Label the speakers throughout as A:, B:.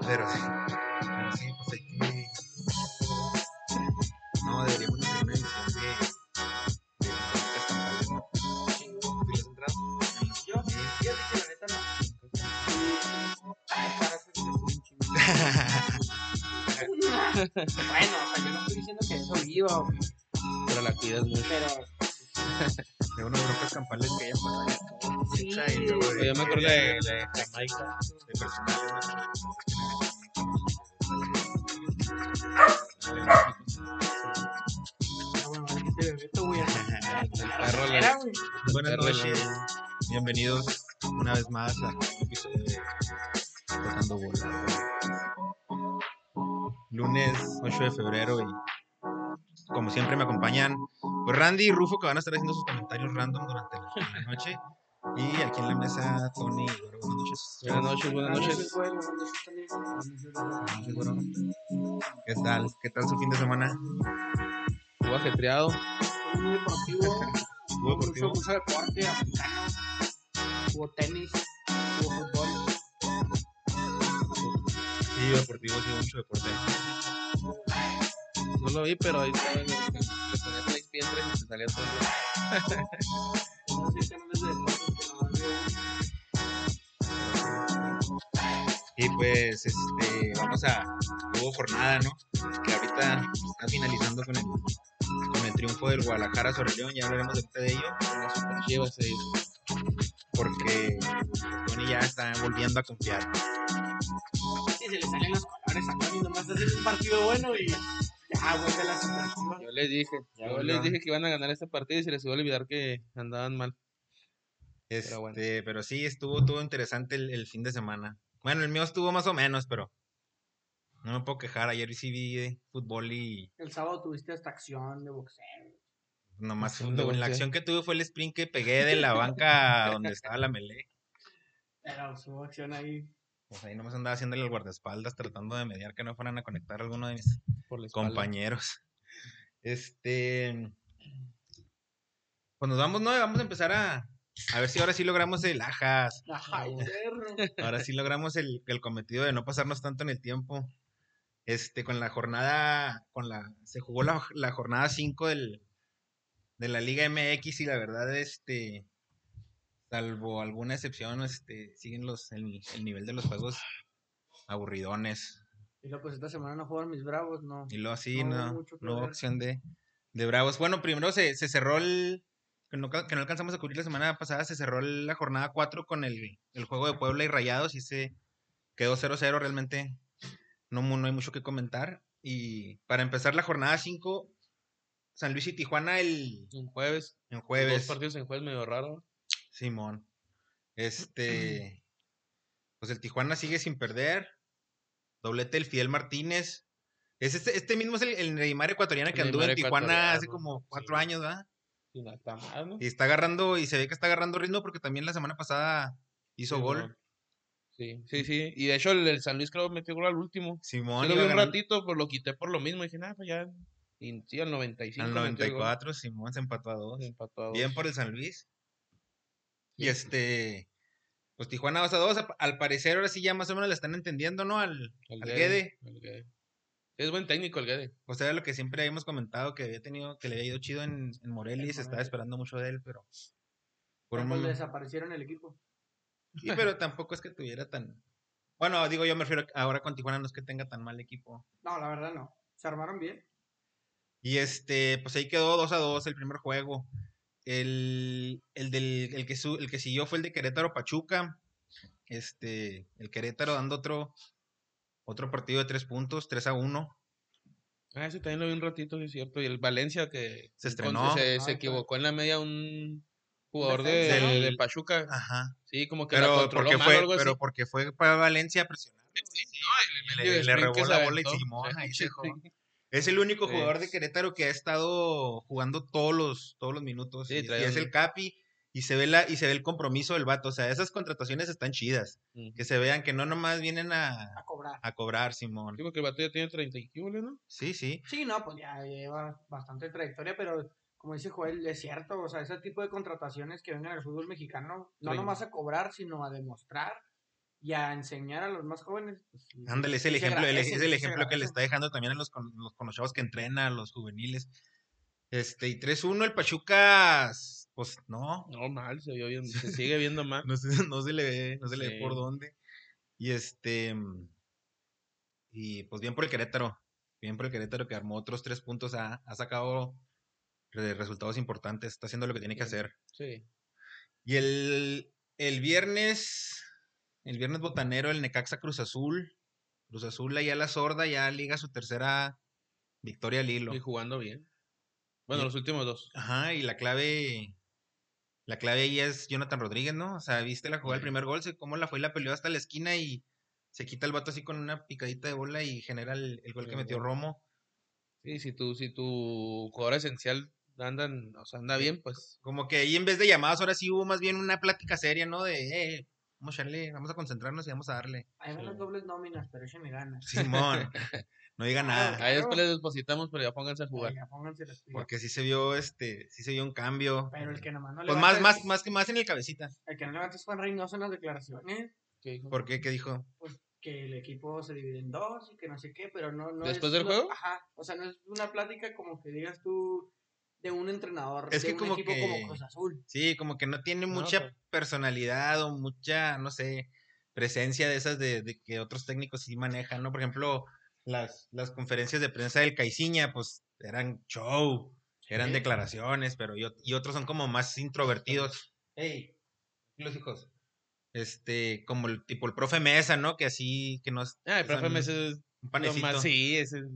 A: pero, pero sí, pues hay que. No, deberíamos hacer una edición de. de podcast campales, ¿no?
B: Chingo, fui las entradas. Yo, sí, fíjate que la neta no. Ay, para que me estuvo un chingo. Bueno, o sea, yo no estoy diciendo que eso viva, o que-
C: pero la cuidas mucho.
B: pero
A: De unos broncas campales que hayan pasado.
B: sí.
A: Y luego
C: Yo me acuerdo de, de Jamaica.
A: de personales, ¿no?
B: Ah, bueno, ahora que te veo esto, güey, hasta
C: El
B: la
C: perro
B: carrera,
C: la-
B: güey.
A: Buenas
C: Perro,
A: noches. Bienvenidos una vez más a un episodio de Tocando Bola. Lunes 8 de febrero y como siempre me acompañan pues, Randy y Rufo que van a estar haciendo sus comentarios random durante la noche. Y aquí en la mesa, Tony. y Goro. Buenas noches.
C: Buenas noches, buenas noches.
B: güey, buenas noches también.
A: Buenas noches, Goro. ¿Qué tal? ¿Ququé tal su fin de semana?
C: Estuvo ajetreado.
B: Fue muy deportivo.
A: ¿Estuvo deportivo?
B: Mucho, mucho deporte americano. Hubo tenis, hubo fútbol.
A: Sí, deportivo, sí, mucho deporte.
C: No lo vi, pero ahí estaba en el- Le ponías el XP entres y te salía todo.
B: No sé, canales de deporte que no veo.
A: Y pues, este, vamos a. Hubo jornada, ¿no? Que ahorita está finalizando con el, con el triunfo del Guadalajara sobre León. Ya hablaremos ahorita de ello.
C: Las super chivas se dice.
A: Porque Tony ya está volviendo a confiar.
B: Y se le salen los colores a Tony, nomás hace un partido bueno y ya, güey, de la situación.
C: Yo les dije,
A: Ya
C: yo
A: volvió.
C: les dije que iban a ganar este partido y se les iba a olvidar que andaban mal.
A: Este, pero,
C: Pero bueno.
A: sí, estuvo todo interesante el, el fin de semana. Bueno, el mío estuvo más o menos, pero no me puedo quejar. Ayer sí vi eh, fútbol y
B: El sábado tuviste hasta acción de boxeo.
A: nomás
C: Acción de
A: fútbol. La
C: boxeo.
A: acción que tuve fue el sprint que pegué de la banca donde estaba la melee.
B: Pero hubo acción ahí.
A: Pues ahí nomás andaba haciéndole el guardaespaldas, tratando de mediar que no fueran a conectar a alguno de mis
C: Por la espalda.
A: compañeros. Este. Pues nos vamos, ¿no? Vamos a empezar a. A ver si ahora sí logramos el ajas.
B: Ajá, y perro.
A: Ahora sí logramos el, el cometido de no pasarnos tanto en el tiempo. Este, con la jornada. Con la. Se jugó la, la jornada 5 del. De la Liga MX y la verdad, este. Salvo alguna excepción, este. Siguen los. El, el nivel de los juegos aburridones.
B: Y luego, pues esta semana no jugaron mis bravos, no.
A: Y luego así,
B: No hubo
A: no,
B: mucho que
A: no hubo
B: ver.
A: acción de, de Bravos. Bueno, primero se, se cerró el. Que no, cal- que no alcanzamos a cubrir la semana pasada, se cerró la jornada 4 con el, el juego de Puebla y Rayados y se quedó 0-0. Realmente no, mu- no hay mucho que comentar. Y para empezar la jornada 5, San Luis y Tijuana el
C: En jueves.
A: en
C: Dos
A: jueves.
C: partidos en jueves medio raro.
A: Simón. Este. Pues el Tijuana sigue sin perder. Doblete el Fidel Martínez. Es este, este mismo es el, el Neymar ecuatoriano que
C: El
A: anduvo en
C: Neymar
A: Tijuana hace
C: ecuatoriano,
A: como cuatro
C: sí.
A: años, ¿verdad?
C: Y la está mal, ¿no?
A: Y está agarrando, y se ve que está agarrando ritmo porque también la semana pasada hizo
C: Sí,
A: gol.
C: Simón. Sí, sí, sí. Y de hecho el, el San Luis creo metió gol al último. Yo
A: Simón
C: lo vi
A: iba
C: un
A: ganando
C: ratito, pues lo quité por lo mismo. Y dije, nada, pues ya. Y sí, al 95.
A: al
C: metió el gol.
A: 94, Simón se empató a dos.
C: Empató a dos.
A: Bien por el San Luis. Y
C: Sí.
A: este, pues Tijuana 2 a 2, al- al parecer ahora sí ya más o menos le están entendiendo, ¿no? Al,
C: Al
A: al
C: Guede,
A: Guede.
C: al Guede. Es buen técnico el Guede.
A: O sea, lo que siempre habíamos comentado que había tenido, que le había ido chido en, en Morelia y se estaba
B: Morelia.
A: esperando mucho de él, pero. Por
B: Por
C: pues
A: un
B: le
A: momento.
B: pues, desaparecieron el equipo.
A: Sí, pero tampoco es que tuviera tan. Bueno, digo, yo me refiero a- ahora con Tijuana, no es que tenga tan mal equipo.
B: No, la verdad no. Se armaron bien.
A: Y este, pues ahí quedó 2 a 2 el primer juego. El, el, del, el, que su- el que siguió fue el de Querétaro Pachuca. Este, el Querétaro dando otro, otro partido de tres puntos, 3 a 1.
C: Ah, ese también lo vi un ratito, sí es cierto. Y el Valencia que
A: Se
C: con-
A: estrenó.
C: se, se
B: Ah,
C: equivocó en la media un jugador de,
B: defensa,
A: ¿no?
C: de- de Pachuca.
A: Ajá.
C: Sí, como que la
A: Ah. Pero
C: controló
A: porque
C: mal o
A: fue,
C: algo así.
A: pero porque fue para Valencia a presionar.
C: Sí, sí, no, el- el-
A: Le-
C: el
A: le
C: sprint
A: rebó
C: que se
A: la bola y
C: aventó,
A: Simón,
C: sí,
A: ahí se
C: sí,
A: dejó.
C: sí.
A: Es el único
C: Sí.
A: jugador de Querétaro que ha estado jugando todos los, todos los minutos.
C: Sí,
A: y, y
C: trae
A: es
C: un-
A: el Capi. Y se, ve la, y se ve el compromiso del vato. O sea, esas contrataciones están chidas.
C: Ujú.
A: Que se vean que no nomás vienen a,
B: A cobrar.
A: a cobrar, Simón.
C: Sí, porque el vato ya tiene 30 y qué huele, ¿no?
A: Sí, sí.
B: Sí, no, pues ya lleva bastante trayectoria, pero como dice Joel, es cierto, o sea, ese tipo de contrataciones que vengan al fútbol mexicano, no
C: Train-
B: nomás a cobrar, sino a demostrar
D: y a enseñar a los más jóvenes. pues, sí,
A: Ándale, es el
D: sí se
A: ejemplo, el-
D: agradece,
A: es el
D: sí se
A: ejemplo que le
D: agradece.
A: está dejando también a los, con, los, con los chavos que entrena, a los juveniles. Este, y 3-1, el Pachuca, pues no,
C: No, mal, se, vio bien- se sigue viendo mal.
A: no se, no se le ve, no se le ve
C: Sí.
A: por dónde. Y este, mm, y pues bien por el Querétaro, bien por el Querétaro que armó otros tres puntos, ha, ha sacado re- resultados importantes, está haciendo lo que tiene que
C: Sí.
A: hacer.
C: Sí.
A: Y el, el viernes, el viernes botanero, el Necaxa Cruz Azul. Cruz Azul ahí a la sorda, ya liga su tercera victoria al hilo.
C: Y jugando bien. Bueno,
A: Y-
C: los últimos dos.
A: Ajá, y la clave, la clave ahí es Jonathan Rodríguez, ¿no? O sea, viste la jugada, el
C: Sí.
A: primer gol, se- cómo la fue y la peleó hasta la esquina y se quita el vato así con una picadita de bola y genera el, el gol que
C: El
A: metió
C: gol.
A: Romo.
C: Sí, si tu, si tu jugador esencial andan, o sea, anda bien, pues.
A: Como que ahí en vez de llamadas, ahora sí hubo más bien una plática seria, ¿no? De, eh, vamos a echarle, vamos a concentrarnos y vamos a darle.
D: Ahí van las
C: Sí.
D: dobles nóminas, pero échenle ganas.
A: Simón, no diga nada.
C: Ahí después
D: Claro.
C: les depositamos, pero ya pónganse a jugar.
D: Oiga, pónganse las pilas.
A: Porque sí se vio este, sí se vio un cambio.
D: Pero el que nomás no
A: Pues
D: levanta
A: más,
D: es-
A: más, más que más en el cabecita.
D: El que no levanta es Juan Reynoso en las declaraciones.
C: ¿Qué dijo?
A: Porque que dijo,
D: que el equipo se divide en dos y que no sé qué, pero no, no
C: ¿Después
D: es
C: del
D: una-
C: juego?
D: Ajá, o sea, no es una plática como que digas tú de un entrenador
A: Es
D: de
A: que
D: un
A: como
D: equipo
A: que-
D: como Cruz Azul.
A: sí, como que no tiene
C: No,
A: mucha
C: pues.
A: personalidad o mucha, no sé, presencia de esas de, de que otros técnicos sí manejan, ¿no? Por ejemplo, las, las conferencias de prensa del Caiciña, pues eran show, eran
D: Sí.
A: declaraciones, pero y, ot- y otros son como más introvertidos. Ey, los hijos. Este, como el tipo el profe Mesa, ¿no? Que así, que no es
C: Ah, el
A: que
C: profe
A: son
C: Mesa es
A: un
C: lo
A: panecito.
C: más- sí, es el-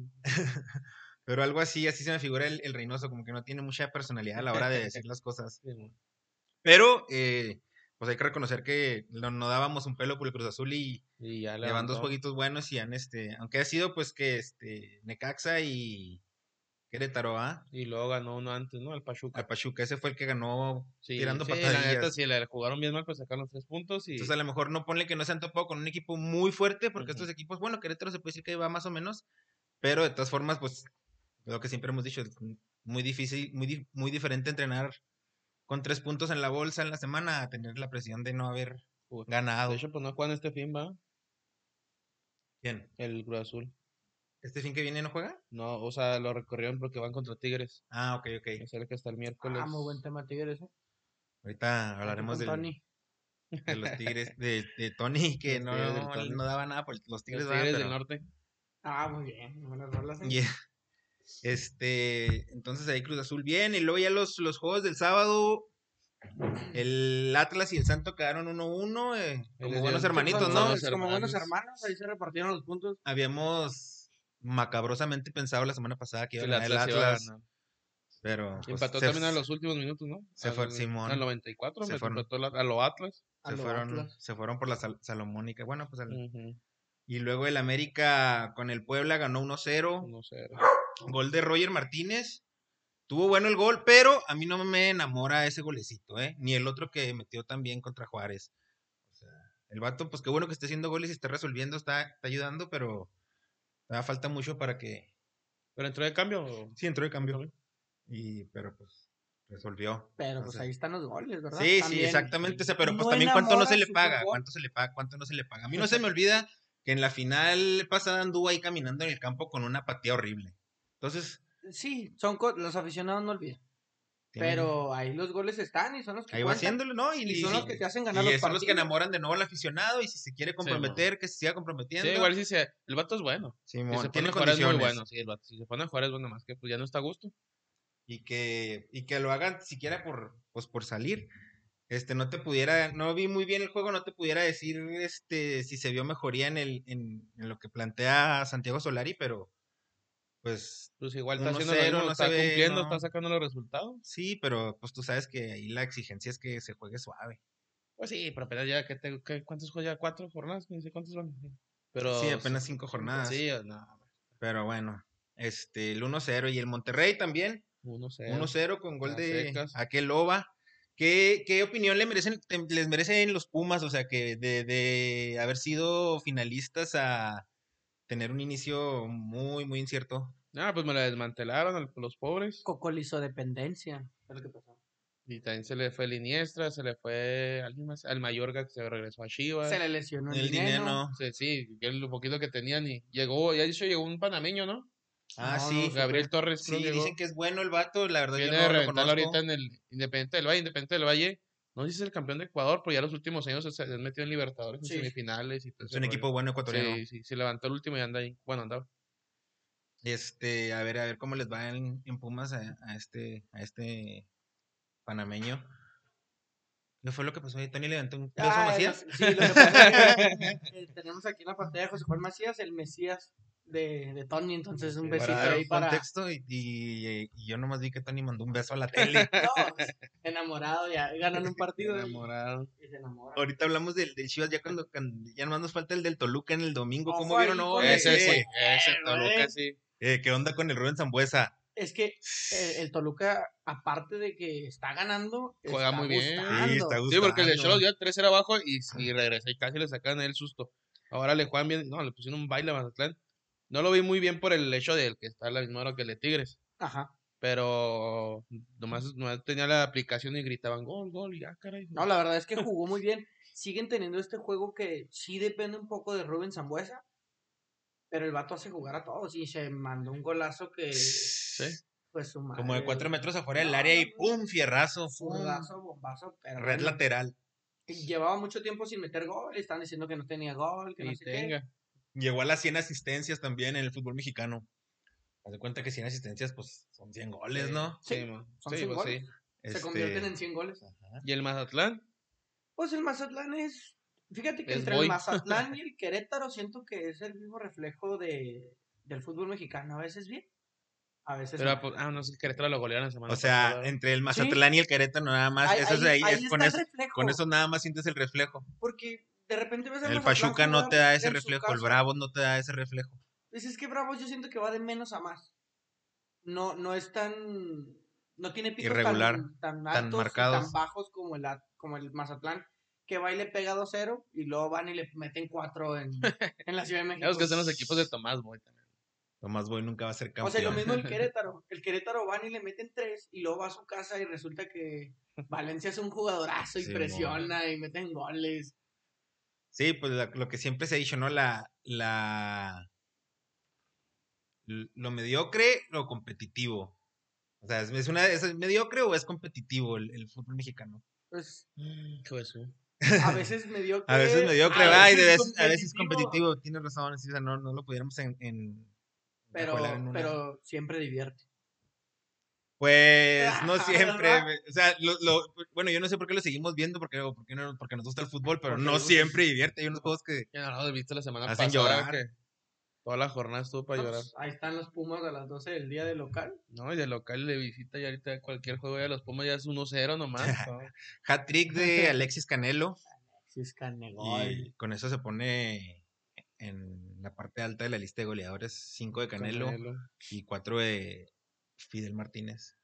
A: Pero algo así, así se me figura el, el Reynoso, como que no tiene mucha personalidad a la hora de decir las cosas.
C: sí, mo-
A: Pero, eh, pues hay que reconocer que no, no dábamos un pelo por el Cruz Azul y
C: Y ya
A: le van dos
C: levantó.
A: jueguitos buenos y han, este, aunque ha sido pues que este, Necaxa y Querétaro, ¿ah?
C: Y luego ganó uno antes, ¿no? Al Pachuca.
A: Al Pachuca, ese fue el que ganó.
C: Sí,
A: tirando
C: sí, la neta,
A: patadillas.
C: si la jugaron bien mal, pues sacaron los tres puntos y...
A: Entonces a lo mejor no ponle que no se han topado con un equipo muy fuerte, porque
C: Ujú.
A: estos equipos, bueno, Querétaro se puede decir que va más o menos, pero de todas formas, pues lo que siempre hemos dicho, es muy difícil, muy, di- muy diferente entrenar con tres puntos en la bolsa en la semana a tener la presión de no haber
C: Uy,
A: ganado.
C: De hecho, pues no juegan este fin, ¿va?
A: Bien,
C: El Cruz Azul.
A: ¿este fin que viene no juega?
C: No, o sea, lo recorrieron porque van contra Tigres.
A: Ah, ok, ok.
C: Es el que hasta el miércoles.
D: Ah, muy buen tema, Tigres. ¿eh?
A: Ahorita
D: Aquí con
A: hablaremos del-
D: Tony.
A: de los Tigres, de, de Tony, que
C: Los
A: no,
C: Tigres del
A: no-
C: Tony.
A: no daba nada por los
C: Los
A: Tigres. ¿verdad?
C: Tigres del
A: Pero-
C: Norte.
D: Ah, muy bien, buenas rolas. ¿eh?
A: Yeah. Este, entonces ahí Cruz Azul bien, y luego ya los, los juegos del sábado, el Atlas y el Santo quedaron 1-1, eh, como
C: les
A: buenos
C: dieron
A: hermanitos,
C: triunfo a
A: ¿no?
C: los-
D: Como buenos
C: hermanos.
D: hermanos, ahí se repartieron los puntos.
A: Habíamos macabrosamente pensado la semana pasada que iba a
C: El
A: ganar el
C: Atlas iba a
A: Atlas,
C: ganar.
A: pero pues,
C: empató
A: se-
C: también a los últimos minutos, ¿no?
A: se
C: Al-
A: fue Simón.
C: Al 94
A: Se
C: me
A: fueron.
C: empató la- a los Atlas.
D: a
A: se
D: lo
A: fueron,
D: Atlas.
A: se fueron por la sal- Salomónica, bueno, pues al-
C: Ujú,
A: y luego el América con el Puebla ganó 1-0,
C: No sé.
A: Gol de Roger Martínez. Tuvo bueno el gol, pero a mí no me enamora ese golecito, ¿eh? Ni el otro que metió también contra Juárez. O sea, el vato, pues qué bueno que esté haciendo goles y está resolviendo, está, está ayudando, pero todavía falta mucho para que...
C: Pero entró de cambio. o-
A: Sí, entró de cambio. Y, pero pues, resolvió.
D: Pero
A: O
D: pues
A: sea,
D: ahí están los goles, ¿verdad?
A: Sí, sí,
D: También.
A: exactamente. o sea, pero pues
D: No
A: también cuánto no
D: enamora
A: se le
D: su
A: paga,
D: fútbol.
A: cuánto se le paga, cuánto no se le paga. A mí no se me olvida que en la final pasada anduvo ahí caminando en el campo con una patía horrible. Entonces...
D: Sí, son co- los aficionados no olvidan.
A: tienen-
D: Pero ahí los goles están y son los que
A: Ahí va
D: cuentan.
A: haciéndolo, ¿no? Y,
D: Y,
A: y-
D: son los que te hacen ganar
A: y eh,
D: los
A: son
D: partidos.
A: los que enamoran de nuevo al aficionado y si se quiere
C: mon.
A: comprometer, que se siga
C: Sí,
A: comprometiendo.
C: igual sí se. El vato es bueno.
A: Simón,
C: Si se pone
A: tiene
C: a jugar es muy
A: condiciones.
C: bueno. Sí, el vato. Si se pone a jugar es bueno, más que pues ya no está a gusto.
A: Y que, y que lo hagan siquiera por, pues, por salir. Este, no te pudiera, no vi muy bien el juego, no te pudiera decir este, si se vio mejoría en, el, en, en lo que plantea Santiago Solari, pero pues
C: Pues igual está haciendo
A: 1-0,
C: lo mismo,
A: no
C: está
A: se ve,
C: cumpliendo,
A: no.
C: está sacando los resultados.
A: sí, pero pues tú sabes que ahí la exigencia es que se juegue suave.
C: Pues sí, pero apenas ya que te, que- ¿cuántos juega? ¿Cuatro jornadas? No sé cuántos van. sí. Pero
A: sí, apenas cinco jornadas.
C: Sí, no.
A: Pero bueno, este, el 1-0 y el Monterrey también.
C: Uno se
A: 1-0 con gol
C: a
A: de
C: secas.
A: aquel Loba. ¿Qué, qué opinión le merecen, te- les merecen los Pumas? O sea, que de, de haber sido finalistas a tener un inicio muy, muy incierto.
C: Ah, pues me la desmantelaron al- los pobres.
D: Cocolizo dependencia. Es lo que pasó.
C: Y también se le fue el Iniestra, se le fue alguien más, al Mayorga que se regresó a Chivas.
B: Se le lesionó el,
A: Pues, El dinero.
C: Sí, sí, que lo poquito que tenían y llegó, ya dicho, llegó un panameño, ¿no?
A: Ah,
B: No,
A: sí.
B: no,
C: Gabriel Torres creo
A: Sí,
C: llegó.
A: dicen que es bueno el vato, la verdad yo
C: Viene
A: no
C: de
A: lo
C: reventar
A: conozco.
C: ahorita en el Independiente del Valle, Independiente del Valle. No sé si es el campeón de Ecuador, pero ya los últimos años se se han metido en Libertadores, en
B: Sí.
C: semifinales y todo
A: Es
C: ese
A: un
C: rollo.
A: equipo bueno ecuatoriano.
C: Sí, sí, se levantó el último y anda ahí. Bueno, andaba.
A: Este, a ver, a ver cómo les va en, en Pumas a, a este, a este panameño. ¿Qué fue lo que pasó ahí? ¿Tony levantó un beso
B: Ah,
A: a Macías?
B: lo- sí, lo que pasa es que, eh, tenemos aquí en la pantalla de José Juan Macías, el Mesías de, de Tony, entonces un besito
A: Para dar
B: ahí
A: un
B: para
A: contexto y, y- y yo nomás vi que Tony mandó un beso a la tele.
B: No, pues, enamorado, ya ganan un partido y-
C: Enamorado.
B: y se enamoran.
A: Ahorita hablamos del, del Chivas, ya cuando, cuando- ya nomás nos falta el del Toluca en el domingo.
B: Ojo
A: ¿Cómo vieron
B: ahí
A: hoy?
B: con el-
C: Ese sí,
A: Eh,
C: ese
B: güey.
C: Toluca sí.
A: eh, ¿Qué onda con el Rubén Zambuesa?
B: Es que el, el Toluca, aparte de que está ganando,
C: Juega
B: está
C: muy bien. Sí,
A: Sí,
B: gustando.
A: está
C: Sí, porque
A: gustando.
C: le echó los dio tres era abajo y, y regresé y casi le sacan el susto. Ahora le juegan bien, no, le pusieron un baile a Mazatlán. No lo vi muy bien por el hecho del que está a la misma hora que el de Tigres,
B: Ajá.
C: pero nomás, nomás tenía la aplicación y gritaban gol, gol, y ya, caray.
B: No, la verdad es que jugó muy bien. Siguen teniendo este juego que sí depende un poco de Rubén Zambuesa, pero el vato hace jugar a todos y se mandó un golazo que,
C: Sí.
B: pues, su madre.
A: Como de cuatro metros afuera del área y ¡pum! Fierrazo. ¡pum!
B: Zurdazo, bombazo, pero
A: Red
B: bueno.
A: lateral.
B: llevaba mucho tiempo sin meter gol, están diciendo que no tenía gol, que no
C: Y
B: sé qué.
C: tenga.
A: Llegó a las 100 asistencias también en el fútbol mexicano. Haz de cuenta que 100 asistencias, pues son 100 goles, ¿no?
C: Sí,
B: Sí,
C: mo.
B: son
C: Sí,
B: cien
C: pues,
B: goles.
C: sí.
B: Se
A: Este,
B: convierten en 100 goles.
C: ¿Y el Mazatlán?
B: Pues el Mazatlán es. Fíjate que
C: Es
B: entre
C: boy.
B: el Mazatlán y el Querétaro siento que es el mismo reflejo de, del fútbol mexicano. A veces bien, a veces
C: Pero,
B: mal.
C: ah, pues, ah, no sé, Querétaro lo golearon la semana
A: O sea,
C: pasada.
A: entre el Mazatlán y el Querétaro nada más,
B: Ahí,
A: eso es
B: ahí-
A: ahí,
B: ahí
A: es
B: está
A: con,
B: el
A: eso,
B: reflejo.
A: con eso nada más sientes el reflejo.
B: Porque de repente ves al
A: El
B: Mazatlán
A: Pachuca no
B: jugar
A: te da ese
B: en su
A: reflejo, el
B: casa.
A: Bravo no te da ese reflejo.
B: Dices que Bravos yo siento que va de menos a más. No, no es tan. No tiene picos
A: Irregular,
B: tan, tan altos y
A: marcados.
B: tan bajos como el, at- como el Mazatlán. Que va y le pega 2-0 y luego van y le meten 4 en, en la Ciudad de México.
C: Sabemos que son los equipos de Tomás Boy también.
A: Tomás Boy nunca va a ser
B: O sea, lo
A: campeón.
B: mismo el Querétaro. El Querétaro van y le meten tres y luego va a su casa y resulta que Valencia es un jugadorazo y
A: Sí,
B: presiona y meten goles.
A: Sí, pues la- lo que siempre se ha dicho, ¿no? La, la, l- lo mediocre, lo competitivo. O sea, es, es una, es mediocre o es competitivo el, el fútbol mexicano.
B: Pues,
A: Mm.
C: Hijo de su-
B: a veces mediocre.
A: A veces mediocre,
B: Eh, a
A: ¿verdad? Y de
B: veces
A: vez- a veces competitivo. Tienes razón, sí, o sea, no, no lo pudiéramos en, en-
B: Pero,
A: encajolar en una.
B: pero siempre divierte.
A: Pues no
B: Ah,
A: siempre.
B: ¿verdad?
A: me- O sea, lo, lo- bueno, yo no sé por qué lo seguimos viendo, porque, o por qué no- porque nos gusta el fútbol, pero
B: Porque
A: no
B: nos gusta.
A: siempre divierte. Hay unos juegos que
C: Ya no lo viste la semana
A: Hacen
C: pasada.
A: llorar.
C: que toda la jornada estuvo para
B: No,
C: llorar.
B: pues, ahí están los Pumas a las 12 del día de local.
A: pues.
C: No, y de local le visita y ahorita cualquier juego ya los Pumas ya es 1-0 nomás. ¿no?
A: hat trick de Alexis Canelo.
B: Si es
A: Y con eso se pone en la parte alta de la lista de goleadores, 5 de Canelo, y 4 de Fidel Martínez.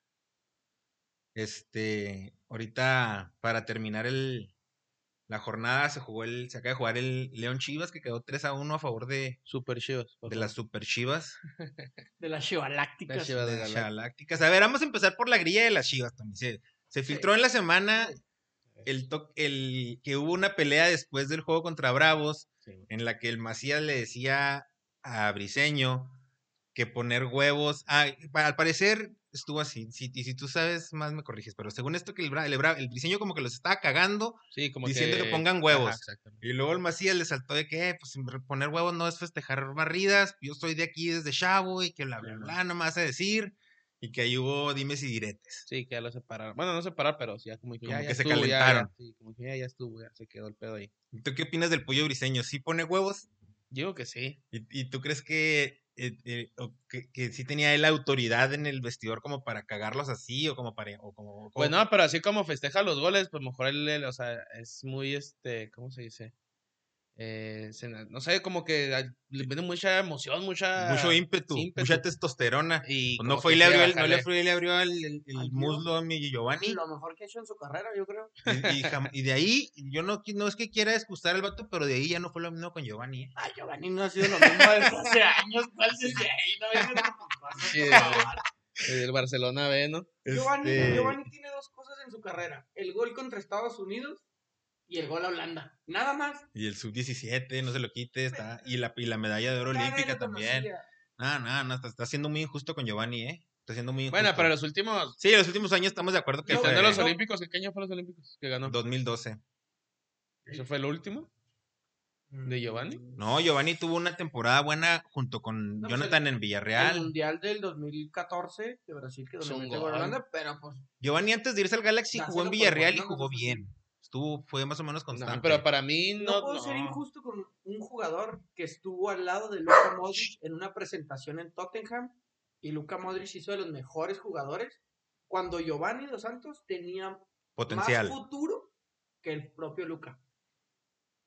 A: Este, ahorita para terminar el la jornada se jugó el se acaba de jugar el León Chivas que quedó 3 a 1 a favor de,
C: Super pues, chivos. por
A: de
C: favor.
A: las Super Chivas,
B: De las Chivalácticas.
C: Las Chivas.
A: de
C: de
A: las
C: Galá-
A: Galácticas. A ver, vamos a empezar por la grilla de las Chivas también. Se, se filtró en la semana el, to- el que hubo una pelea después del juego contra Bravos
C: Sí.
A: en la que el Macías le decía a Briseño que poner huevos. ah, pa- al parecer estuvo así. Si, y si tú sabes más, me corriges. Pero según esto, que el, Bra- el, Bra- el Briseño como que los estaba cagando
C: Sí, como
A: diciendo que, pongan
C: Ajá,
A: huevos.
C: exactamente.
A: y luego el Macías le saltó de que, eh, pues sin re- poner huevos no es festejar barridas. Yo soy de aquí desde Chavo y que bla, bla,
C: Claro.
A: bla, nomás a decir. Y que ahí hubo dimes y diretes.
C: Sí, que ya lo separaron. Bueno, no separaron, pero sí, ya como que, ya,
A: Como
C: ya
A: que se
C: estuvo, ya, ya,
A: calentaron.
C: sí, como que ya, ya estuvo, ya se quedó el pedo ahí.
A: ¿Tú qué opinas del pollo Briseño? ¿Sí pone huevos?
C: Digo que sí.
A: ¿Y, y tú crees que, eh, eh, o que, que sí tenía él autoridad en el vestidor como para cagarlos así o como para... O como,
C: Pues
A: como-
C: no, pero así como festeja los goles, pues mejor él, él, o sea, es muy, este, ¿cómo se dice? Eh, se- no sé, como que ah, le viene mucha emoción, mucha...
A: mucho ímpetu,
C: ah, ímpetu.
A: mucha testosterona.
C: Y
A: Pues no
C: como
A: fue y
C: que
A: le
C: quiere
A: abrió el, no
C: bajarle.
A: le fue y le abrió el, el- el
B: Al tío.
A: muslo a mi Giovanni.
B: Lo mejor que ha hecho en su carrera, yo creo.
A: Y, y jam- y de ahí, yo no, qui- no es que quiera excusar al vato, pero de ahí ya no fue lo mismo con Giovanni. ¿eh?
B: Ah, Giovanni no ha sido lo mismo desde hace años. ¿Cuál es el de ahí? No vengas con tus cosas,
C: Sí,
B: por favor.
C: El Barcelona B, ¿no?
B: Giovanni,
A: Este,
B: Giovanni tiene dos cosas en su carrera: el gol contra Estados Unidos y el gol a Holanda. Nada más.
A: Y el sub-17, no se lo quite. Está, y, la, y la medalla de oro
B: Nadie
A: olímpica
B: lo
A: también.
B: conocía.
A: No, no, no, está, está siendo muy injusto con Giovanni, ¿eh? Está siendo muy injusto.
C: Bueno, pero los últimos.
A: Sí, los últimos años estamos de acuerdo que
B: No,
A: fue
C: de los
B: no.
C: Olímpicos, ¿qué año fue los Olímpicos? Que ganó.
A: 2012.
C: ¿Eso fue el último? ¿De Giovanni?
B: Mm,
A: No, Giovanni tuvo una temporada buena junto con
B: No, pues,
A: Jonathan en
B: El
A: Villarreal.
B: mundial del 2014 de Brasil que
C: Es
B: donde
C: un
B: mete gol
C: gol.
B: Holanda, pero pues
A: Giovanni antes de irse al Galaxy
B: Dáselo
A: jugó en
B: por
A: Villarreal y
B: bueno,
A: jugó
B: no sé si-
A: bien. Estuvo, fue más o menos
C: No,
A: constante.
C: pero para mí
B: no,
C: no.
B: puedo ser
C: no.
B: injusto con un jugador que estuvo al lado de Luka Modric en una presentación en Tottenham y Luka Modric hizo de los mejores jugadores cuando Giovanni Dos Santos tenía
A: Potencial.
B: más futuro que el propio Luca.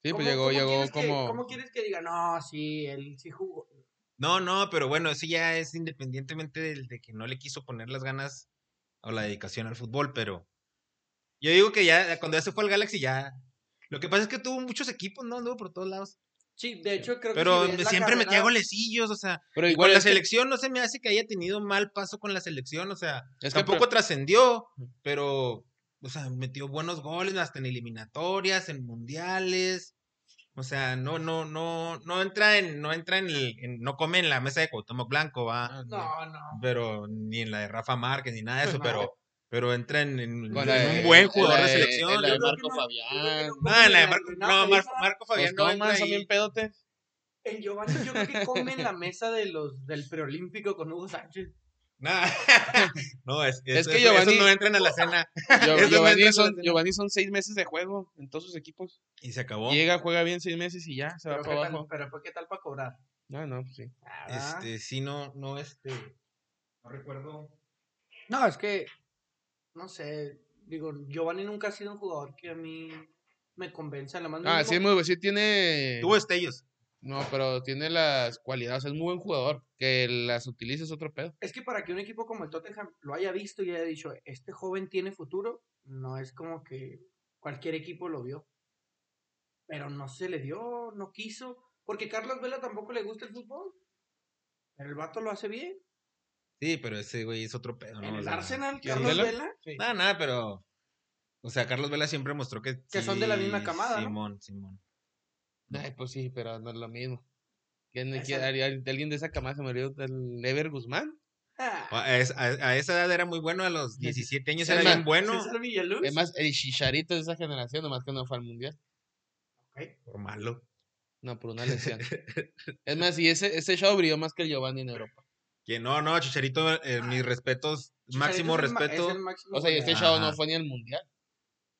C: Sí, pues
B: ¿Cómo-
C: llegó,
B: cómo
C: llegó
B: quieres que-
C: como.
B: ¿Cómo quieres que diga? No, sí, él sí jugó.
A: No, no, pero bueno, eso ya es independientemente del- de que no le quiso poner las ganas o la dedicación al fútbol, pero yo digo que ya cuando ya se fue al Galaxy ya... Lo que pasa es que tuvo muchos equipos, ¿no? Anduvo por todos lados.
B: Sí, de hecho creo
A: Pero
B: que si ves la
A: siempre metía
B: carrera-
A: golecillos, o sea...
C: Pero
A: y con
C: igual
A: la
C: es que,
A: selección no se me hace que haya tenido mal paso con la selección, o sea...
C: es que
A: tampoco
C: pre-
A: trascendió, pero, o sea, metió buenos goles hasta en eliminatorias, en mundiales. O sea, no, no, no, no entra en, no entra en el, en- no come en la mesa de Cuauhtémoc Blanco,
C: Ah,
A: va,
B: No, no.
A: pero ni en la de Rafa Márquez, ni nada de
B: Pues
A: eso,
B: no.
A: pero, pero entra en, en-
C: con
A: en
C: la de-
A: un buen
C: en
A: jugador
C: la
A: de
C: en
A: selección.
C: la pues, eh, de
B: Yo creo que
C: Marco
B: no-
C: Fabián.
A: No, en la de Mar-
B: Pues
A: no, Mar- Marco
C: Pues
A: Fabián no
C: no,
A: entra
C: man, son
A: ahí.
C: bien pedotes.
B: El Giovanni yo creo que come en la mesa de los del preolímpico con Hugo Sánchez.
A: Nah. no, es,
C: Es
A: eso-
C: que
A: eso- esos
C: Giovanni-
A: no entran a la cena
C: Gio-
A: Eso no
C: Giovanni
A: entra
C: son,
A: relacionado.
C: Giovanni son seis meses de juego en todos sus equipos.
A: y se acabó.
C: Llega, juega bien seis meses y ya, se va
B: Pero,
C: para
B: qué tal,
C: abajo.
B: pero fue qué tal para cobrar.
C: No, no, pues sí.
B: Nada.
A: Este, sí, no, no, este, no recuerdo
B: No, es que, no sé, digo, Giovanni nunca ha sido un jugador que a mí me convenza. Lo más
C: Ah,
B: mínimo.
C: sí, es muy, sí tiene.
A: Tuvo estellos.
C: No, pero tiene las cualidades. Es muy buen jugador. Que las utilices otro pedo.
B: Es que para que un equipo como el Tottenham lo haya visto y haya dicho, este joven tiene futuro, no es como que cualquier equipo lo vio. Pero no se le dio, no quiso. Porque Carlos Vela tampoco le gusta el fútbol. Pero el vato lo hace bien.
A: Sí, pero ese güey es otro pedo, ¿no?
B: en
A: O
B: el
A: sea,
B: Arsenal,
C: ¿quién,
B: Carlos Vela. Ah,
C: Vela?
A: Nada, nada, pero. O sea, Carlos Vela siempre mostró que.
B: Que son de la misma camada, ¿no?
A: Simón, Simón.
C: Ay, pues sí, pero no es lo mismo. ¿Quién,
B: Esa-
C: quién- al- al- alguien de esa camada se me olvidó? ¿El Ever Guzmán?
A: O
B: Ah,
A: A, es- a- a esa edad era muy bueno, a los 17 años
C: Sí,
A: era
C: ma-
A: bien bueno.
B: César Villaluz.
C: Es más, el Chicharito de esa generación, nomás que no fue al mundial.
B: Ok.
A: Por malo.
C: No, por una lesión. es más, y ese, ese show brilló más que el Giovanni en Europa.
A: Que no, no, Chicharito, eh, mis respetos, máximo
B: Ah, Chicharito es el ma-
A: respeto.
B: es el máximo
C: O sea, y este
A: Ajá.
B: goleador.
C: show no fue ni al mundial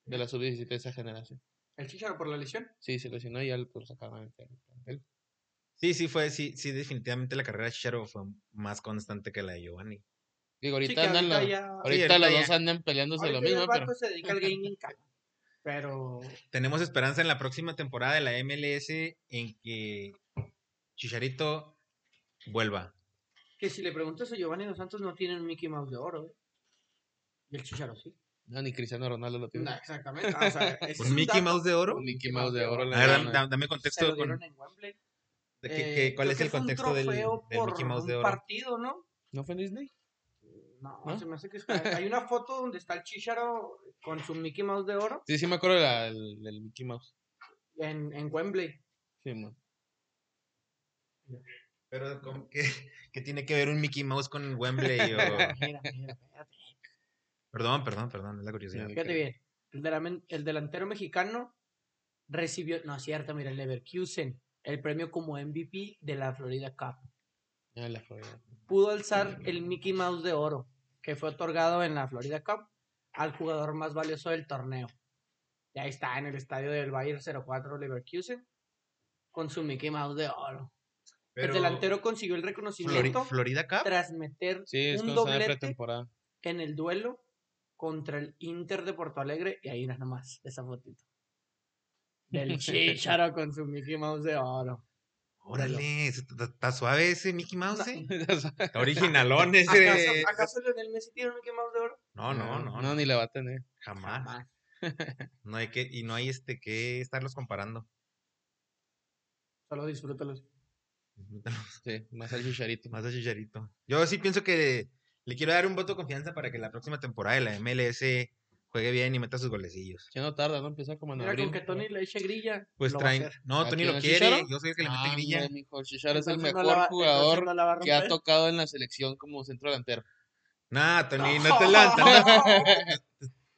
C: de la sub-17 de esa generación.
B: Ah, El Chicharo por la lesión.
C: Sí, se lesionó y ya lo sacaron del plantel.
A: Sí, sí, fue, sí, sí, definitivamente la carrera de Chicharo fue más constante que la de Giovanni.
C: Digo, ahorita
B: Sí, que
C: andan los,
B: ahorita ya-
C: ahorita
A: ahorita
C: los
A: ya.
C: dos andan peleándose
B: ahorita
C: lo
B: ya
C: mismo,
B: el
C: pero
B: vato se dedica al gaming cabrón. Pero
A: Tenemos esperanza en la próxima temporada de la MLS en que Chicharito vuelva.
B: que si le preguntas a Giovanni Dos Santos no tienen Mickey Mouse de oro. ¿eh? Y el Chicharo sí.
C: no, ni Cristiano Ronaldo lo tiene.
B: No, exactamente. Ah, o sea, ese es
A: ¿Un Mickey
B: dato.
A: Mouse de oro?
C: Un Mickey Mouse de oro.
A: A
C: le
A: ver,
C: dan
A: dame,
C: a-
A: dame- dame
B: Pues, Se
A: contexto.
B: lo dieron
A: con-
B: en Wembley.
A: de qué-
B: Eh,
A: qué- ¿Cuál
B: creo
A: es
B: que
A: el
B: fue un
A: contexto del,
B: trofeo
A: del Mickey
B: por
A: Mouse de
B: un
A: oro?
B: partido, ¿no?
C: ¿No fue en Disney?
B: No,
C: ¿No?
B: se me hace que es- hay una foto donde está el Chicharo con su Mickey Mouse de oro
C: Sí, sí me acuerdo de la- del, del Mickey Mouse.
B: en, en Wembley.
C: Sí, mo.
A: Pero ¿cómo que, que tiene que ver un Mickey Mouse con Wembley? o-
B: Mira, mira, espérate.
A: Perdón, perdón, perdón, es la curiosidad.
C: Sí.
B: Fíjate
C: creo.
B: bien. El, delamen- el delantero mexicano recibió, no es cierto, mira, el Leverkusen, el premio como MVP de la Florida Cup.
C: Ah, la Florida.
B: Pudo
A: Mm.
B: alzar el Mickey Mouse de oro, que fue otorgado en la Florida Cup al jugador más valioso del torneo. Ya está en el estadio del Bayern 04 Leverkusen con su Mickey Mouse de oro.
A: Pero-
B: el delantero consiguió el
A: Flori-
B: reconocimiento
A: Florida Cup.
B: tras meter
C: Sí, es
B: un
C: cuando está en la
B: doblete
C: pretemporada.
B: en el duelo contra el Inter de Porto Alegre. Y ahí nada nomás esa fotito. Del Chicharo con su Mickey Mouse de oro.
A: Órale, está, está suave ese Mickey Mouse. eh.
C: no,
A: Está originalón
B: ¿Acaso,
A: ese.
B: ¿Acaso Lionel Messi tiene un Mickey Mouse de oro?
A: No, no, no,
C: No, ni la va a tener.
A: jamás. No hay que y no hay este que estarlos comparando.
B: Solo disfrútalos.
C: Sí, más al chicharito.
A: Más a Chicharito. Yo sí pienso que Le quiero dar un voto de confianza para que la próxima temporada de la MLS juegue bien y meta sus golecillos.
C: Ya no tarda, ¿no? Empieza como en
B: Mira,
C: abril.
B: con que Tony le eche grilla.
A: Pues
B: lo va a
A: traen.
B: hacer.
A: No,
C: ¿A
A: Tony
C: quién,
A: lo
C: a
A: quiere.
C: Chicharo?
A: Yo soy el que le mete
C: Ah,
A: grilla.
C: hombre, mijo, Chicharo es el
B: Entonces no
C: mejor
B: la va-
C: jugador
B: entonces no la va a
C: que ha
B: romper.
C: tocado en la selección como centro delantero.
A: Nah, Tony, no te la.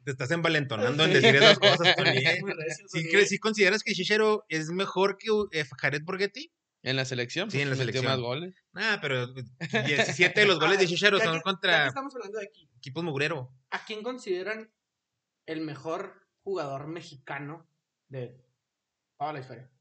A: Te estás envalentonando en decir esas cosas, Tony. ¿eh?
B: Muy recio,
A: ¿Sí,
B: Tony.
A: cre- sí consideras que Chichero es mejor que U- eh, Jared Borghetti?
C: En la selección,
A: Sí, en la
C: pues, metió más
A: selección.
C: goles.
A: Nah, pero 17 de los goles de
B: Ah,
A: Chichero
B: ya
A: son
B: que- ya que
A: contra
B: estamos hablando de aquí.
A: equipos mugrero.
B: ¿A quién consideran el mejor jugador mexicano de toda la historia?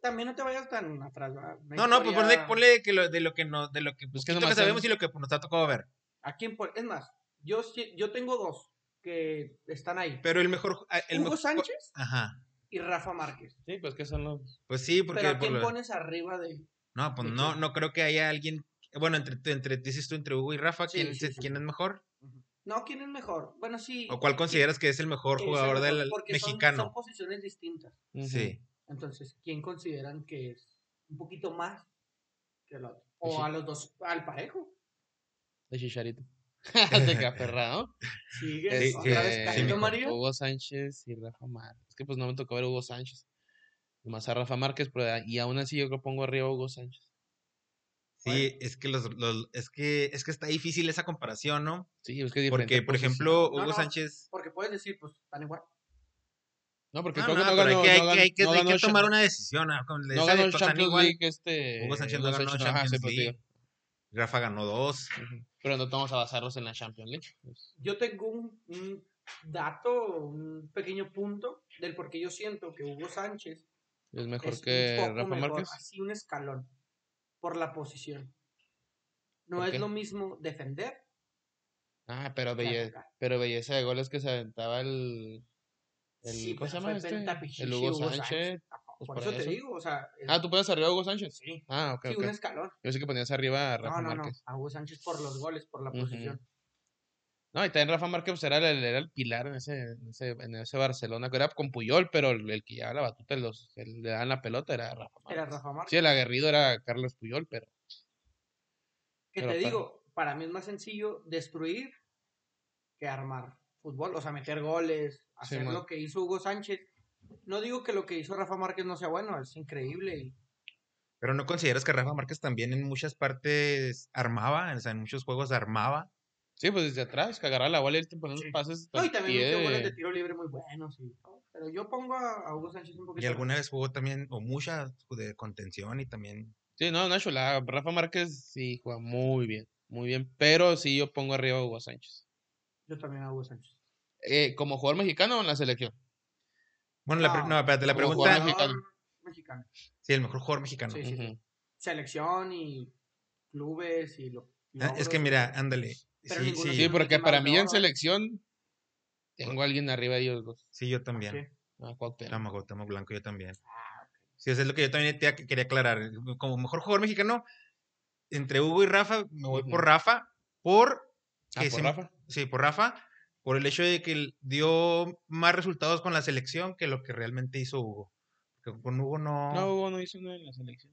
B: También no te vayas tan atrás, ¿verdad? Una
A: No, no, pues ponle,
B: historia-
A: ponle que lo, de lo que no, de lo que,
C: Pues que
A: poquito que
C: nomás
A: sabemos
C: son-
A: y lo que nos ha tocado ver.
B: ¿A quién pon- Es más, yo, sí- yo tengo dos que están ahí.
A: Pero el mejor. ah, El
B: Hugo
A: mejor-
B: Sánchez
A: Ajá.
B: y Rafa Márquez.
C: Sí, pues que son los.
A: Pues sí, porque.
B: Pero ¿a
A: por
B: quién
A: lo-
B: pones arriba de...?
A: No, pues
B: de
A: no,
B: quién?
A: no creo que haya alguien. Bueno, entre, entre dices tú entre Hugo y Rafa,
B: Sí,
A: ¿quién,
B: sí,
A: se-
B: sí.
A: quién es mejor?
B: No, ¿quién es mejor? Bueno, sí.
A: ¿O cuál consideras que es el mejor
B: ¿quién es el
A: jugador
B: mejor?
A: del
B: Porque son-
A: mexicano?
B: son posiciones distintas.
C: Ujú.
A: Sí.
B: Entonces, ¿quién consideran que es un poquito más que el otro? O
C: Pues sí.
B: a los dos, al parejo.
C: De Chicharito. Este, de Caperrao.
B: Sigue
A: Sí,
B: otra
A: sí,
B: vez
A: sí,
B: cayendo,
A: mijo.
B: Mario.
C: Hugo Sánchez y Rafa Márquez. Es que pues no me tocó ver a Hugo Sánchez. Más a Rafa Márquez, pero a- y aún así yo creo que pongo arriba a Hugo Sánchez.
A: Sí, es que los, los- es que es que está difícil esa comparación, ¿no?
C: Sí, es que es diferente
A: Porque, por
C: posición.
A: ejemplo, Hugo
B: no.
A: Sánchez.
B: Porque puedes decir, pues, están igual.
C: No, porque
A: No,
C: creo que
A: no,
C: no
A: pero hay
C: ganó.
A: que- hay
C: no
A: que-
C: ganó-
A: hay que-
C: no
A: hay que
C: ganó cha-
A: tomar una decisión. ah, Con
C: No
A: esa de
C: ganó el
A: Totán
C: Champions
A: igual,
C: League este.
A: Hugo Sánchez no ganó
C: Sánchez, ajá,
A: Champions
C: sí, por eso
A: League. Rafa ganó dos.
C: digo. Ujú. Pero no vamos a basarnos en la Champions League. pues.
B: Yo tengo un, un dato, un pequeño punto del por qué yo siento que Hugo Sánchez
C: Es mejor
B: es
C: que
B: un poco
C: Rafa
B: mejor,
C: Márquez.
B: así un escalón, por la posición. No
C: ¿Por
B: es
C: qué?
B: lo mismo defender.
C: Ah, pero,
B: que
C: belle-
B: atacar.
C: pero belleza de goles que se aventaba el. el
B: Sí,
C: ¿Cómo se
B: pero
C: llama
B: fue
C: este?
B: pentapichichi
C: El Hugo,
B: Hugo
C: Sánchez.
B: Sánchez.
C: pues,
B: por
C: por
B: eso, te
C: eso.
B: digo, o sea, es-
C: Ah, tú puedes arriba a Hugo Sánchez.
B: sí,
C: Ah, ok,
B: sí,
C: ok.
B: un escalón.
C: Yo sé que ponías arriba a
B: No,
C: Rafa
B: no, no,
C: Márquez.
B: a Hugo Sánchez por los goles, por la
C: Ujú.
B: posición.
C: No, y también Rafa Márquez pues, era, el, era el pilar en ese, en ese, en ese Barcelona, que era con Puyol, pero el, el que llevaba la batuta, de los, el- le daban la pelota, era Rafa Márquez.
B: Era Rafa Márquez.
C: Sí, el aguerrido era Carlos Puyol, pero
B: Que
C: Pero pues
B: te
C: pa-
B: digo, para mí es más sencillo destruir que armar fútbol, o sea, meter goles, hacer
C: man.
B: lo que hizo Hugo Sánchez. No digo que lo que hizo Rafa Márquez no sea bueno, es increíble. y-
A: Pero no consideras que Rafa Márquez también en muchas partes armaba, o sea, en muchos juegos armaba.
C: sí, pues desde atrás, que agarraba la bola y él te ponía
B: Sí.
C: unos pases.
B: No, y
C: al
B: también metió
C: pie
B: goles
C: de-
B: de tiro libre muy buenos. y todo, Pero yo pongo a, a Hugo Sánchez un poquito.
A: Y alguna vez jugó también, o muchas, de contención y también.
C: Sí, no, Nacho, la Rafa Márquez sí juega muy bien, muy bien, pero sí yo pongo arriba a Hugo Sánchez.
B: Yo también a Hugo Sánchez.
C: Eh, ¿Como jugador mexicano o en la selección?
A: Bueno, la, pre-
B: No,
A: no, espérate, la
C: como
A: pregunta.
C: jugador mexicano.
B: mexicano.
A: Sí, el mejor jugador mexicano.
B: Sí, sí, sí.
C: Ujú.
B: Selección y clubes y lo.
A: Ah, es que
B: logros.
A: mira, ándale.
B: Pero
A: Sí,
B: ninguno
A: sí,
C: Sí,
B: tiene-
C: porque
B: Mickey
C: para
B: Mouse
C: mí
B: de
C: en
B: oro.
C: selección tengo a alguien arriba de ellos dos.
A: sí, yo también.
B: Sí.
C: Ah, Cuauhtémoc.
A: Tamo Cuauhtémoc Blanco, yo también.
C: Ah,
A: Sí, eso es lo que yo también te ac- quería aclarar. Como mejor jugador mexicano, entre Hugo y Rafa, me voy por
C: Ujú.
A: Rafa, por...
C: Ah,
A: que
C: por
A: se-
C: Rafa.
A: Sí, por Rafa, por el hecho de que él dio más resultados con la selección que lo que realmente hizo Hugo. Porque con Hugo no...
C: No,
A: No,
C: Hugo no hizo nada en la selección.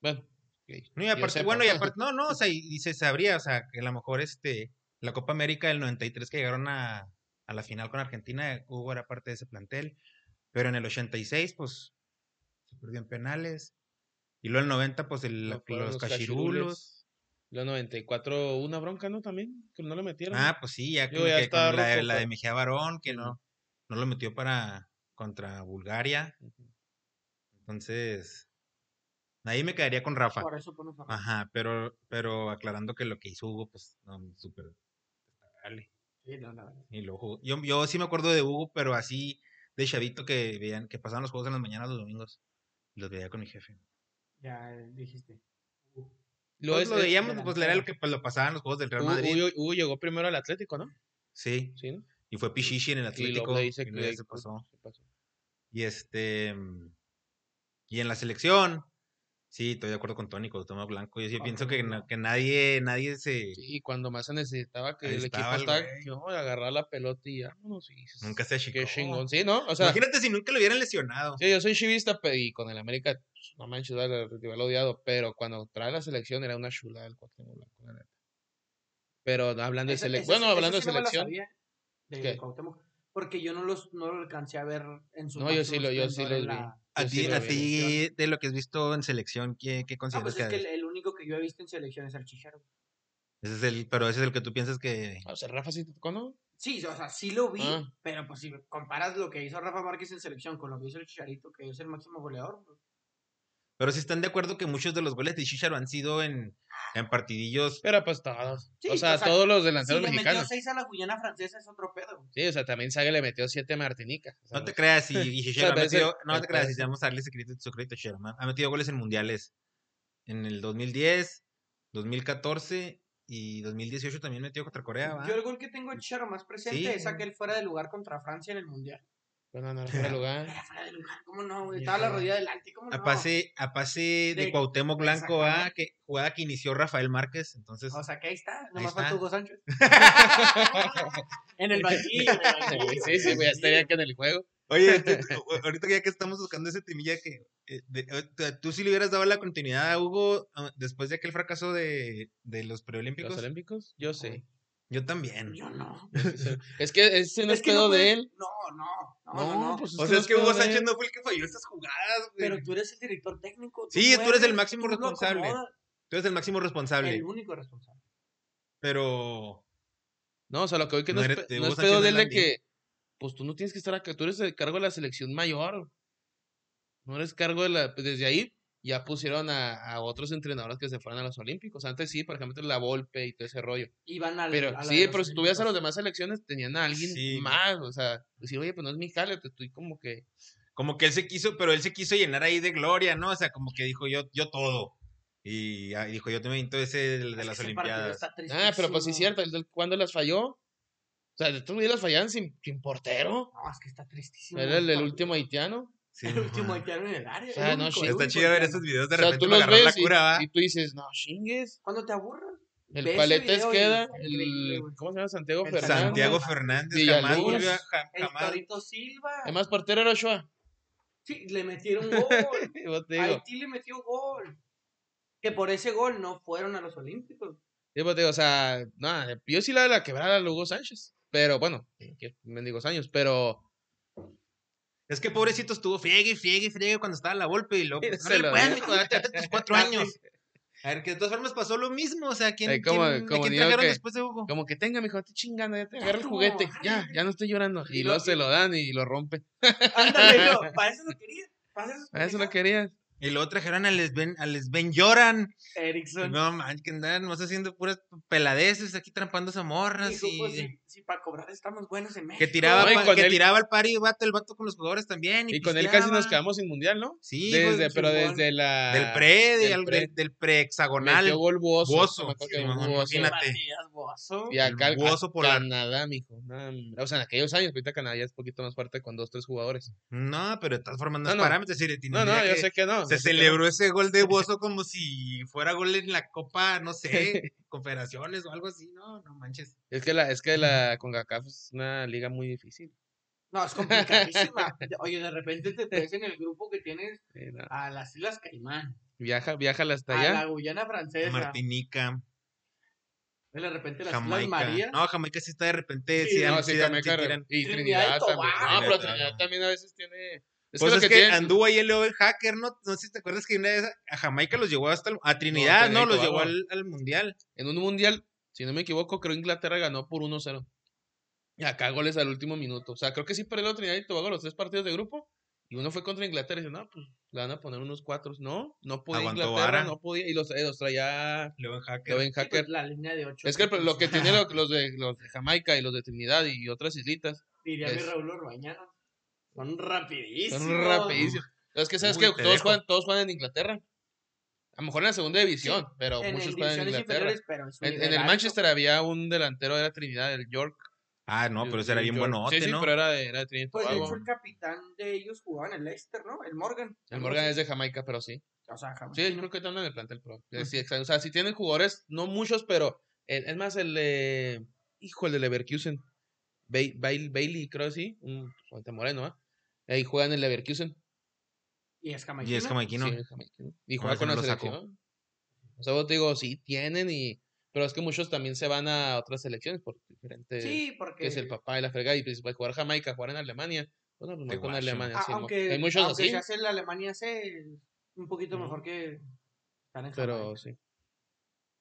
C: Bueno. ok,
A: y
C: yo
A: aparte,
C: sepa.
A: bueno, y aparte, no, no, o sea, y, y se sabría, o sea, que a lo mejor este, la Copa América del 93 que llegaron a, a la final con Argentina, Hugo era parte de ese plantel, pero en el 86, pues, se perdió en penales. Y luego el 90, pues, el-
C: No fueron
A: los cachirulos.
C: cachirules. Los 94, una bronca, ¿no? También, que no le metieron.
A: Ah, pues sí, ya,
C: Digo,
A: con
C: ya
A: que
C: está
A: con la, de-
C: roto,
A: la de
C: pero-
A: Mejía Barón, que
C: Ujú.
A: no, no lo metió para contra Bulgaria.
C: Ujú.
A: Entonces, ahí me quedaría con Rafa. Ah.
B: Por eso pones a Rafa.
A: Ajá, pero, pero aclarando que lo que hizo Hugo, pues, no, súper. destacable.
B: Sí, no, la verdad.
A: Y lo jugó- Yo, yo sí me acuerdo de Hugo, pero así de chavito que veían, que pasaban los juegos en las mañanas los domingos. Los veía con mi jefe.
B: Ya eh, dijiste. Uh,
C: Luego
A: Pues
C: es-
A: lo
C: es-
A: veíamos, pues era lo
B: delantero.
A: que pues, lo pasaban los juegos del Real
C: Hugo-
A: Madrid.
C: Hugo, Hugo llegó primero al Atlético, ¿no?
A: Sí.
C: Sí, ¿no?
A: Y fue Pichichi en el
C: Y
A: Atlético.
C: luego le dice
A: y
C: que
A: luego ya
C: ahí
A: se
C: fue-
A: pasó.
C: se pasó.
A: Y este. mm, Y en la selección. Sí, estoy de acuerdo con Tony, con Tomás Blanco. Yo sí
B: Ah,
A: pienso
B: Cuauhtémoc
A: que, no-
B: Blanco.
A: que nadie, nadie se.
C: Sí, y cuando más se necesitaba que
A: Ahí
C: el equipo
A: estaba el
C: estaba,
A: güey.
C: que no, agarrar la pelota y vámonos. Y, dices,
A: Nunca se achicó.
C: Qué chingón. Sí, ¿no? O sea,
A: Imagínate si nunca lo hubieran lesionado.
C: sí, yo soy chivista pe- y con el América, pues, no manches, era el rival odiado, pero cuando trae la selección era una chulada el Cuauhtémoc Blanco, la neta. Pero hablando de
B: Esa-
C: selección,
B: esa
C: bueno,
B: sí-
C: hablando de
B: esa sí me la
C: selección,
B: sabía, de
C: ¿Qué?
B: Cuauhtémoc, porque yo no los no lo alcancé a ver en su
C: No, yo sí lo- yo sí los vi.
A: A
C: Yo sí
A: ti,
C: lo
A: a
C: vi.
A: ti, de lo que has visto en selección, ¿qué, qué
B: Ah,
A: consideras
B: pues
A: que,
B: es que el,
A: es?
B: el único que yo he visto en selección es el Chicharo.
A: Ese es el, pero ese es el que tú piensas que.
C: o sea, Rafa sí te tocó, ¿no?
B: Sí, o sea, sí lo vi,
C: Ah.
B: pero pues si comparas lo que hizo Rafa Márquez en selección con lo que hizo el Chicharito, que es el máximo goleador, pues,
A: Pero sí están de acuerdo que muchos de los goles de Chicharo han sido en, en partidillos.
C: Pero pues todos.
B: Sí,
C: o sea,
B: o sea,
C: todos los
B: si
C: delanteros
B: le metió
C: mexicanos.
B: seis a la Guyana francesa es otro pedo.
C: Sí, o sea, también Sague le metió siete a Martinica. o sea,
A: No te creas, y, y Chicharo ha
C: parece-
A: metido. No
C: me
A: te creas, y
C: parece.
A: vamos a darle su crédito, su crédito a Chicharo, man. Ha metido goles en mundiales. En el 2010, 2014 y 2018 también metió contra Corea, ¿va?
B: Yo el gol que tengo de Chicharo más presente
A: Ah. Sí,
B: es
A: güey.
B: aquel fuera de lugar contra Francia en el Mundial.
C: Bueno, no, fuera de lugar.
B: Era fuera de lugar, ¿cómo no? güey?
C: Ya
B: Estaba la
C: sé.
B: rodilla delante, ¿cómo
A: A
B: no?
A: pase, a pase de,
B: De-
A: Cuauhtémoc Blanco, ¿va?
B: exactamente.
A: Que jugada que inició Rafael Márquez. Entonces,
B: O sea, que ahí está,
A: Ahí
B: nomás
A: está.
B: falta Hugo Sánchez. en el banquillo, en el banquillo.
C: sí, sí, güey, ya estaría que en el juego.
A: Oye, tú- tú- o- ahorita ya que estamos buscando ese temilla que eh, de- eh, tú- tú sí le hubieras dado la continuidad a Hugo ah, después de aquel fracaso de, de los
C: ¿Los
A: preolímpicos.
C: Olímpicos? Yo sí.
A: Yo también.
B: Yo no.
C: Es que ese no es,
B: que no
C: pedo de
B: puedes-
C: él.
B: No, no, no,
C: No,
B: no. no.
C: pues
A: O sea, es que
C: no
A: Hugo
C: pedo de
A: Sánchez
C: él.
A: no fue el que falló estas jugadas, güey.
B: Pero tú eres el director técnico.
A: Sí, tú eres el
B: mueves,
A: máximo
B: tú lo
A: responsable.
B: acomodas,
A: Tú eres el máximo responsable.
B: El único responsable.
A: Pero.
C: No, o sea, lo que hoy que no,
A: No
C: es,
A: eres-
C: pe-
A: de
C: no
A: Hugo
C: es pedo
A: Sánchez
C: de él de
A: Landín.
C: que, pues tú no tienes que estar acá, tú eres el cargo de la selección mayor. No eres cargo de la, pues, desde ahí ya pusieron a, a otros entrenadores que se fueron a los Olímpicos. Antes sí, por ejemplo, la Volpe y todo ese rollo.
B: Y van al.
C: Pero
B: a la de
C: sí,
B: los
C: pero si tú veías a las
B: olímpicos.
C: demás selecciones, tenían a alguien
A: Sí.
C: más, o sea, decir, oye, pues no es mi jale, te estoy como que...
A: Como que él se quiso, pero él se quiso llenar ahí de gloria, ¿no? O sea, como que dijo yo, yo todo. Y ah, dijo, yo también, entonces ese de, de
B: Es
A: las
B: que ese partido
A: Olimpiadas.
B: está
C: Ah, pero pues sí
B: tristísimo.
C: es cierto, el del- ¿cuándo las falló? O sea, estos güeyes las fallaban sin, sin portero.
B: No, es que está tristísimo.
C: Era el,
B: ese
C: del
B: partido.
C: último haitiano.
A: Sí,
B: El último
A: ajá.
B: haitiano en el área.
C: O sea,
B: el
C: no,
B: único,
C: sí.
B: el
A: Está
B: único
A: chido ver
B: haitiano.
A: esos videos de
C: O sea,
A: repente
C: tú
A: para
C: los
A: agarrar
C: ves
A: la
C: y-
A: cura, ¿va?
C: y tú dices, no, chingues.
B: Cuando te aburras.
C: El
B: Ve ese
C: paletes
B: video y
C: queda,
B: está increíble,
C: el,
B: güey.
C: ¿cómo se llama? Santiago
B: El
C: Fernández.
A: Santiago Fernández jamás
C: Villalobos.
A: volvió a- jam-
B: El
A: jamás.
B: Torito Silva.
C: Además, portero era Ochoa.
B: Sí, le metieron gol.
C: Yo pues, te digo,
B: Haití le metió gol. Que por ese gol no fueron a los Olímpicos.
C: yo pues, te digo, o sea, nada, yo sí la de la quebrada a Hugo Sánchez. Pero bueno, que mendigos años, pero
A: Es que pobrecito estuvo friegue, friegue, friegue cuando estaba la golpe y luego.
C: Sí,
A: pues,
C: se
A: No le
C: lo
A: puedes
C: dio.
A: recordar, date tus cuatro años. A ver, que de todas formas pasó lo mismo. O sea, ¿quién,
C: Eh, como-
A: quién-
C: como
A: ¿a quién
C: digo
A: trajeron
C: que-
A: después de Hugo?
C: como que tenga, mijo, te chingando, ya
B: Ya
C: te agarra el
B: estuvo,
C: juguete, ya,
B: ándale.
C: ya no estoy llorando. Y
B: Y
C: luego
B: lo-
C: se lo dan y lo rompe.
B: Ándale, yo, para eso lo quería. Para eso,
C: A eso lo
B: pendejadas.
C: quería.
A: Y luego trajeron al Sven, al Sven Lloran.
B: Erickson.
A: No, man, que andan más haciendo puras peladeces aquí trampando esas morras.
B: Dijo,
A: Y...
B: pues, si, para cobrar estamos buenos en México.
A: Que tiraba,
C: No, y
A: pa-
C: con
A: que
C: él-
A: tiraba al par y vato, el vato con los jugadores también. Y,
C: Y con él casi nos
A: pisteaba.
C: quedamos sin mundial, ¿no?
A: Sí, güey,
C: Desde, pero
B: Simón.
C: desde la.
A: del pre, de
C: del
A: algo-
C: pre.
A: del, del pre-hexagonal.
C: Metió gol Bozo,
A: Bozo,
C: me acuerdo
A: sí,
C: que
A: mamá,
C: Bozo.
A: imagínate.
B: Matías Bozo.
C: Y
A: El
C: acá el
A: buzo polar.
C: Canadá, mijo. No, hombre. o sea, en aquellos años, ahorita Canadá ya es un poquito más fuerte con dos, tres jugadores.
A: No, pero de todas formas no,
C: No,
A: es
C: no.
A: parámetro. Es decir,
C: No, no,
A: tendría
C: yo
A: que-
C: sé que no. yo sé
A: Se
C: que no.
A: celebró ese gol de Bozo como si fuera gol en la Copa, no sé, Confederaciones o algo así. No, no manches.
C: Es que la, es que la CONCACAF es una liga muy difícil.
B: No, es complicadísima. De- Oye, de repente te ves en el grupo que tienes
C: Sí, no.
B: a las Islas Caimán,
C: eh, Viaja, viaja hasta
B: a la
C: allá.
B: Guyana Francesa,
A: Martinica,
B: de repente las Islas
A: Jamaica.
B: Marías.
A: No, Jamaica sí está de repente.
B: Sí,
A: Sí, dan-
C: No, sí,
A: sí dan-
C: también
A: sí
C: carre-
A: tiran.
C: Y
B: Trinidad y
C: Trinidad también.
B: Tobago.
C: No,
A: Trinidad,
C: pero Trinidad
A: no.
C: también a veces tiene. Es
A: pues
C: lo
A: es que,
C: tiene-
A: anduvo ahí el Leo Hacker, ¿no? No sé si te acuerdas que una vez a- a Jamaica los llevó hasta el- a Trinidad,
C: Trinidad y
A: ¿no? Los
C: Tobago.
A: llevó al, al Mundial.
C: En un mundial, si no me equivoco, creo Inglaterra ganó por 1-0. Y acá goles al último minuto. O sea, creo que sí perdió Trinidad y Tobago los tres partidos de grupo. Y uno fue contra Inglaterra y dice, no, pues le van a poner unos cuatro. No, no podía
A: Aguantó
C: Inglaterra,
A: vara.
C: no podía. Y los, eh, los traía
A: Leo Hacker.
C: Leuven
B: Sí, pues,
C: Hacker.
B: la línea de ocho.
C: Es que
B: pues,
C: lo que tiene lo- los, de, los de Jamaica y los de Trinidad y otras islitas
B: Diría mi
C: es-
B: Raúl Orbañano. Son rapidísimos.
C: son rapidísimos. Es que sabes
A: Uy,
C: que
A: te
C: todos
A: dejo.
C: juegan, todos juegan en Inglaterra. A lo mejor en la segunda división, pero
B: En, en
C: muchos
B: divisiones
C: juegan en Inglaterra.
B: inferiores, pero en, su
C: En, en
B: nivel
C: el
B: alto.
C: Manchester había un delantero, era Trinidad, el York.
A: Ah, no, pero ese era bien
C: York.
A: bueno,
C: Sí, sí,
A: ¿no?
C: pero era de, era de Trinidad y
B: Pues de
C: Tobago.
B: hecho el capitán de ellos jugaba en el Leicester, ¿no? El Morgan.
C: El Morgan es de Jamaica, pero sí.
B: O sea, jamás.
C: Sí, yo creo que también en el plantel pro. Eh, sí, exacto. O sea, si tienen jugadores, no muchos, pero el- es más el eh, hijo el de Leverkusen. Bay- Bail- Bailey, creo sí, un Fuente Moreno, ¿ah? Ahí juega en el Leverkusen.
B: Y es
A: Y es
B: jamaiquino.
A: jamaiquino.
C: Sí, el jamaiquino. Y
A: No,
C: juega
A: ese
C: con
A: no
C: la
A: lo saco.
C: selección. O sea, vos te digo, sí tienen y. Pero es que muchos también se van a otras selecciones por diferentes.
B: Sí, porque.
C: Que es el papá de la fregada y pues, va a jugar Jamaica, jugar en Alemania. Bueno, pues
A: De
C: no con
A: guacho.
C: Alemania.
B: Ah,
C: sí, mo-
B: aunque,
C: hay muchos
B: aunque
C: así,
B: se hace la Alemania hace un poquito
C: Ujú.
B: mejor que estar en
C: pero
B: Jamaica.
C: sí.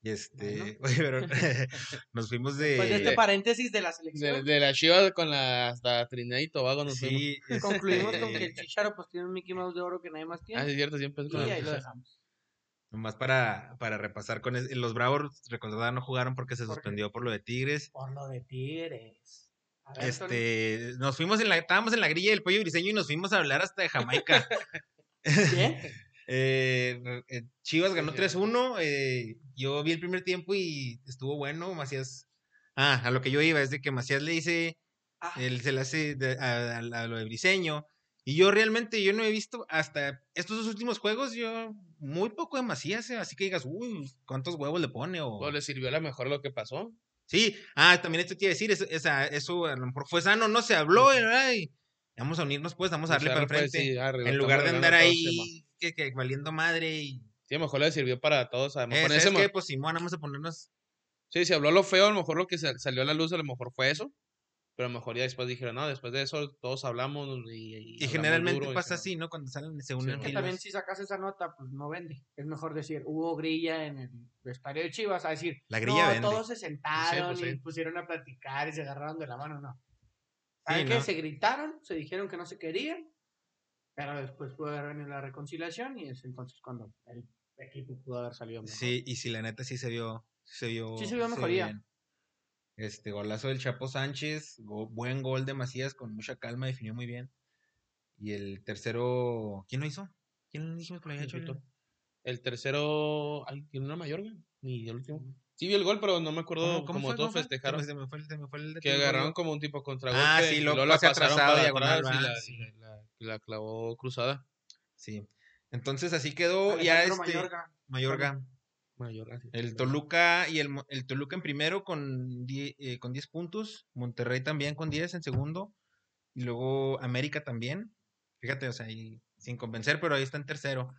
A: Y este, oye, pero nos fuimos de.
B: Pues de este
C: eh,
B: paréntesis de la
C: De,
B: selección,
C: de la Chivas con la hasta Trinidad y Tobago nos fuimos.
A: sí, este,
B: concluimos con que el Chicharo pues tiene un Mickey Mouse de oro que nadie más
C: Ah,
B: tiene.
C: es cierto, siempre es
B: y
C: con la
B: ahí lo
C: mujer.
B: dejamos.
A: Nomás para, para repasar con es- los Bravos, recordar, no jugaron porque se
B: Porque-
A: suspendió por lo de Tigres.
B: Por lo de Tigres. A ver, Tony,
A: Este, nos fuimos en la, estábamos en la grilla del pollo briseño y nos fuimos a hablar hasta de Jamaica.
B: ¿quién?
A: Eh, re- eh, Chivas ganó
C: ya.
A: 3-1. eh, yo vi el primer tiempo y estuvo bueno. Macías. Ah, a lo que yo iba es de que Macías le dice,
B: Ah,
A: él se le hace de- a, a- a lo de Briseño. Y yo realmente, yo no he visto hasta estos dos últimos juegos, yo muy poco de Macías, eh, así que digas, uy, ¿cuántos huevos le pone? O...
C: Pues le sirvió a la mejor lo que pasó.
A: Sí, ah, también esto quiere decir, eso, esa- eso a lo mejor fue sano, no se habló,
C: Ujú.
A: ¿verdad? Y vamos a unirnos pues, vamos a darle para enfrente. en lugar de andar ahí que, que valiendo madre y
C: Sí, a lo mejor le sirvió para todos. A lo
A: Eh,
C: mejor en
A: ¿sabes
C: ese
A: qué?
C: mo-
A: Pues Simón, vamos a ponernos.
C: Sí, se habló lo feo, a lo mejor lo que sal- salió a la luz, a lo mejor fue eso. Pero a lo mejor ya después dijeron, no, después de eso todos hablamos y. y
A: Y
C: hablamos
A: generalmente
C: duro", y
A: pasa
C: se-
A: así, ¿no? Cuando salen, se unen
C: Es
B: que
A: filas.
B: también si sacas esa nota, pues no vende. Es mejor decir, hubo grilla en el estadio de Chivas, a decir,
A: La grilla
B: no,
A: vende.
B: todos se sentaron
C: Sí, pues,
B: y
C: sí.
B: pusieron a platicar y se agarraron de la mano, no. ¿Saben
A: Sí,
B: qué?
A: ¿no?
B: Se gritaron, se dijeron que no se querían, pero después pudo haber venido la reconciliación y es entonces cuando el equipo pudo haber salido mejor.
A: Sí, y si la neta sí se vio. Se vio
B: Sí se vio mejoría.
A: bien. Este golazo del Chapo Sánchez, go- buen gol de Macías con mucha calma, definió muy bien. Y el tercero, ¿quién lo hizo? ¿Quién dijimos que lo había hecho?
C: Repito. El tercero. Ay, tiene una mayor, güey. Ni el último. Sí, vi el gol, pero no me acuerdo
A: Ah, ¿Cómo,
C: cómo,
A: cómo fue,
C: todos
A: cómo fue?
C: festejaron.
A: Se me fue el- se me fue el de Tim
C: Que
A: Boyle.
C: agarraron como un tipo contragolpe.
A: Ah, sí,
C: y
A: luego
C: luego la
A: pase
C: pasaron
A: atrasado,
C: para
A: diagonal,
C: atrás y
A: ¿verdad?
C: la,
A: ah, Sí.
C: y la- y la- y la clavó cruzada.
A: Sí. Entonces así quedó ya
B: Alejandro
A: este
B: Mayorga,
A: Mayorga.
C: Mayor. así,
A: El
C: claro.
A: Toluca y el, Mo- el Toluca en primero con, die- eh, con 10 puntos, Monterrey también con 10 en segundo, y luego América también. Fíjate, o sea, ahí sin convencer, pero ahí está en tercero.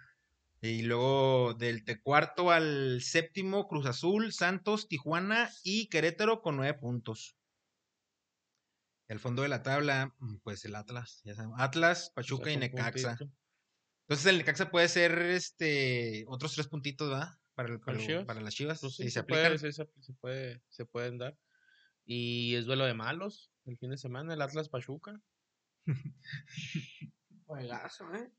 A: Y luego del te- cuarto al séptimo, Cruz Azul, Santos, Tijuana y Querétaro con 9 puntos. El fondo de la tabla, mm, pues el Atlas, ya sabemos. Atlas,
C: O sea,
A: Pachuca y
C: con
A: Necaxa.
C: Pues puntito.
A: Entonces el Necaxa puede ser este otros tres puntitos, ¿verdad? Para, el- para,
C: las
A: lo-
C: Chivas?
A: para las Chivas.
C: Pues sí,
A: si se
C: se, puede,
A: aplican.
C: sí, se, se puede, se pueden dar. Y es duelo de malos el fin de semana, el Atlas Pachuca.
B: juegazo, ¿eh?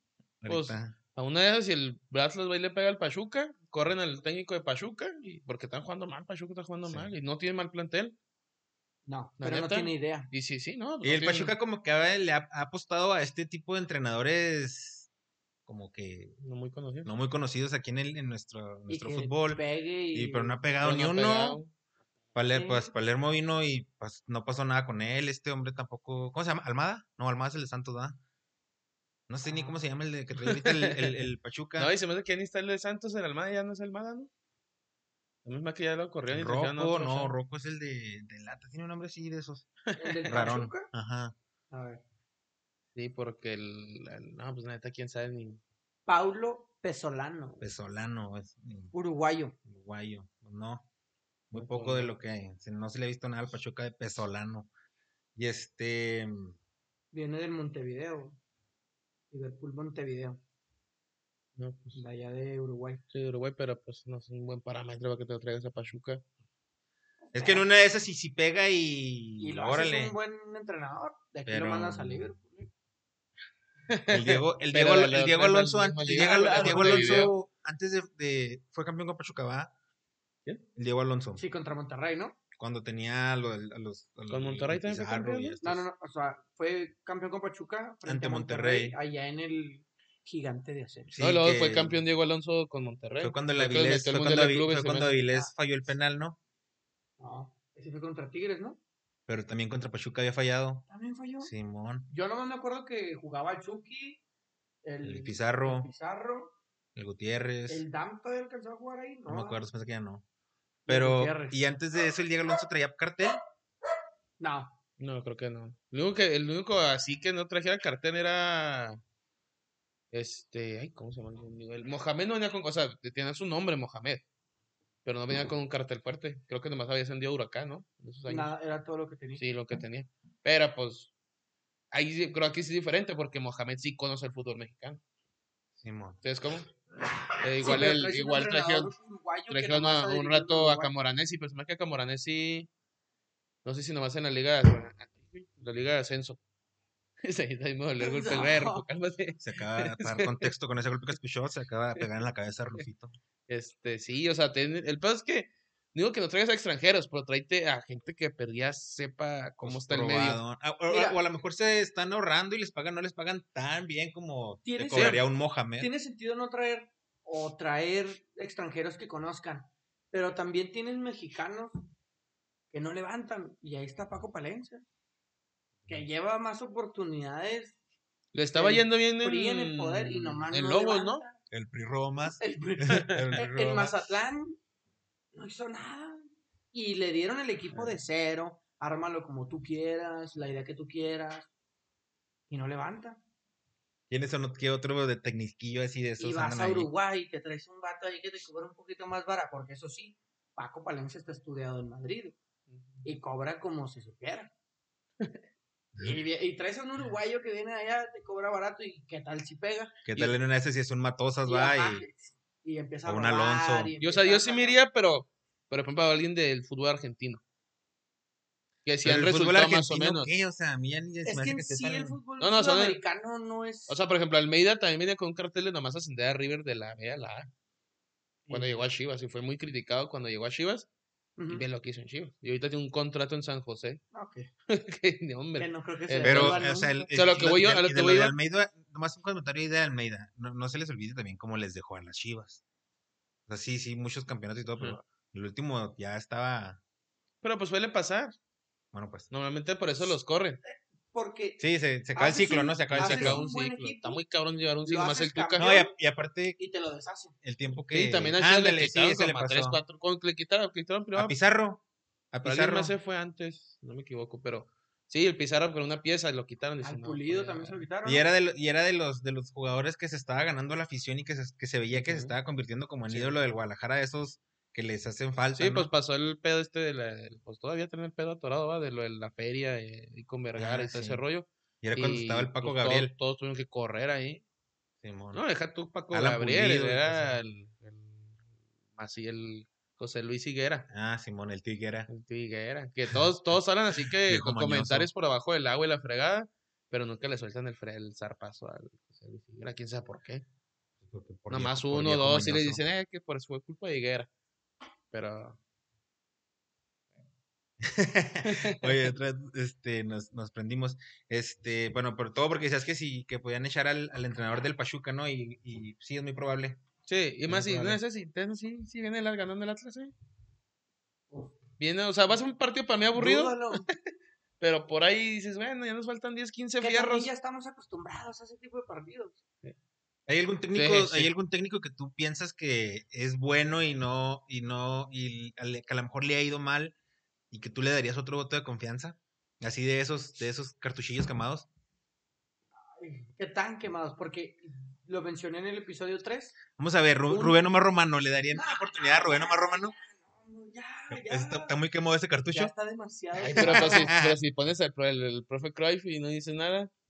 C: pues,
A: ahorita.
C: A una de esas, si el Atlas va y le pega al Pachuca, corren al técnico de Pachuca, y, porque están jugando mal, Pachuca está jugando
A: Sí.
C: mal, y no tiene mal plantel.
B: No,
C: La
B: pero no
C: neta.
B: tiene idea.
C: Y sí, sí, no.
A: Y
C: no
A: el
C: tienen-
A: Pachuca como que ha- le ha, ha apostado a este tipo de entrenadores como que
C: No muy conocido.
A: no muy conocidos aquí en, el, en nuestro,
B: Y
A: nuestro
B: que
A: fútbol.
B: pegue y...
A: Y, pero no ha
C: pero
A: pegado ni
C: no ha
A: uno.
C: pegado.
A: Paler-
B: Sí.
A: pues, Palermo vino y pues, no pasó nada con él. Este hombre tampoco. ¿Cómo se llama? ¿Almada? No, Almada es el de Santos, ¿verdad? No sé ni cómo se llama el de que trae ahorita el, el- el Pachuca.
C: Ah. No, y se me hace que ya ni está el de Santos en Almada, ya no es Almada, ¿no? La misma que ya lo corrieron y trajeron a
A: Rocco,
C: otro, o sea,
A: no, Rocco es el de, de lata. Tiene un nombre así de esos.
B: ¿El del
A: Rarón.
B: Pachuca?
A: Ajá.
B: A ver.
C: Sí, porque el, el- No, pues neta, quién sabe ni.
B: Paulo Pesolano,
A: Pesolano, es un
B: uruguayo.
A: uruguayo. pues No, muy
C: Muy
A: poco de
C: poco.
A: lo que. se- No se le ha visto nada al Pachuca de Pesolano. Y este.
B: Viene del Montevideo. Liverpool Montevideo,
C: No, pues,
B: de allá de Uruguay.
C: sí, Uruguay, pero pues no es un buen parámetro para que te lo traigas a Pachuca.
A: Es que en una de esas, si, si pega y.
B: Y lo haces
A: órale.
B: un buen entrenador. De aquí
A: Pero-
B: lo mandas a Liverpool. ¿eh?
A: El Diego, el
C: Pero
A: Diego,
C: lo-
A: el
C: lo
A: Diego
C: traes al
A: Alonso, an-
C: mismo
A: el
C: nivel,
A: Diego, Al-
C: al
A: el Diego
C: Montevideo.
A: Alonso, antes de, de- fue campeón con Pachuca, ¿va?
C: ¿Quién?
A: El Diego Alonso,
B: Sí, contra Monterrey, ¿no?
A: cuando tenía lo del- a los, a los.
C: ¿Con Monterrey también fue
A: Pizarro
C: campeón,
A: y
C: no?
B: No,
A: estos.
B: no, no. O sea, fue campeón con Pachuca frente
A: Ante
B: a Monterrey,
A: Monterrey.
B: allá en el gigante de acero.
A: Sí,
C: no, y luego
A: que
C: fue campeón Diego Alonso con Monterrey.
A: Fue cuando el
C: Creo que le
A: Avilés,
C: metió
A: fue
C: el
A: cuando,
C: Mundial de
A: Avi-
C: Clubes,
A: fue
C: se
A: cuando
C: me hace.
A: Avilés falló el penal, ¿no?
B: No, ese fue contra Tigres, ¿no?
A: Pero también contra Pachuca había fallado.
B: También falló.
A: Simón,
B: Yo nomás me acuerdo que jugaba el Chucky, el,
A: el Pizarro,
B: el Pizarro,
A: el Gutiérrez.
B: el Dam todavía alcanzó a jugar ahí, ¿no?
A: No me acuerdo, se me hace que ya no.
B: Y el
A: Pero,
B: Gutiérrez.
A: y antes de eso, el Diego Alonso traía cartel.
B: No,
C: No, creo que no. Lo único que, el único así que no trajera cartel era. Este. Ay, ¿cómo se llama? El, el Mohamed no venía con. O sea, tenía su nombre, Mohamed. Pero no venía con un cartel fuerte. Creo que nomás había ascendido a Huracán, ¿no? En esos años.
B: Nada, era todo lo que tenía.
C: Sí, lo que tenía. Pero pues, ahí sí- creo que sí es diferente porque Mohamed sí conoce el fútbol mexicano.
A: Simón.
C: ¿Ustedes cómo? Eh, igual
B: pero
C: el-
B: traes un
C: igual trajeron,
B: entrenador uruguayo que
C: trajeron
B: nomás
C: a-
B: sabe
C: un
B: dirigir
C: rato a
B: Uruguay.
C: Camoranesi, pero se me hace que Camoranesi, no sé si nomás en la liga, de- la liga de ascenso. Sí, ahí me dolió el golpe del verbo, cálmate.
A: Se acaba, para contexto, con ese golpe que escuchó, se acaba de pegar en la cabeza a Rufito.
C: Este, sí, o sea, ten- el pedo es que, no digo que no traigas a extranjeros, pero tráete a gente que perdida sepa cómo
A: Pues,
C: está el medio.
A: probadón. Ah, o- o-
B: Mira.
A: o a lo mejor se están ahorrando y les pagan, no les pagan tan bien como te
B: Tiene
A: cobraría un Mohamed.
B: Tiene sentido no traer o traer extranjeros que conozcan, pero también tienes mexicanos que no levantan. Y ahí está Paco Palencia, que lleva más oportunidades.
C: Le estaba
B: el
C: yendo bien en,
B: PRI en el poder y nomás
C: en
B: no
C: Lobos,
B: levanta.
C: ¿no?
A: El PRI robó más.
B: El PRI-
A: El PRI
B: En
A: robó más.
B: Mazatlán no hizo nada. Y le dieron el equipo de cero. Ármalo como tú quieras, la idea que tú quieras. Y no levanta.
A: ¿Quiénes son qué otro de tecniquillo así de esos
B: y vas
A: andan
B: a
A: ahí?
B: Uruguay y te traes un vato ahí que te cobra un poquito más barato, porque eso sí, Paco Palencia está estudiado en Madrid y cobra como si supiera. y, vi- y traes a un uruguayo que viene de allá, te cobra barato y qué tal si pega.
A: ¿Qué tal en una de esas si es un Matosas,
C: Pues
B: Y,
A: va?
B: ajá,
A: Y
B: y empieza a
A: o un
B: robar,
A: Alonso.
B: y
C: Yo, o
B: empieza
C: sea, yo
B: a
C: sí
B: sacar-
C: me iría, pero, pero por ejemplo, a alguien del fútbol argentino. Que si
A: Pero
C: han
A: el fútbol
C: resultado más o
A: argentino,
C: menos.
A: ¿qué? O sea, a mí ya ni se me
B: Es que
A: hace
B: en
A: que esté
B: sí
A: tan-
B: el fútbol
C: No, no, o sea,
B: sudamericano no es...
C: O sea, por ejemplo, Almeida también venía con un cartel de nomás ascender a River de la B a la A. Cuando llegó a Chivas y fue muy criticado cuando llegó a Chivas.
B: Ujú, Ah,
C: Y ve lo que hizo en Chivas. Y ahorita tiene un contrato en San José.
B: ok,
C: que, ni hombre.
B: que no creo que
C: Eh,
B: se
A: Pero,
B: devuelva
A: o sea, el,
B: nunca.
C: O sea, lo
A: el-
C: que voy yo-
A: y
C: a lo
A: de
C: que voy
A: de
C: yo-
A: Almeida, nomás un comentario ahí de Almeida. No, no se les olvide también cómo les dejó a las Chivas. O sea, sí, sí, muchos campeonatos y todo, pero el último ya estaba.
C: Pero pues suele pasar.
A: Bueno, pues.
C: Normalmente por eso los corren.
B: Porque
A: Sí, se, se acaba el
B: Haces
A: ciclo,
B: un-
A: ¿no? Se acaba el
C: Se
B: haces
A: ciclo.
C: acaba un
B: un buen
C: ciclo.
B: equipo,
C: Está muy cabrón llevar un ciclo
B: lo
C: más el
B: haces
C: Tuca.
B: campeón.
A: No, y, a- y aparte,
B: y te lo deshace.
A: el tiempo que.
C: Sí, también a Chivas le
A: Ándale,
C: quitaron
A: sí, se le
C: como a tres,
A: pasó.
C: cuatro. Con, le quitaron, le quitaron primero
A: A Pizarro. A
C: Pero alguien
A: Pizarro.
C: más se fue antes, no me equivoco, pero sí, el Pizarro con una pieza lo quitaron. y
B: Al
C: dicen, "No,
B: pulido
C: pues,
B: también se
C: ya".
B: lo quitaron.
A: Y
B: ¿no?
A: era, de, lo- y era de, los, de los jugadores que se estaba ganando la afición y que se, que se veía que se
C: Ujú.
A: estaba convirtiendo como en
C: Sí.
A: ídolo del Guadalajara, de esos que les hacen falta.
C: Sí,
A: ¿no?
C: pues pasó el pedo este de la, del- pues todavía tiene el pedo atorado, ¿va? De lo de la feria eh, y con
A: Ah,
C: Vergara y todo
A: sí.
C: ese rollo.
A: y era cuando estaba
C: y,
A: el Paco
C: pues, todos-
A: Gabriel.
C: Todos, tuvieron que correr ahí.
A: Simón.
C: No, deja tú Paco
A: Alan
C: Gabriel,
A: Pulido y
C: era
A: cosas.
C: el, así el José Luis Higuera.
A: Ah, Simón, el Tiguera.
C: el Higuera, que todos, todos hablan así que
A: Viejo
C: con
A: mañoso.
C: comentarios por abajo del agua y la fregada, pero nunca le sueltan el, fre- el zarpazo al José Luis Higuera, quién sabe por qué.
A: Porque por
C: Nada más
A: viejo- por
C: uno,
A: viejo
C: dos, y le
A: mañoso.
C: dicen, eh, que por eso fue culpa de Higuera. Pero,
A: Oye, otra vez, este, nos, nos prendimos. Este, bueno, por todo porque decías que sí, que podían echar al, al entrenador del Pachuca, ¿no? Y, y sí, es muy probable.
C: sí, y
A: Es
C: más,
A: muy
C: si no
A: probable.
C: es así, si viene el ganando el Atlas, eh. Viene, o sea, va a ser un partido para mí aburrido,
B: Dúdalo,
C: pero por ahí dices, bueno, ya nos faltan 10, 15
B: que también
C: fierros.
B: ya estamos acostumbrados a ese tipo de partidos.
A: ¿Hay algún técnico,
C: sí.
A: hay algún técnico que tú piensas que es bueno y no, y no, y al- que a lo mejor le ha ido mal y que tú le darías otro voto de confianza? Así de esos, de esos cartuchillos quemados.
B: Ay, Que tan quemados, porque lo mencioné en el episodio 3.
A: Vamos a ver, Ru-
B: Un-
A: Rubén Omar Romano, ¿le darían una oportunidad a Rubén Omar Romano?
B: Ah, Ya, ya.
A: Está, está muy quemado ese
B: ya
A: cartucho.
B: está demasiado.
C: Ay, pero, pues, si, pero si pones al pro- el, el profe Cruyff y no dice nada,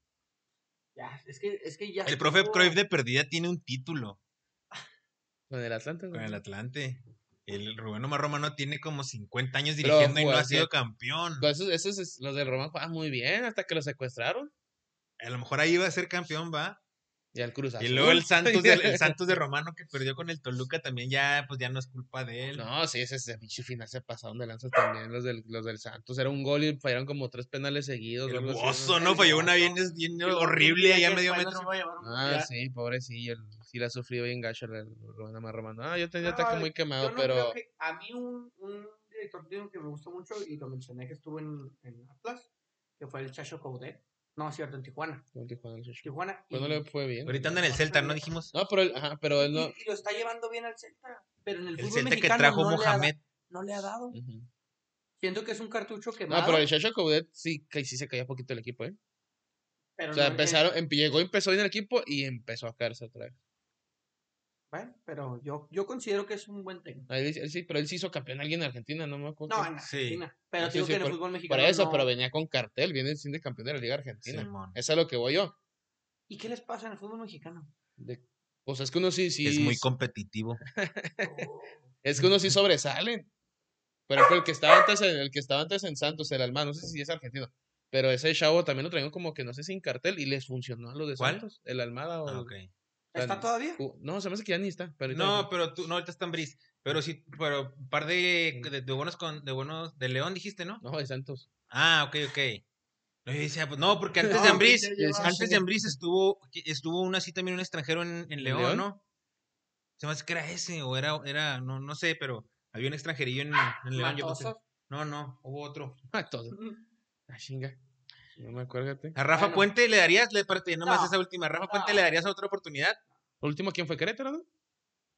B: Ya, es que, es que ya.
A: El profe
B: estuvo-
A: Cruyff de perdida tiene un título.
C: con el Atlante.
A: Con
C: güey.
A: el Atlante. El Rubén Omar Romano tiene como 50 años
C: Pero
A: dirigiendo y no
C: jugó
A: ha
C: así.
A: sido campeón.
C: Pues, Esos, esos, es- los del Román jugaban muy bien hasta que los secuestraron.
A: A lo mejor ahí va a ser campeón, va.
C: Y al Cruz
A: Y
C: Azul.
A: luego el Santos, de, el Santos de Romano que perdió con el Toluca también ya, pues ya no es culpa de él.
C: No, sí, ese, ese pinche final se pasaron de lanzas también los del, los del Santos. Era un gol y fallaron como tres penales seguidos. o
A: el
C: algo así,
A: gozo,
C: sé.
A: ¿no?
B: El
A: Falló una
B: Gozo.
A: bien, es bien
B: que luego
A: horrible
B: día
A: allá a
B: que
A: medio
B: después
A: metro.
B: nos va a llevar un
C: Ah,
B: mundial.
C: sí, pobrecillo. el- Sí, la ha sufrido bien gacho el, el Rubén Amar Romano. Ah, yo tenía
B: No,
C: ataque muy
B: Yo
C: quemado,
B: no creo
C: pero.
B: que. A mí, un, un director técnico que me gustó mucho y lo mencioné que estuvo en, en Atlas, que fue el Chacho Coudet. No, es cierto, en Tijuana.
C: con Tijuana, el Chucho.
B: Tijuana.
C: Pues no
B: y-
C: le fue bien.
A: Ahorita anda en el Celta, ¿no? Dijimos.
C: No, pero él, ajá, pero él
B: y,
C: no.
B: y lo está llevando bien al Celta. Pero en el,
A: El
B: fútbol
A: Celta que
B: mexicano
A: trajo
B: no, Le ha,
A: Mohamed.
B: da- no le ha dado.
C: Ujú.
B: Siento que es un cartucho quemado.
C: No, pero el Chacho Coudet sí, que sí se caía poquito el equipo, ¿eh?
B: pero
C: O sea,
B: no- eh,
C: empezaron, em- llegó, empezó bien el equipo y empezó a caerse otra vez.
B: Bueno, pero yo, yo considero que es un buen técnico.
C: Él, él sí, pero él sí hizo campeón a alguien en Argentina, no me acuerdo.
B: No,
C: quién.
B: en
A: Sí.
B: Argentina. Pero
C: Sí,
B: digo
C: sí,
B: que en
C: por-
B: el fútbol
C: Por
B: mexicano.
C: eso,
B: no.
C: pero venía con cartel, viene siendo campeón de la Liga Argentina.
A: Simón.
C: Es a lo que voy yo.
B: ¿Y qué les pasa en el fútbol mexicano?
C: De- o sea, Pues es que uno sí, sí.
A: Es muy competitivo.
C: es que uno sí sobresalen. Pero fue el que estaba antes en, el que estaba antes en Santos, el Almán, no sé si es argentino. Pero ese chavo también lo trajeron como que no sé sin cartel y les funcionó a los de
A: ¿Cuál?
C: Santos, el Almada o
A: Ah,
C: el-
A: ok.
B: ¿Está
C: Tan-
B: todavía?
C: u- No, se me hace que ya ni está. Pero ahorita-
A: No, pero tú, no, ahorita está en bris. Pero sí, pero un par de, de, de buenos con, de buenos, de León dijiste, ¿no?
C: No, de Santos.
A: Ah, ok, ok. No, yo decía, pues, no, porque antes de
B: No,
A: Ambriz,
B: ya lleva-
A: antes de Ambriz estuvo, estuvo una así también un extranjero en, en León,
C: León?
A: ¿no? Se me hace que era ese, o era, era, no, no sé, pero había un extranjerillo en, en León. yo pensé-
B: Matosas.
A: No, no, hubo otro.
C: Ah, todo. Ah, chinga. No me acuerdo. fíjate.
A: A Rafa
B: Bueno.
A: Puente le darías, le parte, nomás
B: No.
A: esa última, ¿A Rafa
B: No.
A: Puente le darías otra oportunidad.
C: ¿Por último quién fue Querétaro, no?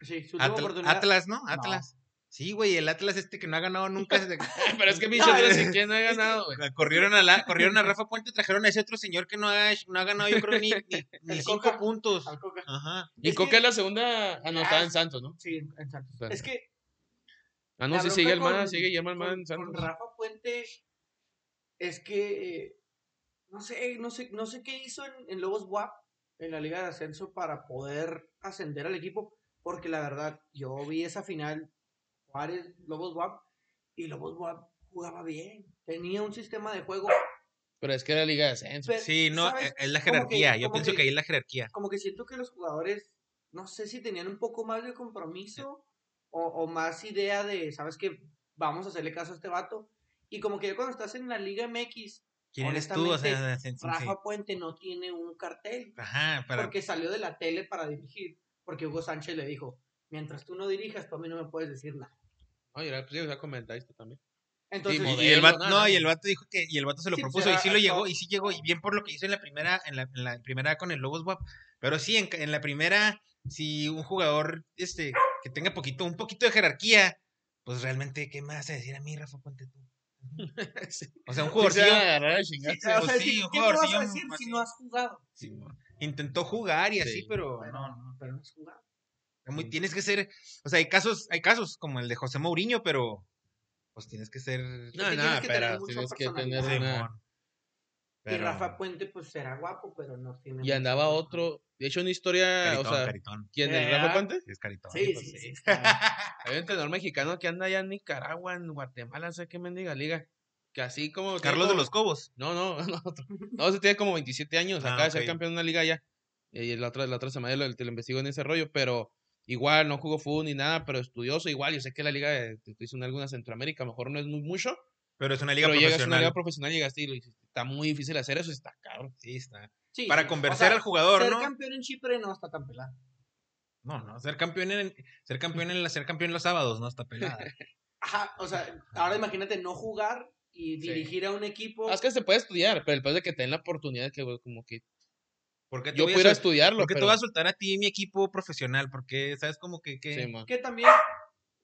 B: Sí, su última
A: Atl-
B: oportunidad.
A: Atlas, ¿no? Atlas. Sí, güey, el Atlas este que no ha ganado nunca desde que
C: Pero es que
B: No,
C: pinche Atlas,
A: es-
C: ¿y quién no ha ganado, güey?
A: corrieron a la, corrieron a Rafa Puente, trajeron a ese otro señor que no ha, no ha ganado, yo creo, ni, ni, ni
B: El
A: cinco
B: Coca.
A: puntos.
B: Al Coca.
A: Ajá.
C: Y
B: Es
C: Coca
B: que-
C: es la segunda anotada en Santos, ¿no?
B: Sí, en Santos.
C: Bueno.
B: Es que.
C: Ah, no,
B: la
C: sí,
B: bronca
C: sigue el man,
B: con-
C: sigue Guillermo el man
B: con-
C: en Santos.
B: Con Rafa Puente es que. eh, No sé, no sé, no sé qué hizo en, en Lobos WAP en la Liga de Ascenso para poder ascender al equipo. Porque la verdad, yo vi esa final Juárez, Lobos WAP, y Lobos WAP jugaba bien. Tenía un sistema de juego.
C: Pero es que era Liga de Ascenso.
B: pero,
A: Sí, no,
B: ¿sabes?
A: eh, es la
B: Como que-
A: jerarquía. Yo
B: como
A: pienso
B: que-
A: que ahí es la jerarquía.
B: como que siento que los jugadores, no sé si tenían un poco más de compromiso o, o más idea de, sabes que vamos a hacerle caso a este vato. Y como que ya cuando estás en la Liga MX,
A: ¿Quién eres tú? O sea, sí, sí, sí.
B: Rafa Puente no tiene un cartel
A: Ajá, para.
B: porque salió de la tele para dirigir, porque Hugo Sánchez le dijo, mientras tú no dirijas, tú a mí no me puedes decir nada.
C: Oye, ya, pues, ya comentaste también.
B: Entonces,
A: Y,
C: modelo,
A: y el vato,
C: nada,
A: no,
C: nada.
A: y el vato dijo que, y el vato se lo
B: Sí, pues,
A: propuso, y
B: era-
A: sí lo
B: era-
A: llegó, y sí llegó, y bien por lo que hizo en la primera, en la, en la primera con el Lobos Guap. Pero sí, en, ca- en la primera, si un jugador este, que tenga poquito, un poquito de jerarquía, pues realmente, ¿qué me vas a decir a mí, Rafa? Ponte tú. O sea, un
C: Sí, se
A: jugadorcillo
C: van a agarrar a chingar.
A: sí,
B: o
A: pues
B: sea,
A: sí,
B: ¿qué-
A: un
B: ¿qué me vas
A: jugadorcillo
B: a decir si
A: así.
B: no has jugado?
A: sí, intentó jugar y así,
C: Sí.
A: pero
B: Pero
A: no,
B: no, pero no has jugado.
A: Es muy- tienes que ser, o sea, hay casos, hay casos como el de José Mourinho, pero pues tienes que ser
C: No,
B: Porque
C: no,
B: tienes que tener
C: pero
B: mucha
C: tienes que tener
B: personalidad.
C: una.
A: Simón. Pero-
B: Y Rafa Puente, pues era guapo, pero no tiene.
C: Y andaba otro. De hecho, una historia.
A: Caritón,
C: o sea,
A: Caritón,
C: ¿quién? ¿El
B: Eh,
C: Rafa
B: ah.
C: Puente?
A: sí, es Caritón.
B: Sí,
C: pues
B: sí, sí.
C: sí. Hay un entrenador mexicano que anda allá en Nicaragua, en Guatemala, no sé qué mendiga liga. Que así como. tiene
A: Carlos de
C: como-
A: los Cobos.
C: No, no, no, otro. No, se tiene como 27 años,
A: Ah,
C: acaba de ser
A: ok.
C: campeón de una liga ya. Y la otra, la otra semana lo, te lo investigo en ese rollo, pero igual no jugó fútbol ni nada, pero estudioso igual. Yo sé que la liga de, te hizo en alguna Centroamérica, a lo mejor no es muy mucho,
A: Pero es una liga
C: pero llegas a una
A: profesional.
C: liga profesional, llegaste y lo hiciste. Está muy difícil hacer eso, está cabrón.
A: Sí, está.
B: Sí,
A: Para
B: sí.
A: convencer
B: O sea,
A: al jugador,
B: Ser
A: ¿no?
B: campeón en Chipre no está tan pelado.
A: No, no, ser campeón en ser campeón en la- ser campeón los sábados no está pelada.
B: Ajá, o sea, ahora imagínate no jugar y
C: Sí.
B: dirigir a un equipo.
C: Ah, Es que se puede estudiar, pero el peor es de que te den la oportunidad que güey, como que
A: ¿Por qué te
C: yo
A: voy a
C: pudiera
A: sol-
C: estudiarlo.
A: por qué te
C: pero,
A: voy a soltar a ti mi equipo profesional? Porque sabes como que, que-
C: sí, man.
B: Que también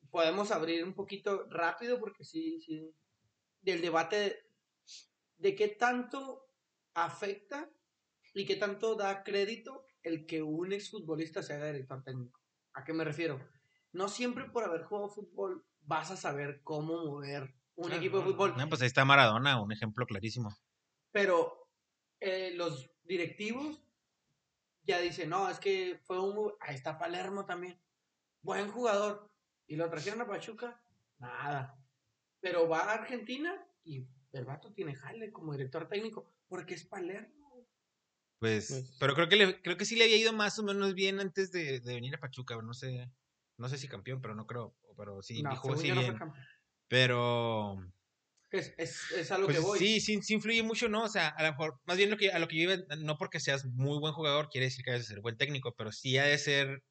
B: podemos abrir un poquito rápido, porque sí, sí. Del debate de, de qué tanto afecta y qué tanto da crédito el que un exfutbolista sea director técnico. ¿A qué me refiero? No siempre por haber jugado fútbol vas a saber cómo mover un
C: Ah,
B: equipo de
C: no,
B: fútbol.
A: No, pues ahí está Maradona, un ejemplo clarísimo.
B: pero eh, los directivos ya dicen, no, es que fue un... mu- Ahí está Palermo también. Buen jugador. Y lo trajeron a Pachuca. Nada. Pero va a Argentina y el vato tiene jale como director técnico porque es Palermo.
A: Pues,
C: Pues-
A: pero creo que le- creo que sí le había ido más o menos bien antes de, de venir a Pachuca, no sé, no sé si campeón, pero no creo, pero sí,
B: no,
A: dijo
B: según
A: sí
B: yo no fue
A: bien.
B: campeón.
A: pero
B: Es, es, es a lo
A: pues,
B: que voy.
A: sí, sí, sí influye mucho, ¿no? O sea, a lo mejor, más bien lo que, a lo que yo iba, no porque seas muy buen jugador, quiere decir que debes de ser buen técnico, pero sí ha de ser,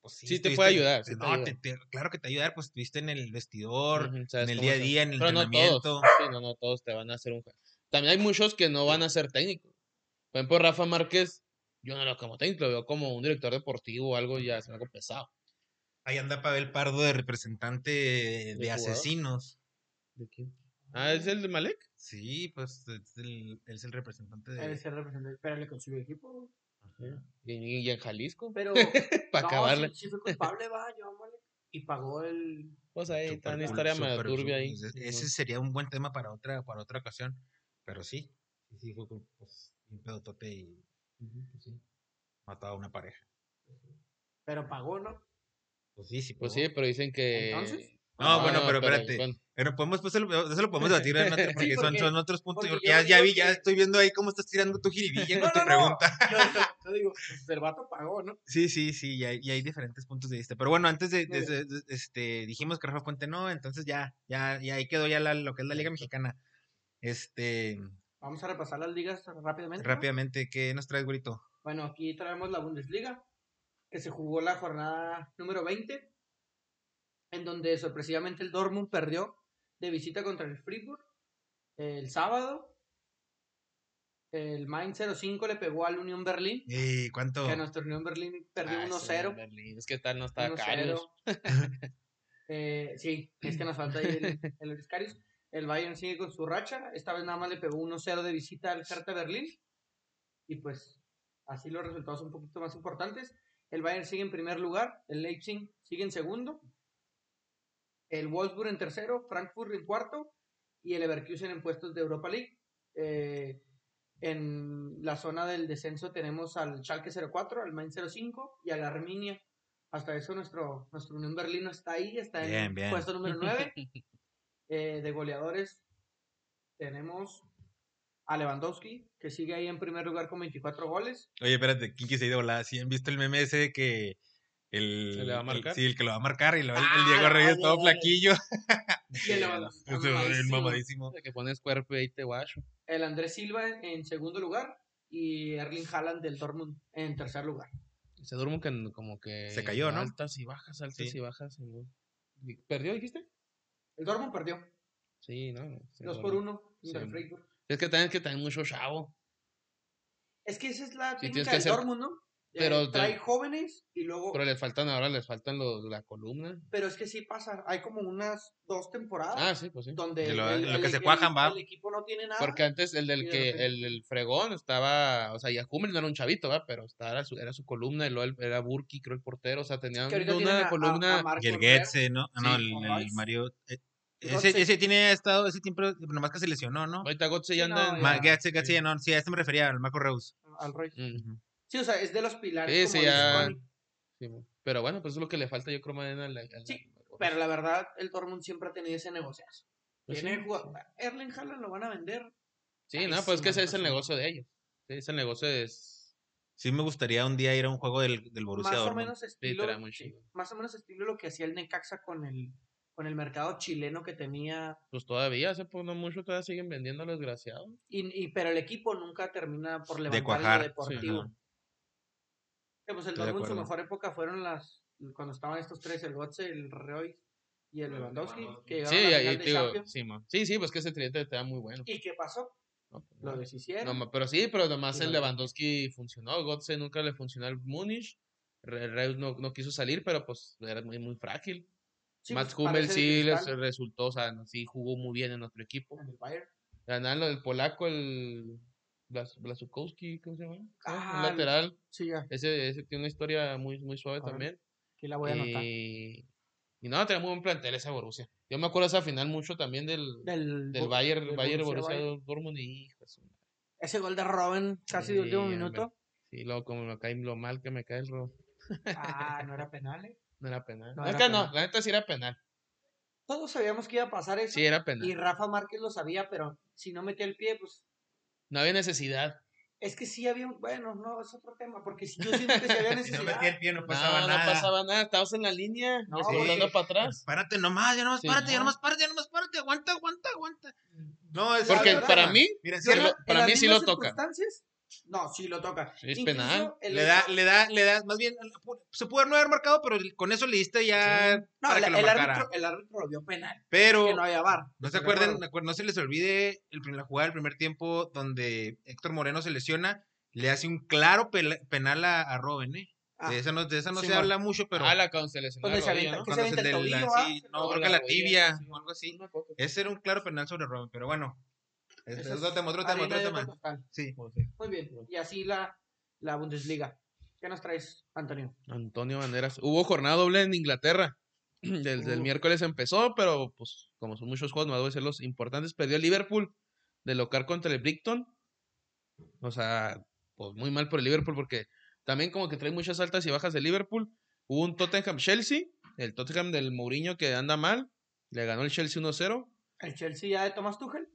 A: pues
C: Sí te
A: estuviste-
C: puede ayudar, sí te
A: no,
C: ayuda.
A: te- te- claro que te ayudar, pues estuviste en el vestidor,
C: Ujú, sabes
A: en el
C: cómo
A: día a
C: son.
A: día, en el
C: Pero no
A: entrenamiento.
C: todos. Sí, no, no todos te van a hacer un. ja- También hay muchos que no van a ser técnicos. Por ejemplo, Rafa Márquez, yo no lo veo como técnico, lo veo como un director deportivo o algo ya, es algo pesado.
A: Ahí anda Pavel Pardo de representante de,
C: jugador?
A: asesinos.
C: ¿De quién? Ah, es el de Malek.
A: Sí, pues es el, es el representante de
B: Él es el representante, pero le consiguió equipo.
C: Y, en- y en Jalisco,
B: Pero.
C: para
B: no,
C: acabarle.
B: Sí, sí fue culpable, va, yo ámale. Y pagó el.
C: Pues ahí está
A: Super
C: una
A: cool,
C: historia medio
A: super
C: turbia
A: cool.
C: ahí.
A: Ese-
C: Simón.
A: Ese sería un buen tema para otra, para otra ocasión. Pero sí, sí, sí, fue con- pues, un pedotote y pues mató a una pareja.
B: Pero pagó, ¿no?
A: Pues sí, sí.
C: Pues
A: pagó.
C: sí, pero dicen que.
B: ¿Entonces?
A: No, bueno, pero espérate.
C: bueno,
A: Pero podemos, pues, eso lo- eso lo podemos debatir en otro, porque son,
B: porque-
A: son otros puntos.
B: porque
A: Porque
B: yo
A: ya, ya
B: digo
A: vi, ya
B: que-
A: estoy viendo ahí cómo estás tirando tu jiribilla
B: No,
A: con tu
B: no, no.
A: pregunta.
B: Yo, yo digo, pues el vato pagó, ¿no?
A: Sí, sí, sí, y hay, y hay diferentes puntos de vista. Pero bueno, antes de,
B: Muy
A: de- de- de- este, dijimos que Rafa Puente no, entonces ya, ya, y ahí quedó ya la- lo que es la Liga Mexicana. Este,
B: Vamos a repasar las ligas rápidamente. ¿no?
A: rápidamente, ¿qué nos traes, güerito?
B: Bueno, aquí traemos la Bundesliga, que se jugó la jornada número 20, en donde sorpresivamente el Dortmund perdió de visita contra el Fribourg el sábado. El Main 05 le pegó al Unión Berlín,
A: Eh, ¿Cuánto?
B: que nuestro Unión Berlín perdió
C: ah, sí,
B: 1-0.
C: Berlín, Es que tal no estaba
B: 1-0.
C: Carlos.
B: Eh, sí, es que nos falta ahí el, el Luis Carius. El Bayern sigue con su racha. Esta vez nada más le pegó 1-0 de visita al Hertha Berlín. Y pues así los resultados son un poquito más importantes. El Bayern sigue en primer lugar. El Leipzig sigue en segundo. El Wolfsburg en tercero. Frankfurt en cuarto. Y el Leverkusen en puestos de Europa League. Eh, en la zona del descenso tenemos al Schalke 04, al Main 05 y al Arminia. Hasta eso nuestro, nuestro Unión Berlino está ahí, está en
A: Bien, bien.
B: puesto número 9. Eh, de goleadores tenemos a Lewandowski, que sigue ahí en primer lugar con 24 goles.
A: Oye, espérate, Kinky se ha ido volada. ¿Sí han visto el meme ese de que el,
C: ¿Se le va a
A: el-
C: marcar?
A: sí, el que lo va a marcar y lo- el, el
B: Ah,
A: Diego Reyes
B: vale,
A: todo
B: vale.
A: flaquillo.
B: Y el Lewandowski
A: Pues, el
B: mamadísimo.
A: mamadísimo.
C: Que pones cuerpo y te guacho.
B: El Andrés Silva en, en segundo lugar y Erling Haaland del Dortmund en tercer lugar.
C: Se duermo que como que.
A: Se cayó, ¿no?
C: Altas y bajas, altas
A: Sí.
C: y bajas. Simón. ¿Y ¿Perdió, dijiste?
B: El Dortmund perdió
C: Sí, ¿no? se
B: 2 por
C: duerme.
B: 1 contra el
C: Sí.
B: Freiburg.
C: Es que también es que también mucho chavo.
B: Es que esa es la
C: Sí, tienes
B: técnica
C: que
B: del
C: hacer-
B: Dortmund, ¿no? Eh,
C: pero-
B: trae jóvenes y luego...
C: Pero
B: Pero,
C: les faltan ahora, les faltan los- la columna.
B: es que sí pasa. Hay como unas dos temporadas
C: Ah, sí, pues sí.
B: donde...
A: Que lo- en lo que se
B: equi-
A: cuajan, va.
B: El equipo no tiene nada.
C: Porque antes el
B: Y
C: del
B: de
C: que,
B: repente-
C: el, el fregón estaba, o sea, Yajumel no era un chavito, ¿va? Pero estaba, era, su, era su columna y luego el- era Burki, creo, el portero. O sea, tenían
B: que ahorita
C: una
B: tienen a- a-
C: columna.
B: a Marco
A: Y el
B: Andrea.
A: Getze, ¿no? Ah, no,
C: Sí,
A: el,
B: ajá.
A: el Mario. eh,
B: Götze.
A: ese, ese tiene estado, ese tiempo, eh, nomás que se lesionó, ¿no?
C: Ahorita Gotze
B: Sí,
C: ya anda
B: no,
C: en-
B: ya.
A: Ma- Götze, Götze, ya no, sí, a este me refería, al Marco Reus.
B: Al Royce.
C: Mm,
A: Ujú.
B: Sí, o sea, es de los pilares.
C: Sí,
B: como
C: sí,
B: dice
C: ya.
B: Connie.
C: sí, mo. pero bueno, pues es lo que le falta, yo creo, más bien al- al-
B: Sí,
C: al-
B: Pero la verdad, el Dortmund siempre ha tenido ese negociazo.
C: Pues
B: Tiene
C: sí,
B: jugado- Erling Haaland lo van a vender.
C: Sí,
B: Ay,
C: no,
B: sí,
C: pues es que
B: man,
C: ese es
B: pues
C: el
B: sí.
C: negocio de ellos. Sí, ese negocio es.
A: Sí, me gustaría un día ir a un juego del, del Borussia
B: Más o
A: Dortmund.
B: menos estilo.
C: trae muy
B: sí,
C: chido.
B: más o menos estilo lo que hacía el Necaxa con el, con el mercado chileno que tenía.
C: Pues todavía, hace por no mucho, todavía siguen vendiendo a los desgraciados.
B: Y, y- pero el equipo nunca termina por levantar en
A: cuajar,
B: lo
A: sí,
B: deportivo.
A: ajá.
B: Que, pues el
A: Estoy de
B: Dortmund su
A: acuerdo.
B: mejor época fueron las cuando estaban estos tres, el Götze, el Roy y el Lewandowski, que
C: Sí,
B: llegaron a la
C: ahí,
B: final de
C: digo,
B: Champions.
C: sí, mo. sí, sí, pues que ese tridente está muy bueno.
B: ¿Y qué pasó?
C: ¿no?
B: Lo deshicieron.
C: No, ma- pero sí, pero nomás
B: Y
C: el
B: lo-
C: Lewandowski funcionó. Götze nunca le funcionó al Múnich. Re- Reus no, no quiso salir, pero pues era muy, muy frágil.
B: Sí,
C: Max
B: pues,
C: Hummel
B: parece de
C: sí les
B: cristal
C: resultó, o sea, no- sí jugó muy bien en nuestro equipo.
B: en el Bayern.
C: Ganaron el polaco, el Blas- Blasukowski, ¿cómo se llama?
B: Ah,
C: un
B: el-
C: lateral.
B: Sí, ya,
C: Ese, ese tiene una historia muy, muy suave
B: Órale,
C: también.
B: aquí la voy a anotar.
C: Y, y no, tenía muy buen plantel esa Borussia. Yo me acuerdo esa final mucho también del,
B: Del,
C: del
B: Bo-
C: Bayern,
B: del
C: Bayern
B: Borussia
C: Borussia
B: Bayern.
C: Dortmund y hijo de su madre.
B: Ese gol de Robin casi de último
C: Sí,
B: minuto.
C: Sí, luego como me cae lo mal que me cae el robo.
B: Ah, no era penal. eh.
C: No era penal.
B: No
C: No, es
B: era
C: que no,
B: penal.
C: la neta sí era penal.
B: Todos sabíamos que iba a pasar eso.
C: Sí era
B: y
C: penal.
B: Rafa Márquez lo sabía, pero si no metía el pie, pues.
C: No había necesidad.
B: Es que sí había. un- Bueno, no, es otro tema. Porque si- yo siento que sí había
A: Si no
B: necesidad.
A: metía el pie, no
C: No,
A: pasaba
C: no
A: nada.
C: pasaba nada. Estabas en la línea,
B: No,
C: circulando
A: porque-
C: para atrás.
A: Párate nomás, ya nomás
C: Sí,
A: párate, ya
C: no.
A: nomás párate, ya nomás párate, aguanta, aguanta, aguanta. No, es
C: Porque
B: verdad,
C: para mí,
A: Mira,
C: sí lo-
A: cierra,
B: En
C: para
B: las
C: mí sí
B: mismas
C: lo toca.
B: circunstancias, No, sí lo toca.
C: Sí, es
B: Incluso
C: penal.
B: el
A: le
B: hecho-
A: da, le da, le da, más bien, se puede no haber marcado, pero con eso le diste ya
B: No,
A: para
B: la-
A: que lo
B: el,
A: marcara.
B: árbitro, el árbitro lo vio penal.
A: pero,
B: Que no había bar.
A: No se
B: Estoy de
A: acuerden,
B: acuerdo.
A: acuer- no se les olvide el primer, la jugada del primer tiempo donde Héctor Moreno se lesiona, le hace un claro pel- penal a, a Robin, ¿eh.
B: Ah,
A: de esa no, de esa no se
B: Simón.
A: habla mucho, pero
C: Ah, la cuando se lesionó
B: Donde
C: la
B: se
C: rodilla,
B: Pues avienta-
C: ¿no?
B: que se
A: cuando se
B: avienta el
A: le- la-
B: tobillo, ¿ah?
A: sí,
C: O
A: no, creo
C: la
A: que la
C: rodilla,
A: tibia
C: sí,
A: o algo así.
C: no me acuerdo.
A: Ese era un claro penal sobre Robin, pero bueno. Este,
B: Eso es Ah,
A: otro tema, otro tema,
B: harina
A: otro
B: de
A: tema.
B: otro costal.
A: Sí.
B: Muy bien. Y así la, la Bundesliga. ¿Qué nos traes, Antonio?
C: Antonio Banderas. Hubo jornada doble en Inglaterra. Del, del
B: Uh.
C: miércoles empezó, pero pues como son muchos juegos, no voy a decir los importantes. Perdió el Liverpool de local contra el Brighton. O sea, pues muy mal por el Liverpool porque también como que trae muchas altas y bajas de Liverpool. Hubo un Tottenham Chelsea, el Tottenham del Mourinho que anda mal. Le ganó el Chelsea 1-0.
B: El Chelsea ya de Thomas Tuchel.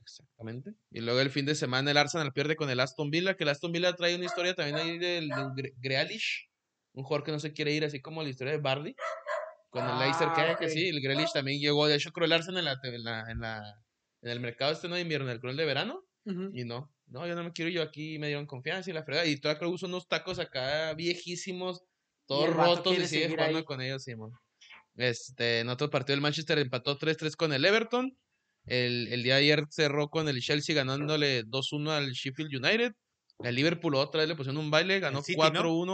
C: Exactamente. Y luego el fin de semana el Arsenal pierde con el Aston Villa, que el Aston Villa trae una historia también ahí del, del Gre- Grealish, un jugador que no se quiere ir, así como la historia de Bardi, con el
B: Ah,
C: Leicester, que, que
B: ok.
C: sí, el Grealish también llegó, de hecho creo el Arsenal en, la, en, la- en la- en el mercado este no de invierno, el cruel de verano, y no, no, yo no me quiero ir, yo aquí me dieron confianza y la fregada, y todavía creo que uso unos tacos acá viejísimos, todos
B: el vato
C: rotos y
B: quiere
C: sigue
B: seguir
C: jugando
B: ahí.
C: con ellos, Simón. Este, en otro partido el Manchester empató 3-3 con el Everton. El, el día de ayer cerró con el Chelsea ganándole 2-1 al Sheffield United. El Liverpool otra vez le pusieron un baile, ganó
A: City, ¿no?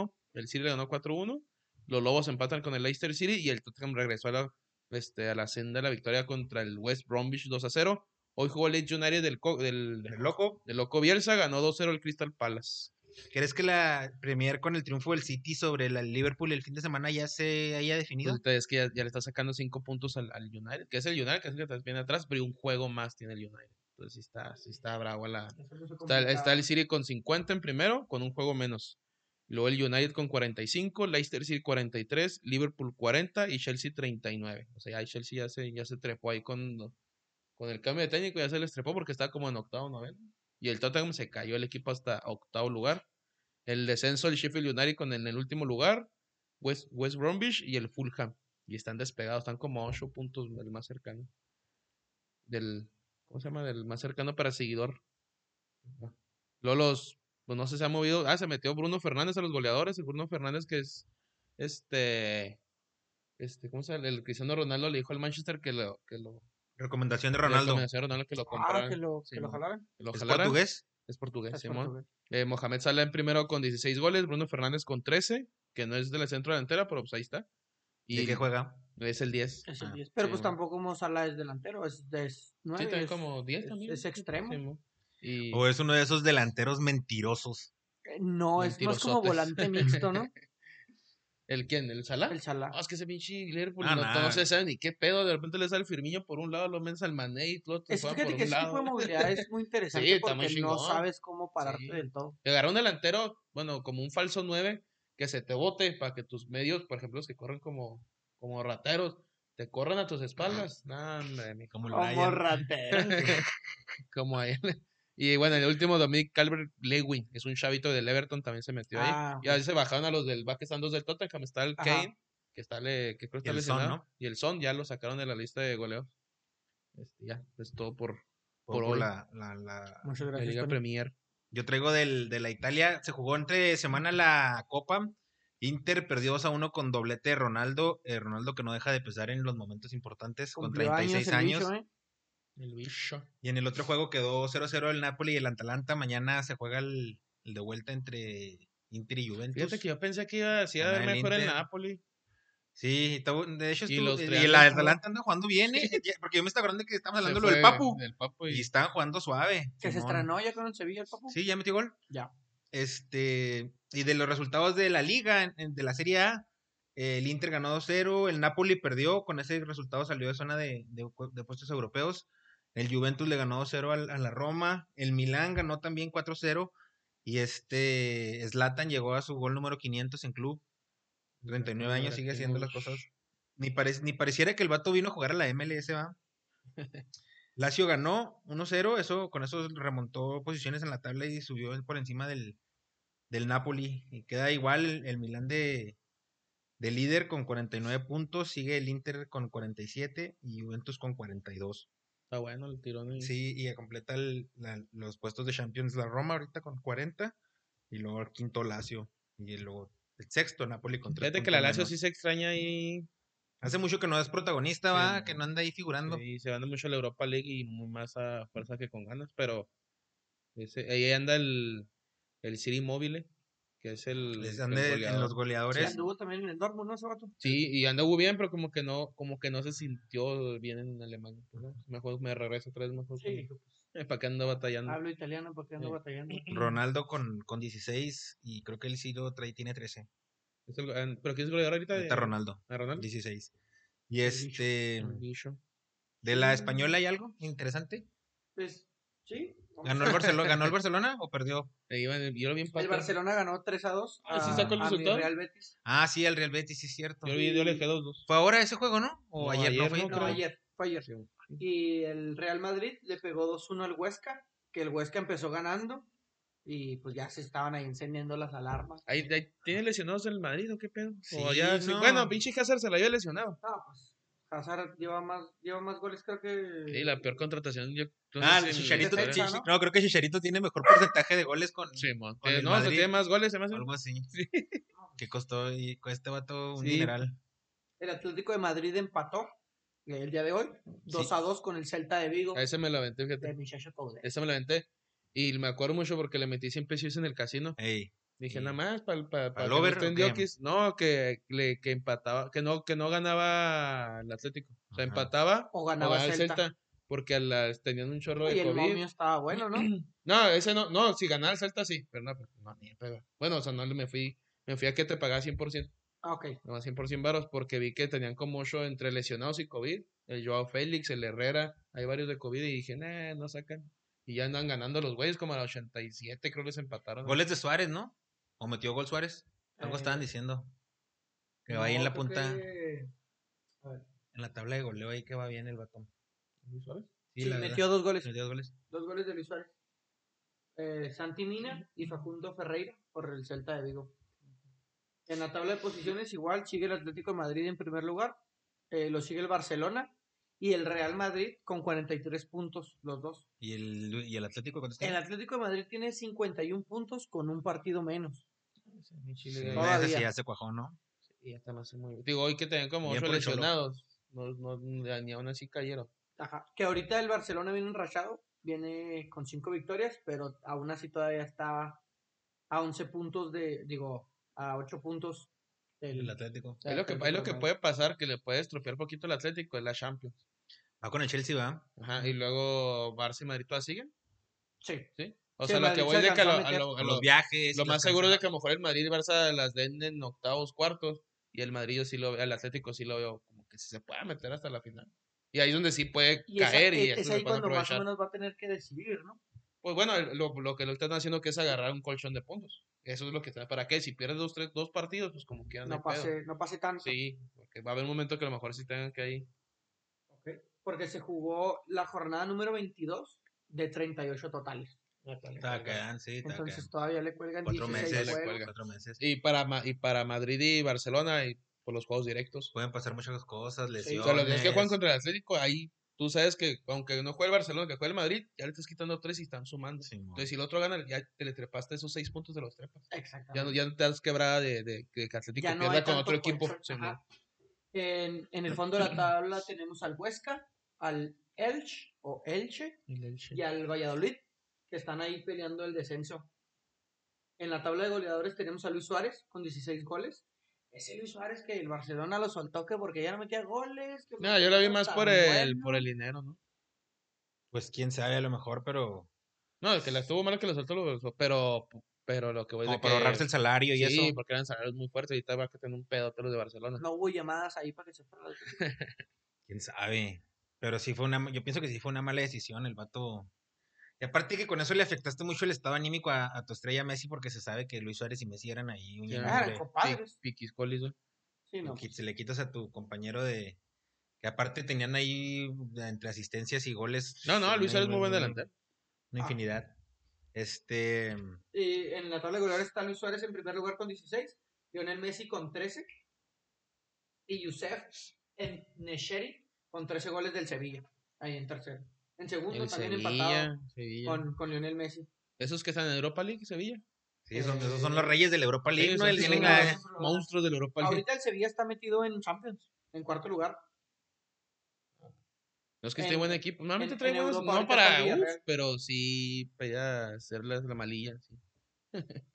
C: 4-1. El City le ganó 4-1. Los Lobos empatan con el Leicester City y el Tottenham regresó a la, este, a la senda de la victoria contra el West Bromwich 2-0. Hoy jugó el Leeds United del, co- del,
A: El loco.
C: del Loco Bielsa, ganó 2-0 el Crystal Palace.
A: ¿Crees que la Premier con el triunfo del City sobre la Liverpool el fin de semana ya se haya
B: Mm.
A: definido?
C: Entonces, es que ya, ya le está sacando cinco puntos al, al United, que es el United, que es el que está bien atrás, pero un juego más tiene el United. Entonces sí está, sí está bravo la. Está, el- está el City con 50 en primero, con un juego menos. Luego el United con 45, Leicester City 43, Liverpool 40 y Chelsea 39. O sea, ya el Chelsea ya se, ya se trepó ahí con, con el cambio de técnico, ya se les trepó porque está como en octavo, noveno. Y el Tottenham se cayó el equipo hasta octavo lugar. El descenso del Sheffield United con en el último lugar, West, West Bromwich y el Fulham. Y están despegados, están como a 8 puntos del más cercano. Del, ¿Cómo se llama? Del más cercano para seguidor. Ajá. Luego los, pues no sé, se ha movido. Ah, se metió Bruno Fernández a los goleadores. El Bruno Fernández que es, este, este, ¿cómo se llama? El Cristiano Ronaldo le dijo al Manchester que lo, que lo,
A: Recomendación de
C: le
A: Ronaldo.
C: recomendó a Ronaldo que lo
B: Ah,
C: compraran,
B: que lo, que
C: Simón.
B: lo jalaran.
C: que lo
A: ¿Es
C: jalaran.
A: portugués?
C: Es portugués,
B: Es
C: Simón.
B: portugués.
C: Eh, Mohamed Salah en primero con 16 goles, Bruno Fernández con 13, que no es de la centro delantera, pero pues ahí está.
A: ¿Y
C: Y
A: qué juega?
C: es el 10.
B: Es el
A: Ah,
B: 10. Pero pues
C: Simón.
B: tampoco Mo Salah es delantero, es, es
C: Sí,
B: 9.
C: también como 10
B: es-
C: también.
B: es
C: sí,
B: extremo.
C: Simón. Y
A: ¿O es uno de esos delanteros mentirosos?
B: eh, No, es, no es como
C: Mentirosotes.
B: volante mixto, ¿no?
C: ¿El quién? ¿El Salah?
B: El Salah.
C: Ah, es que ese pinche Liverpool
A: Ah,
C: no,
A: nah.
C: no se sabe ni qué pedo. De repente le sale el Firmino por un lado, lo mensa al Mané y todo.
B: Es,
C: por
B: fíjate
C: un
B: que ese tipo de
C: lado.
B: movilidad es muy interesante
C: está muy
B: porque no
C: chingón.
B: sabes cómo pararte
C: Sí.
B: del todo.
C: Te agarra un delantero, bueno, como un falso 9, que se te bote para que tus medios, por ejemplo, los que corren como, como rateros, te corran a tus espaldas. Nah, hombre, mijo.
A: Como el
B: Como
A: Brian.
B: ratero.
C: como a él. Y bueno, el último, Dominic Calvert Lewin, es un chavito del Everton, también se metió ahí.
B: Ah,
C: Y ahí se bajaron a los del back, que están dos del Tottenham. Está el
B: Ajá.
C: Kane, que, está le, que creo
A: Y
C: que está
A: el Son,
C: lesionado.
A: ¿no?
C: Y el Son, ya lo sacaron de la lista de goleos. Este, ya, es todo por
A: Por,
C: por hoy.
A: la- la- la-
B: Muchas
C: la
B: gracias.
C: Liga
B: Tony.
C: Premier.
A: Yo traigo del, de la Italia. Se jugó entre semana la Copa. Inter perdió 2 a 1 con doblete de Ronaldo. eh, Ronaldo que no deja de pesar en los momentos importantes
B: Cumplió
A: con
B: años
A: 36
B: el
A: años.
B: bicho, ¿eh?
C: El bicho.
A: Y en el otro juego quedó 0 0 el Napoli y el Atalanta. Mañana se juega el, el de vuelta entre Inter y Juventus.
C: Fíjate que yo pensé que iba a sí iba a
A: Ganar
C: ver
A: el
C: mejor el
A: Inter.
C: Napoli.
A: Sí, estuvo- de hecho
C: Y
A: estuvo- eh,
C: los
A: y, el
C: triángulos, ¿no?
A: Atalanta anda jugando bien, ¿eh? Ya- porque yo me estaba acordando que estamos
C: Se
A: hablando de lo del
C: fue
A: Papu.
C: del Papu y-
A: Y estaban jugando suave.
B: Que se
A: Simón.
B: estrenó ya con el Sevilla, el papu.
A: Sí, ya metió gol.
B: Ya.
A: Este, y de los resultados de la liga, en- en- de la Serie A, eh, el Inter ganó 2-0, el Napoli perdió, con ese resultado salió de zona de, de cu- de puestos europeos, el Juventus le ganó 2-0 al- a la Roma, el Milán ganó también 4-0, y este, Zlatan llegó a su gol número 500 en club, 39 años, sigue haciendo las cosas. Ni, parec- ni pareciera que el vato vino a jugar a la MLS, va. Lazio ganó 1-0, eso con eso remontó posiciones en la tabla y subió por encima del, del Napoli. Y queda igual el, el Milán de, de líder con 49 puntos, sigue el Inter con 47 y Juventus con 42.
C: Está bueno el tirón. ahí.
A: Sí, y completa el- la- los puestos de Champions la Roma ahorita con 40 y luego el quinto Lazio y luego el sexto Napoli con 3
C: Fíjate que la Lazio sí se extraña ahí.
A: Hace mucho que no es protagonista, va,
C: no.
A: que no anda ahí figurando.
C: Y se van mucho a la Europa League y muy más a fuerza que con ganas, pero ese- ahí anda el, el City Mobile, que es el,
A: Les
C: el
A: pues, ande en
C: goleador.
A: los
B: Sí,
A: goleadores.
B: anduvo también en el Dortmund, ¿no? Ese vato.
C: Sí, y anduvo bien, pero como que no, como que no se sintió bien en Alemania. pues, ¿no? Mejor me regreso otra vez mejor. con-
B: Sí, pues,
C: Eh, ¿Para qué ando batallando?
B: Hablo italiano porque ando
C: Sí.
B: batallando.
A: Ronaldo con, con 16 y creo que él sí lo trae, tiene 13.
C: Es el- ah, ¿Pero quién es goleador ahorita?
A: Ahorita
C: de-
A: Ronaldo,
C: ¿De Ronaldo? Ah,
A: 16. Y este,
C: El bicho.
A: de la española hay algo interesante.
B: Pues, sí. vamos.
A: ¿Ganó el Barcelona, ganó el Barcelona o perdió?
C: Ahí iba en el- Yo lo vi en
B: El Barcelona ganó 3 a 2
C: Ah,
B: a,
A: ¿sí sacó
C: el
B: a mi
C: resultado?
B: Real Betis.
A: Ah, sí, el Real Betis, sí es cierto.
C: Yo, lo vi- yo le dejé dos, dos.
A: Fue ahora ese juego, ¿no? O
C: No,
A: ayer,
C: ayer
A: no fue.
C: no,
B: No,
C: creo.
B: ayer, fue ayer.
C: Sí, güey.
B: Y el Real Madrid le pegó 2-1 al Huesca, que el Huesca empezó ganando y pues ya se estaban ahí encendiendo las alarmas.
C: Ahí, ahí- ¿Tiene lesionados el Madrid o qué pedo? O
A: Sí,
C: ya- sí,
A: no.
C: Bueno, pinche Hazard se la había lesionado.
B: No, pues Hazard lleva más, lleva más goles creo que...
C: Y la peor contratación. Yo, no sé
A: Ah, el
C: si en la
A: Chicharito,
B: Defensa,
A: sí, sí.
C: historia.
B: ¿no?
A: no, creo que Chicharito tiene mejor porcentaje de goles con
C: Simón.
A: con
C: Eh,
A: el
C: no, o sea,
A: Madrid.
C: tiene más goles, se me hace.
A: algo así.
C: Sí.
A: Que costó y con este vato un
C: Sí.
A: general.
B: El Atlético de Madrid empató eh, el día de hoy 2 a 2 con el Celta de Vigo
C: A ese me la aventé,
B: de
C: fíjate.
B: Michacho Coudet.
C: Ese me la aventé. Y me acuerdo mucho porque le metí 100 pesos en el casino.
A: Ey,
C: Dije,
A: Sí.
C: nada más, para
A: ¿Pa'l over o qué?
C: No, que, le, que empataba, que no, que no ganaba el Atlético. O sea,
A: Ajá.
C: empataba
B: O
C: o
B: ganaba
C: ganaba el
B: Celta.
C: Celta. Porque a las, tenían un chorro
B: Y
C: de
B: el
C: COVID.
B: momio estaba bueno, ¿no?
C: No, ese no, no, si ganaba el Celta sí, pero no, pues, no, ni de pedo. Bueno, o sea, no me fui, me fui a que te pagaba 100%,
B: Ah, ok.
C: nomás 100% varos, porque vi que tenían como 8 entre lesionados y COVID, el Joao Félix, el Herrera, hay varios de COVID y dije, nah, no sacan. Y ya andan ganando los güeyes como a la 87, creo que les empataron.
A: Goles de Suárez, ¿no? O metió gol Suárez. Algo
B: Eh,
A: estaban diciendo. Que va ahí
B: no,
A: en la
B: creo
A: punta,
B: que-
A: en la tabla de goleo, ahí que va bien el batón.
C: Luis Suárez.
B: Sí, metió dos goles.
A: metió dos goles.
B: Dos goles de Luis Suárez. Eh, Santi Mina y Facundo Ferreira por el Celta de Vigo. En la tabla de posiciones igual sigue el Atlético de Madrid en primer lugar, eh, lo sigue el Barcelona y el Real Madrid con 43 puntos los dos.
A: ¿Y el, y el Atlético cuántos
B: El
A: tiene?
B: Atlético de Madrid tiene 51 puntos con un partido menos.
C: Mi
A: Sí,
C: chile,
A: no,
C: güey.
A: ese
B: todavía.
A: sí ya se cuajó, ¿no?
C: Y ya está más muy- Digo, hoy que tenían como
A: Bien
C: 8
A: por el Cholo.
C: lesionados, no, no, ni aún así cayeron.
B: Ajá. Que ahorita el Barcelona viene enrachado, viene con 5 victorias, pero aún así todavía está a 11 puntos de, digo, a 8 puntos
A: El
B: del
A: Atlético.
C: Es lo que, es lo que puede pasar, que le puede estropear poquito el Atlético, es la Champions.
A: Va con el Chelsea, ¿va?
C: Ajá, y luego Barça y Madrid todavía siguen.
B: Sí.
C: O
B: Sí,
C: sea,
B: el
C: lo
B: Madrid se
C: que voy es de que a
B: alcanzó a
C: lo, a
B: meter
C: lo- a
A: Por
C: lo-
A: los viajes. y
C: lo
A: las
C: más seguro es de
A: canciones.
C: que a lo mejor el Madrid y Barça las den en octavos, cuartos, y el Madrid yo sí lo veo, el Atlético sí lo veo como que se pueda meter hasta la final. Y ahí es donde sí puede
B: Y esa- e
C: caer y
B: es,
C: eso
B: es
C: se
B: ahí
C: puede
B: cuando más o
C: aprovechar.
B: menos va a tener que decidir, ¿no?
C: Pues bueno, el- lo, lo que lo están haciendo que es agarrar un colchón de puntos. Eso es lo que está. ¿Para qué? Si pierdes dos, tres, dos partidos, pues como quieran.
B: No
C: hay pedo.
B: pase, no pase tanto.
C: Sí, porque va a haber un momento que a lo mejor sí tengan que ahí.
B: Ok. Porque se jugó la jornada número 22 de 38 totales.
A: Está quedan, sí, está
B: Entonces
A: quedan.
B: todavía le cuelgan
A: Cuatro
B: 16
A: meses,
C: le
B: juegos.
C: cuelgan.
A: cuatro meses.
C: Y para, Ma- y para Madrid y Barcelona, y por los juegos directos.
A: Pueden pasar muchas cosas,
B: Sí,
A: lesiones.
B: o
C: O sea, los dos que juegan contra el Atlético, ahí tú sabes que aunque no juegue el Barcelona, que juegue el Madrid, ya le estás quitando tres y están sumando.
A: Simón.
C: Entonces, si el otro gana, ya te le trepaste esos seis puntos de los trepas.
B: Exactamente.
C: Ya no, ya no te das quebrada de, de- de que Atlético
B: Ya no hay
C: pierda con
B: tanto
C: otro equipo.
B: colchón,
C: Sí,
B: ajá.
C: mo-
B: En, en el fondo de la tabla tenemos al Huesca, al Elche o Elche y al Valladolid, que están ahí peleando el descenso. En la tabla de goleadores tenemos a Luis Suárez con 16 goles. Ese Luis Suárez que el Barcelona lo soltó que porque ya no metía goles. que
C: No,
B: porque
C: yo lo vi
B: era
C: más
B: tan
C: por el,
B: bueno.
C: por el dinero, ¿no?
A: Pues quién sabe, a lo mejor, pero.
C: No, el que la estuvo mal que lo soltó, lo soltó, pero, pero lo que voy a
A: Como
C: decir.
A: para ahorrarse el salario y
C: Sí,
A: eso.
C: porque eran salarios muy fuertes. Ahorita va a tener un pedote los de Barcelona.
B: No hubo llamadas ahí para que se fuera.
A: Quién sabe. Pero sí fue una. Yo pienso que sí fue una mala decisión el vato. Y aparte que con eso le afectaste mucho el estado anímico a, a tu estrella Messi, porque se sabe que Luis Suárez y Messi eran ahí un
C: Sí,
A: innombre.
B: Ah, eran compadres.
C: Piquis colis, güey.
B: Sí, no.
A: que se le quitas a tu compañero de. Que aparte tenían ahí entre asistencias y goles.
C: No, no,
A: una-
C: Luis Suárez es muy buen
A: una-
C: delantero.
A: Una
B: Ah.
A: infinidad. Este.
B: Y en la tabla de goleadores está Luis Suárez en primer lugar con 16, Lionel Messi con 13 y Youssef en Nesheri con 13 goles del Sevilla, ahí en tercero. En segundo
C: El
B: también
C: Sevilla,
B: empatado
C: Sevilla.
B: con, con Lionel Messi.
C: Esos que están en Europa League, Sevilla.
A: Sí, son, esos son
C: Eh,
A: los reyes de la Europa League,
C: Sí,
A: ¿no?
C: son-
A: El-
C: son
A: el-
C: los
A: la-
C: eh, Monstruos de la Europa League.
B: Ahorita el Sevilla está metido en Champions, en cuarto lugar.
C: No es que
B: En-
C: esté buen equipo. Normalmente
B: en-
C: trae
B: en
C: buenos,
B: Europa
C: no
B: ahorita está
C: para
B: el Villarreal.
C: uf, pero sí para ya hacer la, la malilla. sí.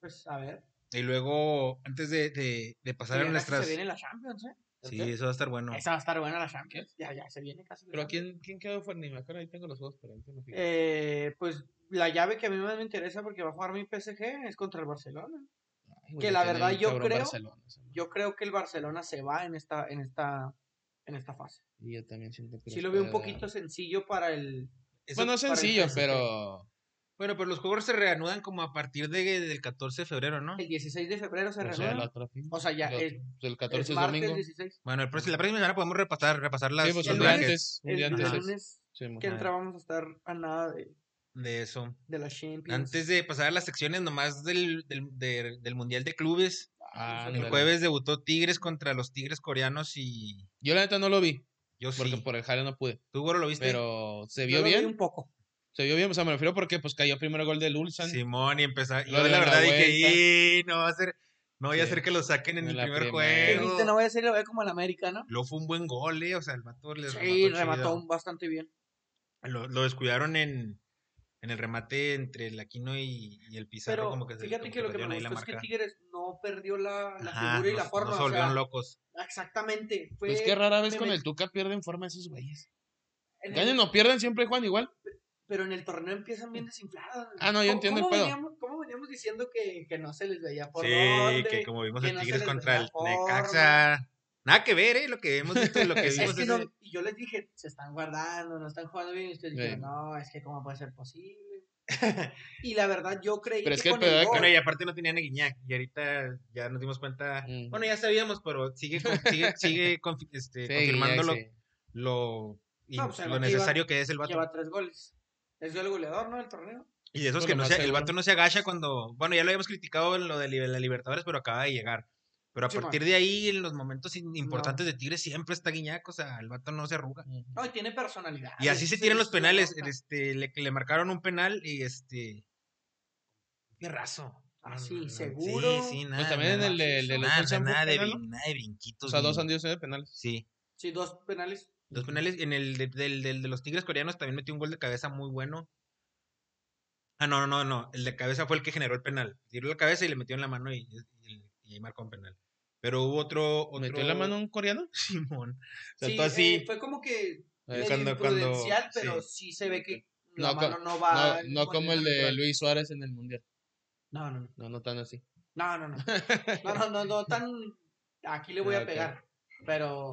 B: Pues a ver.
A: Y luego, antes de, de- de pasar
B: ya
A: a
B: casi
A: nuestras.
C: Pues
B: Se viene la Champions, ¿eh? ¿El
A: Sí,
B: qué?
A: eso va a estar bueno.
B: Esa va a estar buena la Champions. Ya, ya se viene casi. la
C: Pero
B: Champions.
C: ¿quién, quién quedó fuera? Ni me acuerdo, ahí tengo los juegos, pero ahí tengo fijado.
B: Eh, pues la llave que a mí más me interesa porque va a jugar mi PSG es contra el Barcelona.
C: Ay, güey,
B: que
C: le
B: la
C: tiene
B: verdad
C: bien
B: yo
C: cabrón
B: creo-
C: Barcelona, esa madre.
B: Yo creo que el Barcelona se va en esta, en esta, en esta fase.
C: Y yo también siento que
B: Sí
C: les
B: lo veo un
C: puede dar.
B: poquito sencillo para el. eso
C: Bueno, no
B: para el
C: sencillo,
B: PSG.
C: pero.
A: Bueno, pero los juegos se reanudan como a partir de, del 14 de febrero, ¿no?
B: El 16 de febrero se
C: pues, O sea, el
B: renueva.
C: otro fin.
B: O sea, ya
C: El
B: el,
C: otro- pues, el
B: el
C: 14 es
B: martes
C: domingo.
B: 16.
A: Bueno, el próximo- la próxima semana podemos repasar, repasar las
C: Sí, pues
A: los
C: un
B: el
C: día
A: viajes
C: antes. Un
B: El
C: día antes. es.
B: lunes
C: Sí, mo.
B: que entra vamos a estar a nada de,
A: de eso.
B: de la Champions.
A: Antes de pasar a las secciones nomás del, del, de- del Mundial de Clubes,
C: Ah,
A: el
C: ándale.
A: jueves debutó Tigres contra los Tigres coreanos y
C: Yo la neta no lo vi,
B: Pues
A: yo
C: porque
A: sí.
C: por el jale no pude.
A: ¿Tú, Goro, lo viste?
C: Pero se
B: Yo
C: vio
B: lo vi
C: bien.
B: un poco.
C: Se vio bien. O sea, me refiero porque pues cayó primero gol del Ulsan.
A: Simón y empezar.
C: Lo
A: Yo la
C: dio en la
A: verdad dije,
C: vuelta.
A: "Y, no va a ser, no voy a
C: Sí.
A: hacer que lo saquen en,
C: En
A: el
C: la
A: primer
C: primera.
A: juego.
B: Dijiste, no voy a decir, lo veo como el América, ¿no?
A: Luego fue un buen gol, eh, o sea, el vato le
B: Sí,
A: remató
B: remató
A: chido.
B: un- bastante bien.
A: Lo, lo descuidaron en, en el remate entre el Aquino y, y el Pizarro.
B: Pero
A: como que se-
B: fíjate
A: como
B: que lo que
A: perdieron
B: me
A: ahí la
B: gustó es que
A: marca.
B: Tigres no perdió la, la
A: Ajá,
B: figura y
A: no
B: la
A: se-
B: forma.
A: No se
B: o sea,
A: volvieron locos.
B: exactamente. Fue
C: Pues que rara vez
B: me
C: con
B: met-
C: el Tuca pierden forma esos güeyes.
B: en el-
C: Ganen o pierden, siempre juegan igual.
B: Pero en el torneo empiezan bien desinfladas.
C: Ah, no, yo
B: ¿Cómo-
C: entiendo el
B: cómo
C: pedo.
B: Veníamos, ¿Cómo veníamos diciendo que, que no se les veía por
A: sí,
B: dónde?
A: que como vimos
B: que
A: el
B: no se
A: Tigres
B: les
A: contra
B: veía
A: el
B: forma.
A: Necaxa. Nada que ver, eh, lo que hemos visto, y lo que
C: Es
A: vimos.
B: Es que
A: es-
B: no, y yo les dije, se están guardando, no están jugando bien. Y ustedes
C: Sí.
B: dijeron, no, es que cómo puede ser posible. y la verdad, yo creí
C: Pero
B: que,
C: es que el
B: con el
C: pedo de-
B: gol,
A: Bueno, y aparte no tenían a Guiñac. Y ahorita ya nos dimos cuenta.
C: Mm.
A: Bueno, ya sabíamos, pero sigue, con- sigue, sigue confi- este,
C: Sí,
A: confirmando
C: Guiñac,
A: lo,
C: sí.
A: lo, y
B: No, pues, el
A: lo
B: vato
A: necesario que es el vato.
B: lleva tres goles. Es el goleador, ¿no? Del torneo.
A: Y de esos
C: Pues
A: que
C: lo
A: no
C: más
A: se, el
C: seguro.
A: vato no se agacha cuando, bueno, ya lo habíamos criticado en lo de li- la Libertadores, pero acaba de llegar. Pero a
B: Sí, man.
A: partir de ahí, en los momentos in- importantes de Tigres siempre está Guiñac, o sea, el vato no se arruga.
B: No, y tiene personalidad.
A: Y así se
B: sí,
A: tiran los
B: sí,
A: penales,
B: nota.
A: este, le, le marcaron un penal y este, tierrazo.
B: Ah,
A: No,
B: sí,
A: no, no,
B: seguro.
A: Sí, sí, nada.
C: Pues también
A: nada,
C: el de- el de los
A: nada,
C: dos
A: nada,
C: ambos
A: nada de,
C: penal, ¿no?
A: brin- nada de brinquitos.
C: O sea, dos
A: ni-
C: han ido de penales.
A: Sí.
B: Sí, dos penales.
A: Dos
C: Ujú.
A: penales. En el de, del, del- de los Tigres coreanos también metió un gol de cabeza muy bueno. Ah, no, no, no, no. El de cabeza fue el que generó el penal. Tiró la cabeza y le metió en la mano y, y- y marcó un penal. Pero hubo otro. otro...
C: ¿Metió la mano un coreano?
A: Simón.
B: Sí,
A: Saltó así.
B: eh, fue como que
C: Eh,
B: medio
A: cuando- cuando-
B: imprudencial, pero
A: sí.
B: sí. se ve que la
C: No,
B: mano
C: co-
B: no va.
C: no,
B: al
C: no como el de
B: movimiento
C: Luis Suárez en el Mundial.
B: natural. No, no, no.
C: No, no tan así.
B: No, no, no. No, no, no, no tan. Aquí le voy
C: Ah,
B: a
C: ok.
B: pegar. Pero.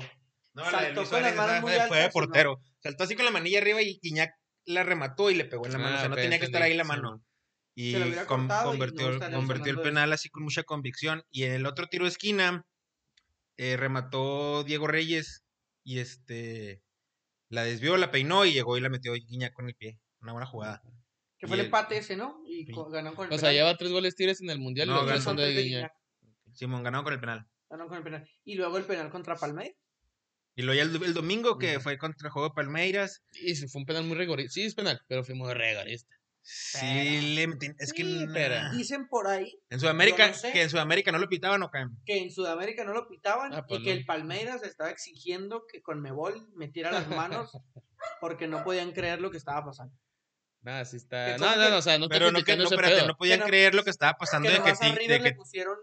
A: No,
B: Saltó
A: la de Luis
B: con las
A: Suárez
B: manos
A: esa
B: muy
A: fue, fue de
B: altas, Simón.
A: portero. Saltó así con la manilla arriba y Iñak la remató y le pegó en la mano.
C: Ah,
A: o sea, no
C: ok,
A: tenía que estar
C: entendí,
A: ahí la mano.
C: Simón.
A: Y
B: Se lo hubiera
A: con-
B: cortado y no
A: convirtió,
B: estaríamos
A: convirtió el
B: hablando de
A: penal así con mucha convicción. Y en el otro tiro de esquina eh, remató Diego Reyes y este la desvió, la peinó y llegó y la metió Guiñac con el pie. Una buena jugada.
B: Que
A: Y
B: fue el
A: el-
B: empate ese, ¿no? Y
A: Sí.
B: co- ganaron con el
C: O sea,
B: penal.
C: lleva tres goles tires en el Mundial
A: No,
C: y los
A: ganó.
C: tres son de
B: Tres de
C: Guiñac.
B: Guiñac.
A: Simón ganó con el penal.
B: Ganaron con el penal. Y luego el penal contra Palmeiras.
A: Y luego ya el, el domingo que
C: Ujú.
A: fue contra el juego de Palmeiras.
C: Y se fue un penal muy rigorista. Sí, es penal, pero fue muy rigorista.
A: Sí, le meten- es que
C: Sí,
A: na-
C: pero-
B: Dicen por ahí
A: en Sudamérica,
B: no sé.
A: que en Sudamérica no lo pitaban o caen.
B: que en Sudamérica no lo pitaban
C: Ah, pues
B: y que
C: no.
B: el Palmeiras estaba exigiendo que con Mebol metiera las manos porque no podían creer lo que estaba pasando.
C: Nada, sí
B: Que
C: está.
B: como
C: No, no,
B: que-
C: no, o sea, no estoy
A: Pero no, que,
C: criticando
A: no,
C: ese
A: espérate,
C: pedo.
A: no podían
B: Que no-
A: creer lo que estaba pasando
B: que
A: de que,
B: nomás a
A: ti- de
B: River
A: que
B: le pusieron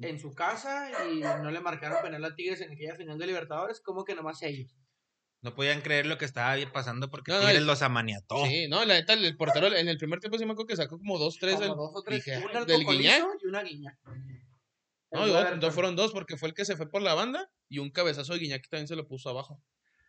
B: en su casa y no le marcaron penal a Tigres en aquella final de Libertadores, como que nomás a ellos.
A: no podían creer lo que estaba pasando porque
C: No, no,
A: Tigres
C: y-
A: los amaniató.
C: Sí, no, la neta, el portero en el primer tiempo sí me acuerdo que sacó como dos, tres.
B: Como
C: del-
B: dos o tres,
C: dije,
B: un al
C: ¿del
B: Cocolizo
C: Guiñac?
B: y una guiña.
C: No, yo, dos fueron dos, porque fue el que se fue por la banda y un cabezazo de Guiñac que también se lo puso abajo.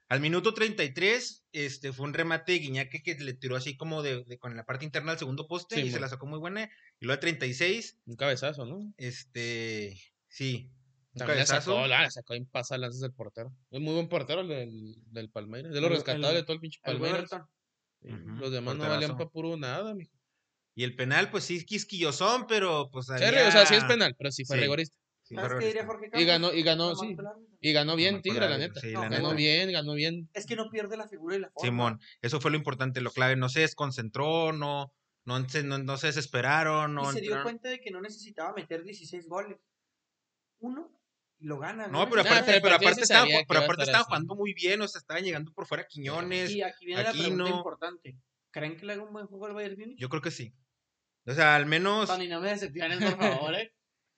A: Al minuto 33, este, fue un remate de Guiñac que, que le tiró así como de, de- con la parte interna del segundo poste
C: Sí,
A: y se
C: mon.
A: la sacó muy buena. Y luego al 36,
C: Un cabezazo, ¿no?
A: este, sí, un
C: También la
A: cabezazo.
C: sacó, la sacó en pasa lanzas del portero. Es muy buen portero el del, del Palmeiras. De lo
B: El-
C: rescatado
B: el-
C: de todo el pinche
B: El
C: Palmeiras.
B: Weberton.
C: Sí,
A: Ujú,
C: Los demás no valían
A: porterazo.
C: para puro nada, mijo.
A: Y el penal, pues sí, quisquillosón, pero pues
C: Sí,
A: había...
C: O sea, sí es penal, pero sí fue
A: Sí.
C: rigorista.
A: Sí,
B: ¿Sabes
A: fue
B: qué diría
A: realista.
B: Jorge Campos?
C: Y ganó, y ganó,
B: Nomás
C: sí.
B: con el árbitro.
C: Y ganó bien
A: Nomás con
C: Tigre,
A: el
C: la
A: árbitro,
C: neta.
A: sí,
B: No,
A: la
C: ganó
A: neta.
C: bien, ganó bien.
B: Es que no pierde la figura y la forma.
A: Simón, eso fue lo importante, lo clave. No se desconcentró, no, no, se- no, no se desesperaron, no
B: y se dio
A: entraron-
B: cuenta de que no necesitaba meter 16 goles. Uno y lo gana.
A: No, pero
C: Nah,
A: aparte,
C: pero el
A: pero
C: partido
A: aparte
C: sí
A: estaban,
C: sabía
A: ju-
C: que
A: pero
C: iba a
A: aparte
C: estar
A: estaban
C: así.
A: jugando muy bien, o sea, estaban llegando por fuera Quiñones.
B: Y aquí viene
A: aquí
B: la pregunta
A: no.
B: importante. ¿Creen que le haga un buen juego al Bayern Múnich?
A: Yo creo que sí. O sea, al menos
B: Tony, no me decepciones, por favor, ¿eh?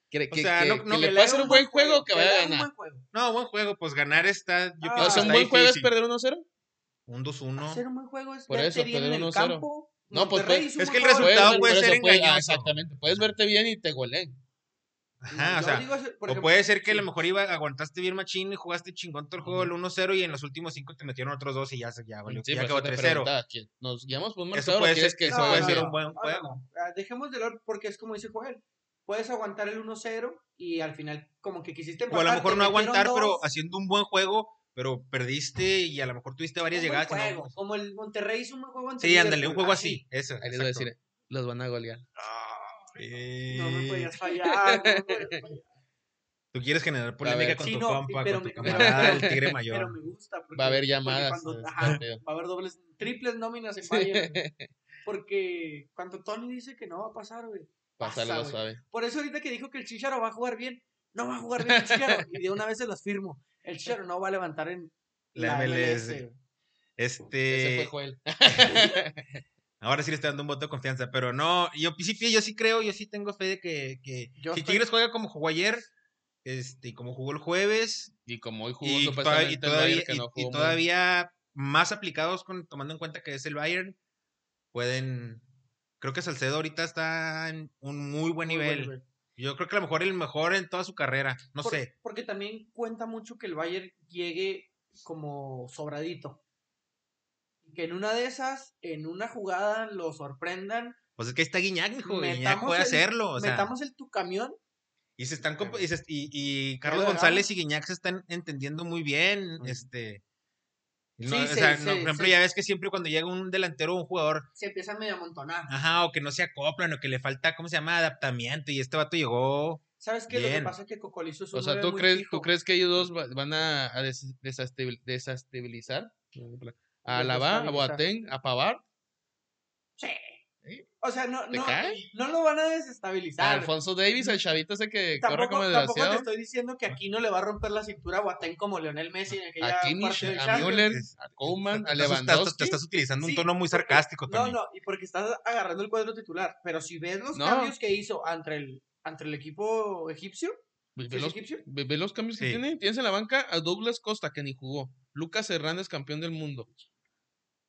C: Que,
A: O
C: que-
A: sea,
C: que-
A: no-
C: que
A: no,
C: le
A: que
C: puede hacer un buen juego que vaya a
B: Un
C: ganar.
B: buen juego.
A: No, buen juego, pues ganar está. Yo
B: Ah,
A: pienso que
C: O sea, un
A: está
C: buen juego es
A: difícil.
C: perder 1-0.
A: Un 2-1.
B: Hacer un buen juego es
C: Por
B: verte
C: eso,
B: bien
C: perder
B: en el
C: 1-0.
B: campo.
C: No, pues,
B: Monterrey
C: pues,
B: hizo un
A: es
B: buen
A: que el
B: juego.
A: resultado
C: ver-
A: puede
C: por
A: ser
C: eso puede- ah,
A: engañoso.
C: exactamente. Puedes verte bien y te goleen.
A: pues, Ajá, o
B: Yo
A: sea.
B: digo, por
A: o
B: ejemplo,
A: puede ser que a lo
B: sí.
A: mejor iba, aguantaste bien machín y jugaste chingón todo el juego el 1-0 y en los últimos 5 te metieron otros dos y ya, se- ya, valió,
C: Sí,
A: ya
C: pues,
A: quedó
C: te
A: 3-0.
C: preguntaba, ¿quién- ¿Nos guiamos por un
A: Eso
C: marcador o
A: puede
C: quieres
A: ser-
C: que
A: eso
C: se
A: puede
C: vaya
A: ser
C: bien?
A: un buen
B: No, no,
A: juego.
B: no. Ah, Dejemos de lado porque es como dice Joel. Puedes aguantar el 1-0 y al final como que quisiste
A: O a lo
B: empatar,
A: mejor
B: te
A: no
B: metieron
A: aguantar, pero
B: dos.
A: haciendo un buen juego, pero perdiste y a lo mejor tuviste varias
B: Un buen
A: llegadas. que no-
B: juego, Como el Monterrey hizo un buen juego ante
A: Sí, ándale, un
B: Liverpool,
A: juego así. Eso.
C: Ahí les voy a
A: exacto.
C: decir, los van a golear.
A: Ay,
B: No me podías fallar, no me podías fallar.
A: Tú quieres generar
C: A
A: polémica
C: ver.
A: con
B: Sí,
A: tu
B: no,
A: compa,
B: pero
A: con tu
B: me- pero-
A: camarada, el tigre
B: Pero
A: mayor.
B: me gusta. Porque,
C: Va a haber
B: porque
C: llamadas este,
B: cuando-
C: del
B: ajá,
C: partido.
B: va a haber dobles, triples nóminas en Bayern. güey.
C: Pasarlo
B: Porque cuando Tony dice que no va a pasar, güey. Pasa, güey.
C: suave.
B: Por eso ahorita que dijo que el Chicharo va a jugar bien, no va a jugar bien el Chicharo. Y de una vez se los firmo. El Chicharo no va a levantar en
A: La MLS.
B: güey.
C: Ese
A: Este.
C: fue Joel.
A: Ahora sí le está dando un voto de confianza, pero no, yo sí, yo sí creo, yo sí tengo fe de que, que
B: Yo
A: si
B: estoy-
A: Tigres juega como jugó ayer, este, y como jugó el jueves,
C: Y como hoy jugó
A: y todavía,
C: supuestamente
A: y
C: el Bayern,
A: todavía,
C: que
A: y-
C: no
A: y
C: jugó muy-
A: todavía más aplicados con, tomando en cuenta que es el Bayern, pueden, creo que Salcedo ahorita está en un muy buen
B: Muy buen
A: nivel.
B: nivel.
A: Yo creo que a lo mejor el mejor en toda su carrera, no
B: Por-
A: sé.
B: Porque también cuenta mucho que el Bayern llegue como sobradito. Que en una de esas, en una jugada, lo sorprendan,
A: Pues es que ahí está Guiñac, mijo, Guiñac
B: Metamos
A: puede
B: el-
A: hacerlo, o sea.
B: metamos el tu camión.
A: Y se están comp-
D: Pero-
A: y, se- y- y Carlos
B: Pero,
A: González y Guiñac se están entendiendo muy bien.
C: Ujú.
A: Este.
B: Sí,
A: no, o
B: se-
A: sea, no,
B: se-
A: por ejemplo,
B: se-
A: ya ves que siempre cuando llega un delantero o un jugador,
B: Se empieza medio a amontonar.
A: ajá, o que no se acoplan, o que le falta, ¿cómo se llama? Adaptamiento. Y este vato llegó.
B: ¿Sabes qué? Lo que
A: Bien.
B: pasa es que Cocolizo es un
C: O sea,
B: nueve
C: ¿tú
B: muy
C: crees,
B: fijo.
C: ¿tú crees que ellos dos va- van a, a des- desestabil- desestabilizar? A Alaba, a Boateng, a Pavar,
B: Sí.
C: ¿Eh?
B: O sea, no,
C: ¿te
B: no,
C: cae?
B: no lo van a
C: A
B: desestabilizar.
C: Alfonso Davis, al chavito ese que corre
B: Tampoco,
C: como
B: tampoco te
C: desgraciado.
B: estoy diciendo que aquí no le va a romper la cintura a Boateng como Leonel Messi en aquella
C: A Kimmich,
B: parte del
C: a
B: Champions.
C: Müller,
A: Es-
C: a Coman, a
A: Estás- estás- Te
C: Lewandowski.
A: estás utilizando
B: Sí,
A: un tono muy
B: porque-
A: sarcástico,
B: No,
A: Tony.
B: no, y porque estás agarrando el cuadro titular. Pero si ves los
C: No.
B: cambios que hizo entre el, entre el equipo egipcio,
C: Ve-
B: ¿sí
C: Ve
B: es
C: los,
B: egipcio?
C: ve- ve los cambios que
A: Sí.
C: tiene. Tienes en la banca a Douglas Costa, que ni jugó. Lucas Hernández, campeón del mundo.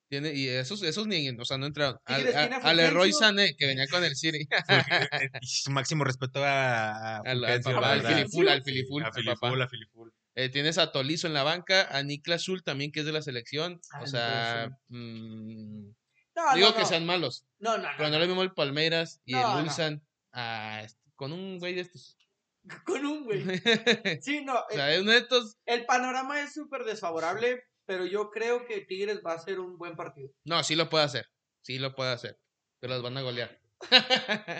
C: Tiene, y esos, esos ni, o sea, no entraron. A,
B: Tigres
C: a,
B: tiene a
C: a Leroy
B: Fulgencio.
C: Sané, que venía con el City.
A: Fulg- eh, y máximo respeto a. a
C: Al, al
A: Fulgencio, la
C: papá, al
A: verdad.
C: Filiful, al
A: Sí,
C: Filiful,
A: a
C: al papá.
A: Filiful, a Filiful.
C: Eh, tienes a Tolizo en la banca, a Niklas Zul también, que es de la selección.
B: Ah,
C: o
B: Niklas
C: sea, mm,
B: No,
C: digo
B: no,
C: que
B: no.
C: sean malos,
B: No, no, no,
C: pero no lo mismo el Palmeiras y
B: No,
C: el
B: no.
C: Ulsan a este- con un güey de estos.
B: no. Con un güey.
C: o
B: Sí, no. eh,
C: sea, uno de estos.
B: El panorama es súper desfavorable, pero yo creo que Tigres va a ser un buen partido.
C: No, sí lo puede hacer. Sí lo puede hacer. Pero los van a golear.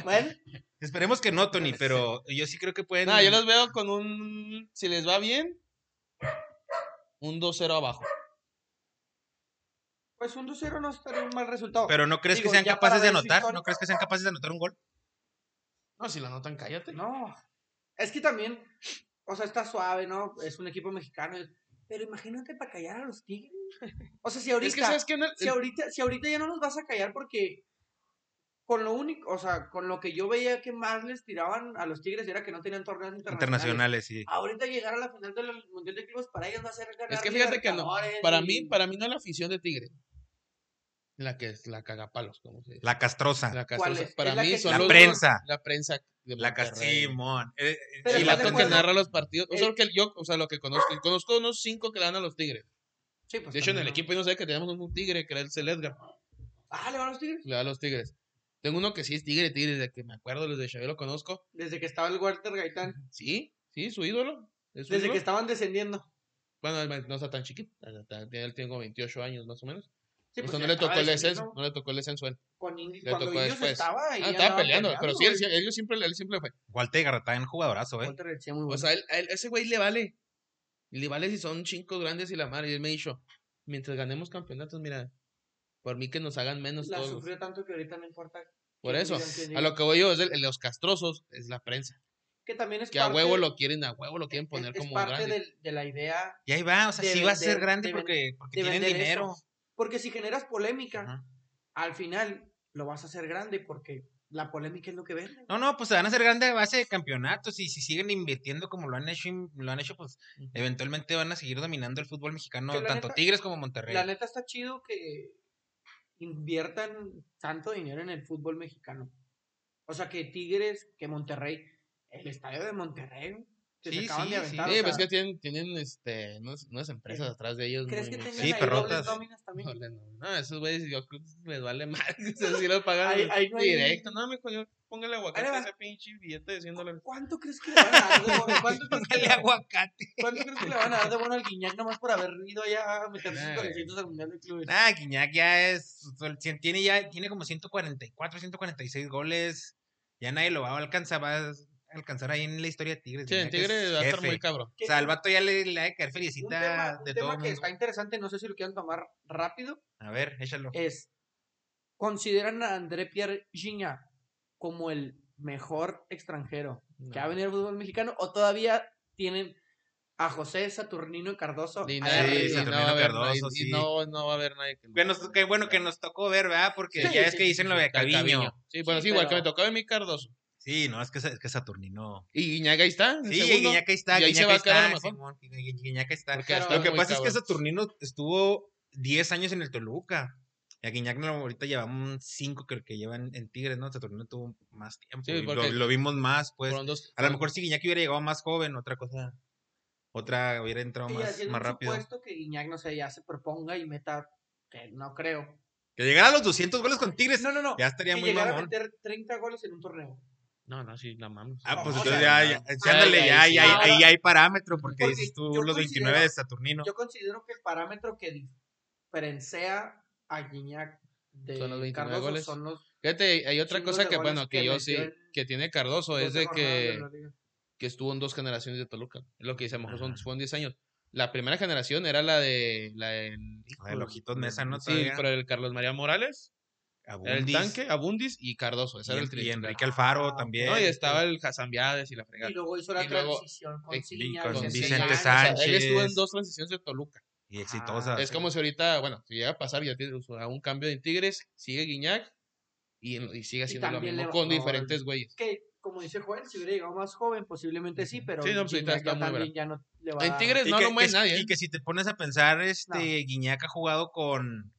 B: Bueno,
A: Esperemos que no, Tony, pero yo sí creo que pueden.
C: No, yo los veo con un. Si les va bien, un 2-0 abajo.
B: pues un 2-0 no estaría un mal resultado.
A: Pero no crees
B: Digo,
A: que sean
B: ya para
A: capaces de
B: ver su
A: anotar,
B: historia.
A: no crees que sean capaces de anotar un gol.
C: No, si lo anotan, cállate.
B: No. Es que también, o sea, está suave, ¿no? Es un equipo mexicano. Pero imagínate para callar a los Tigres. O sea, si ahorita,
C: Es que sabes que en el-
B: si ahorita, si ahorita ya no nos vas a callar porque con lo único, o sea, con lo que yo veía que más les tiraban a los Tigres era que no tenían torneos internacionales.
A: Internacionales, sí.
B: Ahorita llegar a la final del Mundial de Clubes para ellos va a ser ganar
C: Es que fíjate que no.
B: Libertadores
C: Para
B: y-
C: mí, para mí no es la afición de Tigre. La que es la cagapalos, como se dice.
A: La castrosa.
C: La
B: ¿Cuál
C: castrosa.
B: es?
C: Para
B: Es la
C: mí
B: que-
C: son
A: La
C: los-
A: prensa.
C: La prensa. de
A: La
C: Monterrey.
A: Castimón. Eh, eh,
B: Pero
C: Y
A: la
C: la
B: ¿estás de
C: que
B: acuerdo?
C: narra los partidos. O sea,
B: El-
C: lo que yo, o sea, lo que conozco. Conozco unos cinco que le dan a los Tigres.
B: Sí, pues
C: De hecho, en el
B: también, ¿no?
C: equipo yo no sé que tenemos un Tigre, que era el Edgar.
B: Ah, le van a los Tigres.
C: Le da a los Tigres. Tengo uno que sí es Tigre, Tigre, de que me acuerdo, los de Xavier lo conozco.
B: Desde que estaba el Walter Gaitán.
C: Sí, sí, su ídolo. es su
B: Desde
C: ídolo.
B: que estaban descendiendo.
C: Bueno, no está tan chiquito. está- está- Él tengo 28 años más o menos.
B: Sí,
C: o
B: pues
C: sea, no
B: ya
C: le
B: estaba
C: tocó el
B: descendiendo.
C: descenso. No le tocó el descenso a él.
B: Con Indi-
C: Le
B: cuando
C: tocó
B: Indios
C: después.
B: estaba ahí.
C: Ah, estaba
B: andaban
C: peleando, pero sí, él,
B: güey.
C: él siempre, él siempre fue.
A: Walter Garratán, jugadorazo, ¿eh?
B: Walter decía muy
C: O
B: bueno.
C: sea, él- a él- ese güey le vale. Le vale si son cinco grandes y la madre. Y él me dijo, mientras ganemos campeonatos, mira, por mí que nos hagan menos
B: la
C: todos.
B: sufrió tanto que ahorita no importa.
C: Por
B: que
C: eso,
B: digan que
C: a
B: digan.
C: lo que voy yo es de los castrosos, es la prensa.
B: Que también es
C: Que a
B: parte,
C: huevo lo quieren, a huevo lo quieren
B: es-
C: poner
B: es
C: como
B: parte
C: grande.
B: del- de la idea
A: Y ahí va, o sea,
B: De
A: sí va a
B: vender-
A: ser grande
B: de ven-
A: porque, porque
B: de
A: tienen
B: vender
A: dinero.
B: eso. Porque si generas polémica,
A: Ajá.
B: al final lo vas a hacer grande porque La polémica es lo que vende.
A: No, no, pues se van a hacer grande a base de campeonatos y si siguen invirtiendo como lo han hecho, y lo han hecho pues eventualmente van a seguir dominando el fútbol mexicano,
B: Que la
A: tanto
B: neta-
A: Tigres como Monterrey.
B: La neta está chido que inviertan tanto dinero en el fútbol mexicano. O sea, que Tigres, que Monterrey, el estadio de Monterrey, güey, que
A: Sí,
B: se acaban
A: sí,
B: de
A: sí.
B: aventar. o
C: Sí,
B: sea, Eh,
C: pues ves que tienen, tienen este, unas, unas empresas atrás de ellos.
B: ¿Crees
C: muy-
B: que
C: muy
B: tengan
A: Sí,
B: ahí
A: perrotas.
B: dobles nóminas también?
C: Híjole, no, no, esos güeyes yo creo que les vale más. O sea, si lo pagan
B: Ahí- ahí no hay-
C: directo. No, mijo, yo póngale aguacate
B: Ahí
C: a
B: va.
C: ese pinche billete de 100 dólares.
B: ¿Cuánto crees que le van a dar de bono? ¿Cuánto crees que
A: Dale
B: le van-
A: aguacate.
B: cuánto crees que le van a dar de bono al Guiñac nomás por haber ido allá a meter sus
C: Nah, güey.
B: 400 al Mundial de Clubes?
A: Nah, Guiñac ya es. pues, Tiene, ya, tiene como 144, 146 goles. Ya nadie lo va a alcanzar. Va a alcanzar ahí en la historia de Tigres.
C: Sí, en
A: Guiñac es
C: Tigre va a estar
A: jefe.
C: muy cabrón.
A: O sea, al vato ya le, le ha de caer
B: un
A: felicita
B: tema, un
A: de
B: tema
A: todo.
B: que
A: mundo.
B: está interesante, no sé si lo quieran tomar rápido,
A: A ver, échalo.
B: es, ¿consideran a André Pierre Gignac como el mejor extranjero que ha
C: No.
B: venido al fútbol mexicano o todavía tienen a José Saturnino y Cardoso?
C: Ni
B: ahí
C: nada,
A: Sí,
B: arriba?
C: y no
A: Saturnino
C: va a haber nadie-
A: Cardoso,
C: y
A: sí.
C: no, no va a haber nadie que lo-
A: Que nos- que bueno que nos tocó ver, ¿verdad? Porque
B: Sí,
A: ya es
B: sí,
A: que
B: sí,
A: dicen lo de
C: Al Caviño.
A: Caviño.
C: Sí, bueno,
B: Sí,
C: sí, igual que
B: pero-
C: me tocaba a mí Cardoso.
A: Sí, no, es que, es que Saturnino.
C: Y Guiñaga ahí está. en
A: Sí,
C: segundo.
A: Guiñac ahí está.
C: Y ahí se
A: Guiñac
C: va
A: ahí
C: a quedar a lo
A: está.
C: mejor.
A: Simón, Gui- Gui- Guiñac ahí está.
C: Porque
B: Pero
C: está
B: lo
A: Lo que
C: muy
A: pasa es que
C: cabrón.
A: Saturnino estuvo 10 años en el Toluca. Y a Guiñac no, ahorita llevamos 5 que, que llevan en Tigres, ¿no? Saturnino tuvo más tiempo.
C: Sí,
A: y lo,
C: porque-
A: lo vimos más, pues.
C: Fueron dos-
A: A lo mejor si Guiñac hubiera llegado más joven, otra cosa. Otra hubiera entrado
B: Sí,
A: más,
B: haciendo
A: más
B: un
A: rápido.
B: supuesto que Guiñac, no sé, ya se proponga y meta, que no creo.
A: Que llegara a los 200 goles con Tigres,
B: No, no, no.
A: Pues, ya estaría
B: que
A: muy
B: llegara a
A: mamón.
B: meter 30 goles en un torneo.
C: No, no, sí, la mames.
A: Ah, pues
B: No,
A: entonces
B: o
A: ya,
C: sea,
A: ya,
C: no.
A: sí, ándale,
C: Ahí-
A: ya,
C: ahí
A: ahí,
C: sí.
A: hay-
B: Ahora-
A: ahí hay parámetro, porque,
B: Porque
A: dices
B: yo
A: tú los 29 de
B: considero-
A: Saturnino.
B: Yo considero que el parámetro que diferencia a Guiñac de
C: Son los 29
B: Cardoso
C: goles.
B: son los
C: Fíjate, hay otra
B: Chingo
C: cosa
B: de
C: que,
B: goles
C: bueno,
B: que
C: que yo
B: metió
C: sí,
B: en
C: que tiene Cardoso, Pues es
B: 12
C: de
B: jornadas de
C: que,
B: la liga.
C: que estuvo en dos generaciones de Toluca. Es lo que dice, a lo mejor son,
A: Ajá.
C: fueron 10 años. La primera generación era la de. La del.
A: La del Ojitos
C: de-
A: Mesa, ¿no?
C: Sí,
A: Todavía.
C: pero el Carlos María Morales, era el
A: Abundis,
C: tanque, Abundis y Cardoso.
A: y,
C: Ese era
A: en-
C: el
A: y
C: tridente.
A: Enrique Alfaro
B: Ah,
A: también.
C: No, y estaba el Hassan Viades y la fregada.
B: Y luego hizo la
C: Y luego-
B: transición
C: y
B: con, Ciña,
A: con
B: Vicente
A: Vicente
B: Llanes.
A: Sánchez.
C: O sea, él estuvo en
A: Sánchez. Ah,
C: dos transiciones de Toluca.
A: y exitosa.
C: Ah, es como si ahorita, bueno, si llega a pasar, ya tiene o sea, un cambio de Tigres, sigue Guiñac y, en- y sigue haciendo lo
B: también
C: mismo
B: le va-
C: con
B: no,
C: diferentes güeyes.
B: Que, como dice Joel, si hubiera llegado más joven, posiblemente sí, pero
C: Sí, no, pues ahorita
B: Guiñac
C: está
B: ya
C: muy
B: también ya no le va
C: En Tigres no
A: que,
C: lo mueve
A: que-
C: nadie. ¿eh?
A: y que si te pones a pensar, este Guiñac ha jugado con,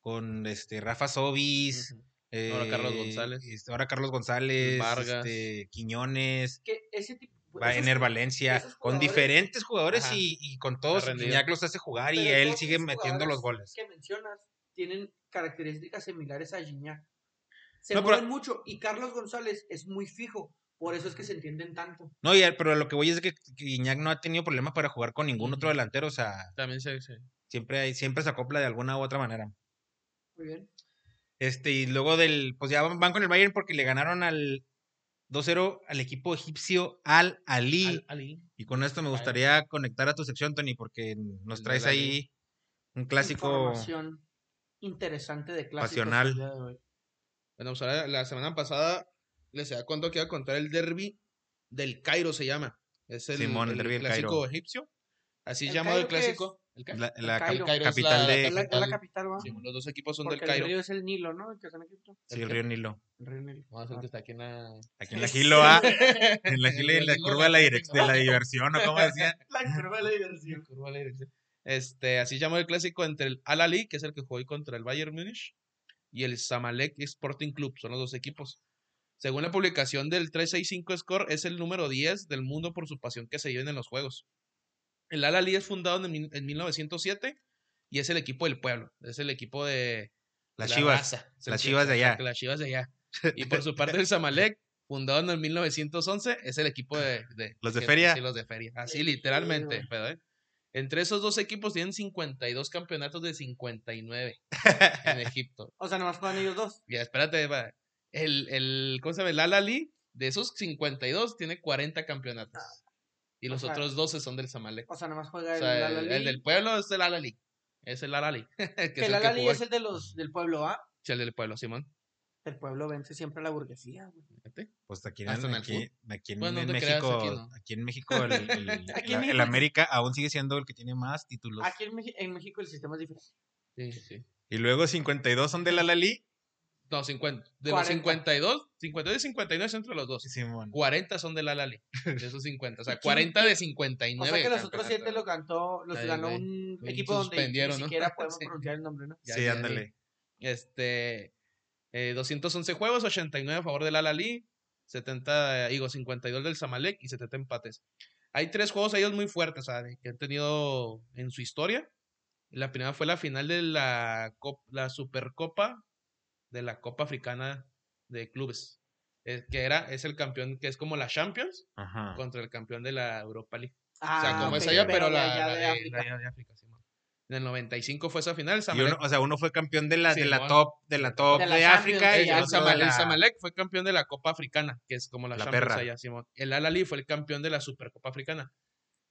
A: con este Rafa Sobis.
C: Ujú. Ahora Carlos González.
A: este, ahora Carlos González.
C: Vargas.
A: este, Quiñones.
B: Que ese tipo...
A: Va-
B: Pues, esos
A: Ener
B: ju-
A: Valencia.
B: esos
A: Con
B: jugadores-
A: diferentes jugadores
C: Ajá.
A: y, y con todos,
C: rendido.
A: Guiñac los hace jugar y
B: pero
A: él
B: todos
A: sigue
B: esos
A: metiendo los
B: jugadores
A: goles.
B: que mencionas tienen características similares a Gignac. Se
A: No, pero-
B: mueven mucho y Carlos González es muy fijo, por eso es que se entienden tanto.
A: No, y- pero lo que voy es que Guiñac no ha tenido problemas para jugar con ningún otro
C: Ujú.
A: delantero. O sea,
C: También se, se-
A: siempre, hay- siempre se acopla de alguna u otra manera.
B: Muy bien.
A: Este, y luego del, pues ya van van con el Bayern porque le ganaron al 2-0 al equipo egipcio Al Ali.
C: Al- Ali.
A: Y con esto me
C: Bayern.
A: gustaría conectar a tu sección, Tony, porque nos
C: El
A: traes
C: Al Ahly.
A: ahí un clásico.
B: Información interesante de clásicos
A: Pasional.
B: el día de hoy.
C: Bueno, pues ahora la semana pasada les había contado que iba a contar el derby del Cairo, se llama. Es el,
A: Simón, el
C: el
A: derbi del
C: clásico
A: Cairo.
C: egipcio. Así
B: ¿El
C: llamado el
B: Cairo qué es?
C: clásico. ¿El qué?
A: La,
B: El
A: la cap-
B: Cairo.
C: Cairo es
A: capital
C: la-
A: de
B: Es la, es la
C: capital.
B: capital, ¿va?
C: Eh, Sí, los dos equipos son
B: Porque
C: del
B: el
C: Cairo.
B: río es el Nilo, ¿no? El que está en Egipto.
A: sí, el río Nilo.
B: El río Nilo.
C: No, es el que está aquí en la...
A: Aquí en la Gilo, ¿ah?
C: Este,
A: en la Gilo y en la
C: Nilo,
A: curva de la,
C: Nilo.
A: direc- de la diversión, ¿o cómo decían?
B: La curva de la diversión.
C: curva de la dirección. Este, así llamó el clásico entre el Al Ali, que es el que jugó hoy contra el Bayern Múnich, y el Zamalek Sporting Club, son los dos equipos. Según la publicación del 365 Score, es el número 10 del mundo por su pasión que se lleven en los juegos. El Al Ali es fundado en, mil- en 1907 y es el equipo del pueblo, es el equipo de
A: Las
C: la
A: chivas.
C: raza, es el
A: Las
C: que-
A: chivas de allá.
C: Las chivas de allá. Y por su parte el Zamalek, fundado en el 1911, es el equipo de...
A: Los de
C: que-
A: feria.
C: Sí, los de feria. Así
B: Sí,
C: literalmente.
B: güey.
C: pero, ¿eh? Entre esos dos equipos tienen 52 campeonatos de 59 en Egipto.
B: O sea, nomás juegan ellos dos.
C: Ya, espérate, va. El, el, ¿cómo se llama? El Al Ahly, de esos 52, tiene 40 campeonatos. Y
B: O
C: los
B: sea,
C: otros 12 son del Zamalek.
B: O sea, nomás
C: O
B: juega Ah, el,
C: sea,
B: Al
C: el,
B: Ahly.
C: el del pueblo es el Al Ahly. Es el Al Ahly. que
B: Que el
C: que
B: Al Ahly
C: jugó
B: es
C: hoy.
B: el de los, del pueblo, ¿ah?
C: Sí, el del pueblo, Simón.
B: El pueblo vence siempre a la burguesía, güey.
C: Fíjate.
A: Pues aquí en,
C: Hasta en el
A: aquí, aquí en,
C: Bueno, no
A: en
C: te creas,
A: México,
C: aquí
A: aquí,
C: no.
A: en México, el, el-
B: Aquí en
A: la- el
B: México.
A: América aún sigue siendo el que tiene más títulos.
B: Aquí en, Meji- en México el sistema es diferente.
C: Sí, sí.
A: Y luego 52 son del Alali
C: No, 50. De los
B: 40.
C: 52, 52 y 59 son entre los dos.
A: Simón.
C: 40 son de la Lali. De esos 50. O sea, 40 de 59.
B: O sea que los
C: de
B: otros
C: campeonato.
B: siete lo cantó, los
C: Ahí,
B: ganó
C: güey.
B: un
C: Lo
B: equipo donde ni
C: suspendieron, ¿no?
B: siquiera podemos
C: Sí.
B: pronunciar el nombre, ¿no?
C: Ya,
A: sí,
C: ya,
A: ándale.
C: ya. Este. eh, 211 juegos, 89 a favor del Alali, 70, eh, digo, 52 del Zamalek y 70 empates. Hay tres juegos ellos muy fuertes, ¿sabes? Que han tenido en su historia. La primera fue la final de la, cop- la Supercopa de la Copa Africana de Clubes. eh, que era, es el campeón, que es como la Champions
A: Ajá.
C: contra el campeón de la Europa League.
B: Ah,
C: o sea, como
B: ok,
C: es
A: ok,
C: allá,
A: pero
C: pero, la,
B: ya
C: la
B: de
C: de,
B: África.
C: la de África, sí, mo. En el 95 fue esa final.
A: Y uno-
C: Zamalek,
A: o sea, uno fue campeón de la, de la
C: Simón.
A: top, de la top
B: De
A: de,
B: la
A: África
B: Champions,
A: y
B: ya,
A: el
C: el,
B: sí,
A: otro de
C: Zamalek,
A: la-
C: Zamalek fue campeón de la Copa Africana, que es como la,
A: La
C: Champions
A: perra.
C: allá, sí, mo. El Al Ahly fue el campeón de la Supercopa Africana.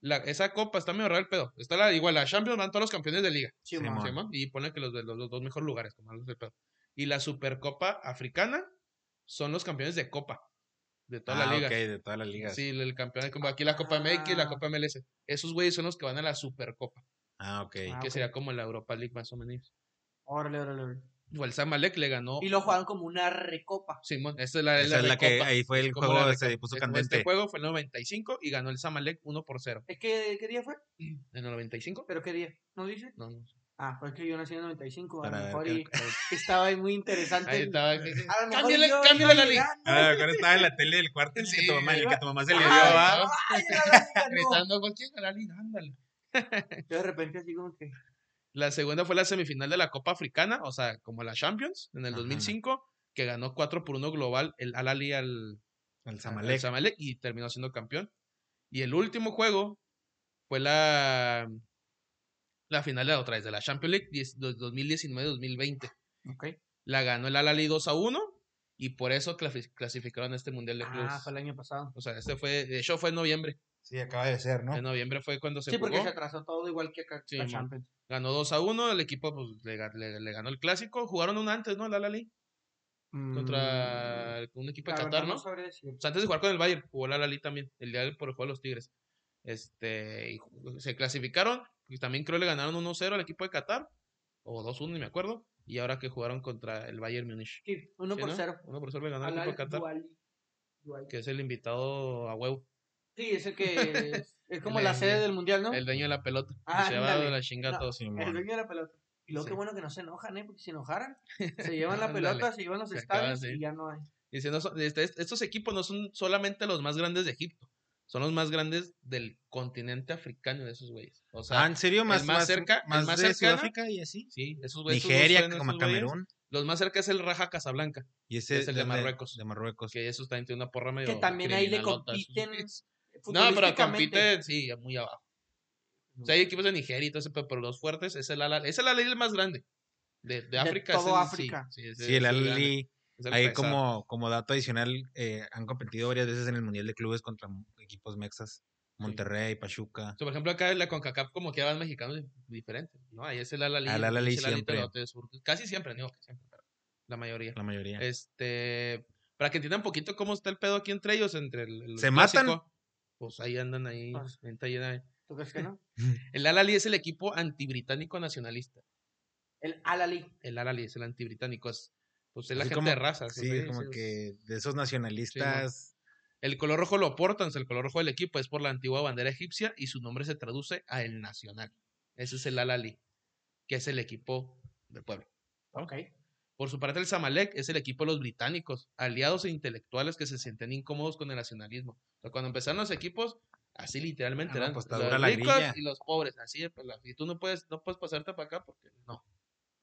C: La- esa copa está medio raro el pedo. Está la, igual, la Champions van todos los campeones de liga.
B: Simón.
A: Simón.
C: ¿sí, mo? Y pone que los de los, los dos mejores lugares, como algo del pedo. Y la Supercopa Africana son los campeones de copa de toda
A: Ah,
C: la liga.
A: ok, de todas las ligas.
C: Sí, el campeón de Copa. Aquí la Copa MX y
B: Ah.
C: la Copa MLS. Esos güeyes son los que van a la Supercopa,
A: Ah, ok.
B: Ah,
C: que
B: ok.
C: sería como la Europa League más o menos.
B: Órale, órale, órale.
C: Igual Zamalek le ganó.
B: Y lo jugaron como una recopa.
C: Simón, esta es la,
A: Esa es la que
C: recopa.
A: ahí fue el
C: como
A: juego
C: la
A: que se puso
C: Este-
A: candente.
C: Este juego fue el 95 y ganó el Zamalek 1 por 0.
B: ¿Es que qué día fue?
C: ¿En el 95?
B: ¿Pero qué día? ¿No dice?
C: No, no. sé.
B: Ah, pues que yo nací en el 95, a lo
A: Para ver
B: mejor
A: qué-
B: y estaba ahí muy interesante.
C: Ahí
B: el-
C: estaba.
B: A lo mejor
C: Cámbiale-
B: yo
C: cámbiale
B: iba
C: la liga.
B: llegando.
A: Ah, cuando estaba en la tele del cuarto, el que tu mamá, el que tu mamá se le dio, ¿ah?
B: Ay,
A: ¿va?
C: ¿no?
B: ay, la liga, Ah, no.
C: Gritando con quién Galali, ándale.
B: Yo de repente así como que...
C: La segunda fue la semifinal de la Copa Africana, o sea, como la Champions, en el
A: Ajá.
C: 2005, que ganó 4 por 1 global el Al Ahly al,
A: El
C: al
A: Zamalek.
C: Zamalek y terminó siendo campeón. Y el último juego fue la, la final de la otra vez, de la Champions League 10 do- 2019-2020.
B: Ok.
C: La ganó el Al Ahly 2 a 1 y por eso clasi- clasificaron a este Mundial de Clubes.
B: Ah, fue el año pasado.
C: O sea, este fue, de hecho fue en noviembre.
A: Sí, acaba de ser, ¿no?
C: En noviembre fue cuando se
B: Sí, porque
C: jugó.
B: se atrasó todo igual que acá
C: Sí,
B: la
C: mo.
B: Champions.
C: Ganó 2 a 1, el equipo pues, le, ga- le- le ganó el clásico. Jugaron un antes, ¿no? El Al Ahly
B: Mm,
C: contra un equipo de Qatar, ¿no? O sea, antes de jugar con el Bayern, jugó la Lali también, el día del por el juego de los Tigres. Este, y ju- se clasificaron, y también creo le ganaron 1-0 al equipo de Qatar, o 2-1, ni me acuerdo, y ahora que jugaron contra el Bayern Múnich.
B: Sí, 1
C: Sí,
B: por
C: ¿no?
B: 0.
C: 1 por 0 le ganó al
B: Al
C: equipo de Qatar,
B: Al-Duali. Duali.
C: que es el invitado a huevo,
B: Sí, ese que es, es como
C: El
B: la
C: de-
B: sede del mundial, ¿no?
C: el dueño de la pelota.
B: Ah,
C: que se va
B: ándale.
C: a la chingada
B: No,
C: a todos.
B: El
A: Simón.
B: dueño de la pelota. Y luego
C: Sí.
B: qué bueno que no se enojan, ¿eh? Porque si enojaran, se llevan la
C: Ándale.
B: pelota, se llevan los
C: Se acaban,
B: estadios y
C: sí.
B: ya no hay.
C: Dice, no son- este- est- estos equipos no son solamente los más grandes de Egipto, son los más grandes del continente africano de esos güeyes. O sea,
A: Ah, ¿en serio? ¿Más,
C: más
A: más
C: cerca-
A: cerca?
C: el
A: ¿Más
C: más
A: de
C: cercano-
A: Sudáfrica y así?
C: sí, esos güeyes. esos güeyes
A: Nigeria,
C: suenan
A: como
C: esos güeyes.
A: Camerún.
C: Los más cerca es el Raja Casablanca.
A: Y ese
C: es el de
A: donde-
C: Marruecos.
A: De Marruecos.
C: que eso está entre una porra medio.
B: Que también ahí le
C: criminalota, esos
B: compiten
C: güeyes. No, pero
B: futbolísticamente.
C: compiten, sí, muy abajo. O sea, hay equipos de Nigeria y todo ese, pero, pero los fuertes es el ala. Es el ala el más grande. De, de África. es
B: todo
C: el-
B: África.
C: Sí, sí, ese
A: Sí, el
C: es grande,
A: Al-Ali.
C: es el
A: Ahí
C: pesado.
A: como, como dato adicional, eh, han competido varias veces en el Mundial de Clubes contra mu- equipos mexas. Monterrey, Pachuca.
C: O sea, por ejemplo, acá en la CONCACAF, como que van mexicanos di- diferente. ¿no? Ahí es el ala
A: Al Al Ahly siempre.
C: Casi siempre, no, que siempre, pero la mayoría.
A: La mayoría.
C: Este. Para que entiendan un poquito cómo está el pedo aquí entre ellos, entre el. el
A: ¿Se matan?
C: clásico, Pues ahí andan ahí.
B: Ah.
C: venta llena de-
B: ¿Tú crees que no?
C: El Al-Ali es el equipo antibritánico nacionalista.
B: El Al-Ali.
C: El Al-Ali es el antibritánico. Es, pues es la
A: Así
C: gente
A: como-
C: de razas.
A: Sí, como que de esos nacionalistas.
C: El color rojo lo portan, el color rojo del equipo es por la antigua bandera egipcia y su nombre se traduce a el nacional. Ese es el Al-Ali, que es el equipo del pueblo.
B: Ok.
C: Por su parte, el Zamalek es el equipo de los británicos, aliados e intelectuales que se sienten incómodos con el nacionalismo. O sea, cuando empezaron los equipos, así literalmente
A: Ah, no,
C: eran
A: pues, está dura
C: los
A: la
C: ricos
A: grilla.
C: y los pobres. Así, de pela- y tú no puedes, no puedes pasarte para acá porque no,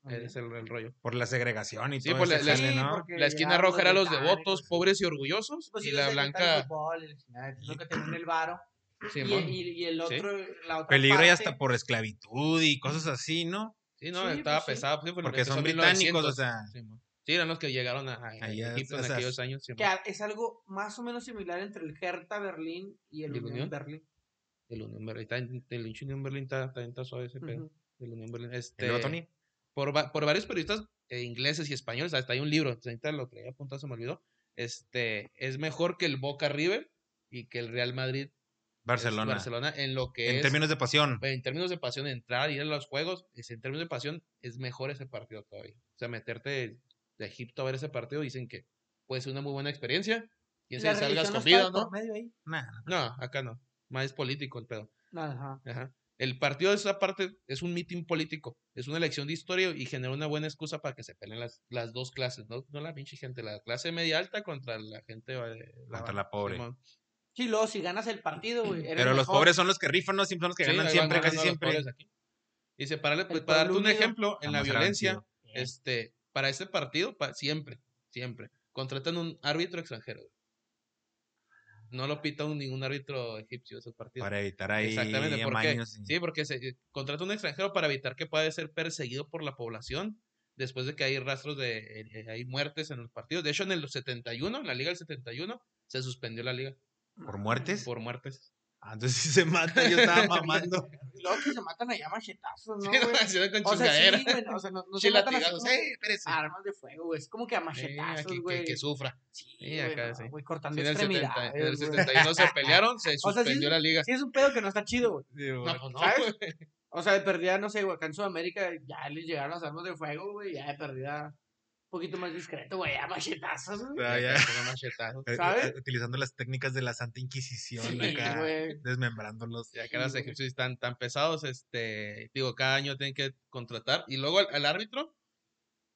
A: Ah,
C: es el- el rollo.
A: Por la segregación y
C: Sí,
A: todo
C: por la-
A: ese
C: la-
A: jale,
B: Sí,
A: ¿no?
B: porque ah,
C: La esquina
B: llegaban
C: roja era los
B: británicos,
C: devotos,
B: sí.
C: pobres y orgullosos.
B: Pues sí,
C: y
B: les
C: la
B: encanta el
C: blanca,
B: fútbol, y la chingada, es lo que tenían el varo. Y,
C: Simón.
B: pues, y- y el
C: Sí.
B: otro, la otra
A: Peligro
B: parte,
A: y hasta por esclavitud y cosas así, ¿no?
C: Sí, no,
B: Sí,
C: estaba
B: pues sí.
C: pesado. sí,
A: Porque
C: empezó
A: son
C: en
A: británicos, o
C: 1900,
A: sea.
C: Simón. Sí, eran los que llegaron a, a- a
A: Allá,
C: Egipto en
A: o sea,
C: aquellos años. Simón.
B: que a- es algo más o menos similar entre el Hertha Berlín y el
C: ¿Y el
B: Unión
C: Unión?
B: Berlín.
C: El Unión Berlín, está en- el Unión Berlín está, está, está suave ese pedo.
B: Ujú.
C: El Unión Berlín,
A: Y luego,
C: Este,
A: Tony.
C: por, va- por varios periodistas eh, ingleses y españoles, hasta hay un libro, ahorita lo traía apuntado, se me olvidó. Este, es mejor que el Boca River y que el Real Madrid es
A: Barcelona.
C: Barcelona en lo que
A: En
C: es
A: términos de pasión.
C: en términos de pasión, entrar, ir a los juegos, es- en términos de pasión, es mejor ese partido todavía. O sea, meterte de Egipto a ver ese partido, dicen que puede ser una muy buena experiencia. Quién
B: La
C: sabe,
B: religión
C: salgas con
B: no está
C: vida,
B: de
C: ¿no?
B: por medio ahí.
A: Nah,
C: No, acá no. Más es político el pedo.
B: Ajá.
C: Ajá. El partido de esa parte es un mitin político, es una elección de historia y genera una buena excusa para que se peleen las, las dos clases, ¿no? No la pinche gente, la clase media alta contra la gente. eh,
A: Contra
C: ba-
A: la pobre.
C: Simón.
B: Sí, luego si ganas el partido, güey. eres
A: Pero los
B: mejor.
A: pobres son los que rifan, ¿no? Siempre son los que
C: Sí,
A: ganan
C: ahí van
A: siempre, casi
C: ganando los
A: siempre.
C: pobres aquí. Y se para, pues,
B: El
C: para darte un
B: pueblo unido.
C: ejemplo, en la
A: Jamás será
C: violencia,
A: vencido.
C: este, para este partido, pa- siempre, siempre, contratan un árbitro extranjero. güey. No lo pita un- ningún árbitro egipcio esos partidos.
A: Para evitar ahí
C: Exactamente, ¿por qué?
A: amaños y-
C: Sí, porque se eh, contrata un extranjero para evitar que pueda ser perseguido por la población después de que hay rastros de eh, eh, hay muertes en los partidos. De hecho, en el 71, en la liga del 71, se suspendió la liga
A: por muertes.
C: por muertes.
A: Ah, entonces sí se mata, yo estaba mamando.
B: Y luego que se matan allá machetazos, ¿no,
C: Sí,
B: güey?
C: no, así era con
B: o sea,
C: chingadera.
B: sí, güey. no, O sea, no, no
C: Sí,
B: se matan así
C: latigazos.
B: como
C: ¡Ey, espérese!
B: armas de fuego, güey. Es como que a
C: Eh,
B: machetazos,
C: aquí que-
B: güey.
C: que, sufra.
B: Sí,
C: Sí,
B: güey,
C: acá,
B: no,
C: sí.
B: güey, cortando
C: Sí, en, el 70, en el
B: extremidades, güey.
C: 71 se pelearon, se
B: O sea, sí,
C: suspendió la liga.
B: Sí, es un pedo que no está chido, güey.
C: No, pues no,
B: ¿sabes?
C: güey.
B: O sea, de perdida, no sé, güey, acá en Sudamérica ya les llegaron las armas de fuego, güey, ya de perdida. Un poquito más discreto, güey, ya machetazos, güey.
A: Ah, ya.
C: Acá con un machetazo.
A: Eh,
B: ¿Sabes?
A: eh, Utilizando las técnicas de la Santa Inquisición
B: Sí,
A: acá,
B: güey.
A: desmembrándolos.
C: Ya que los
B: güey.
C: egipcios están tan pesados, este, digo, cada año tienen que contratar. Y luego al, al árbitro,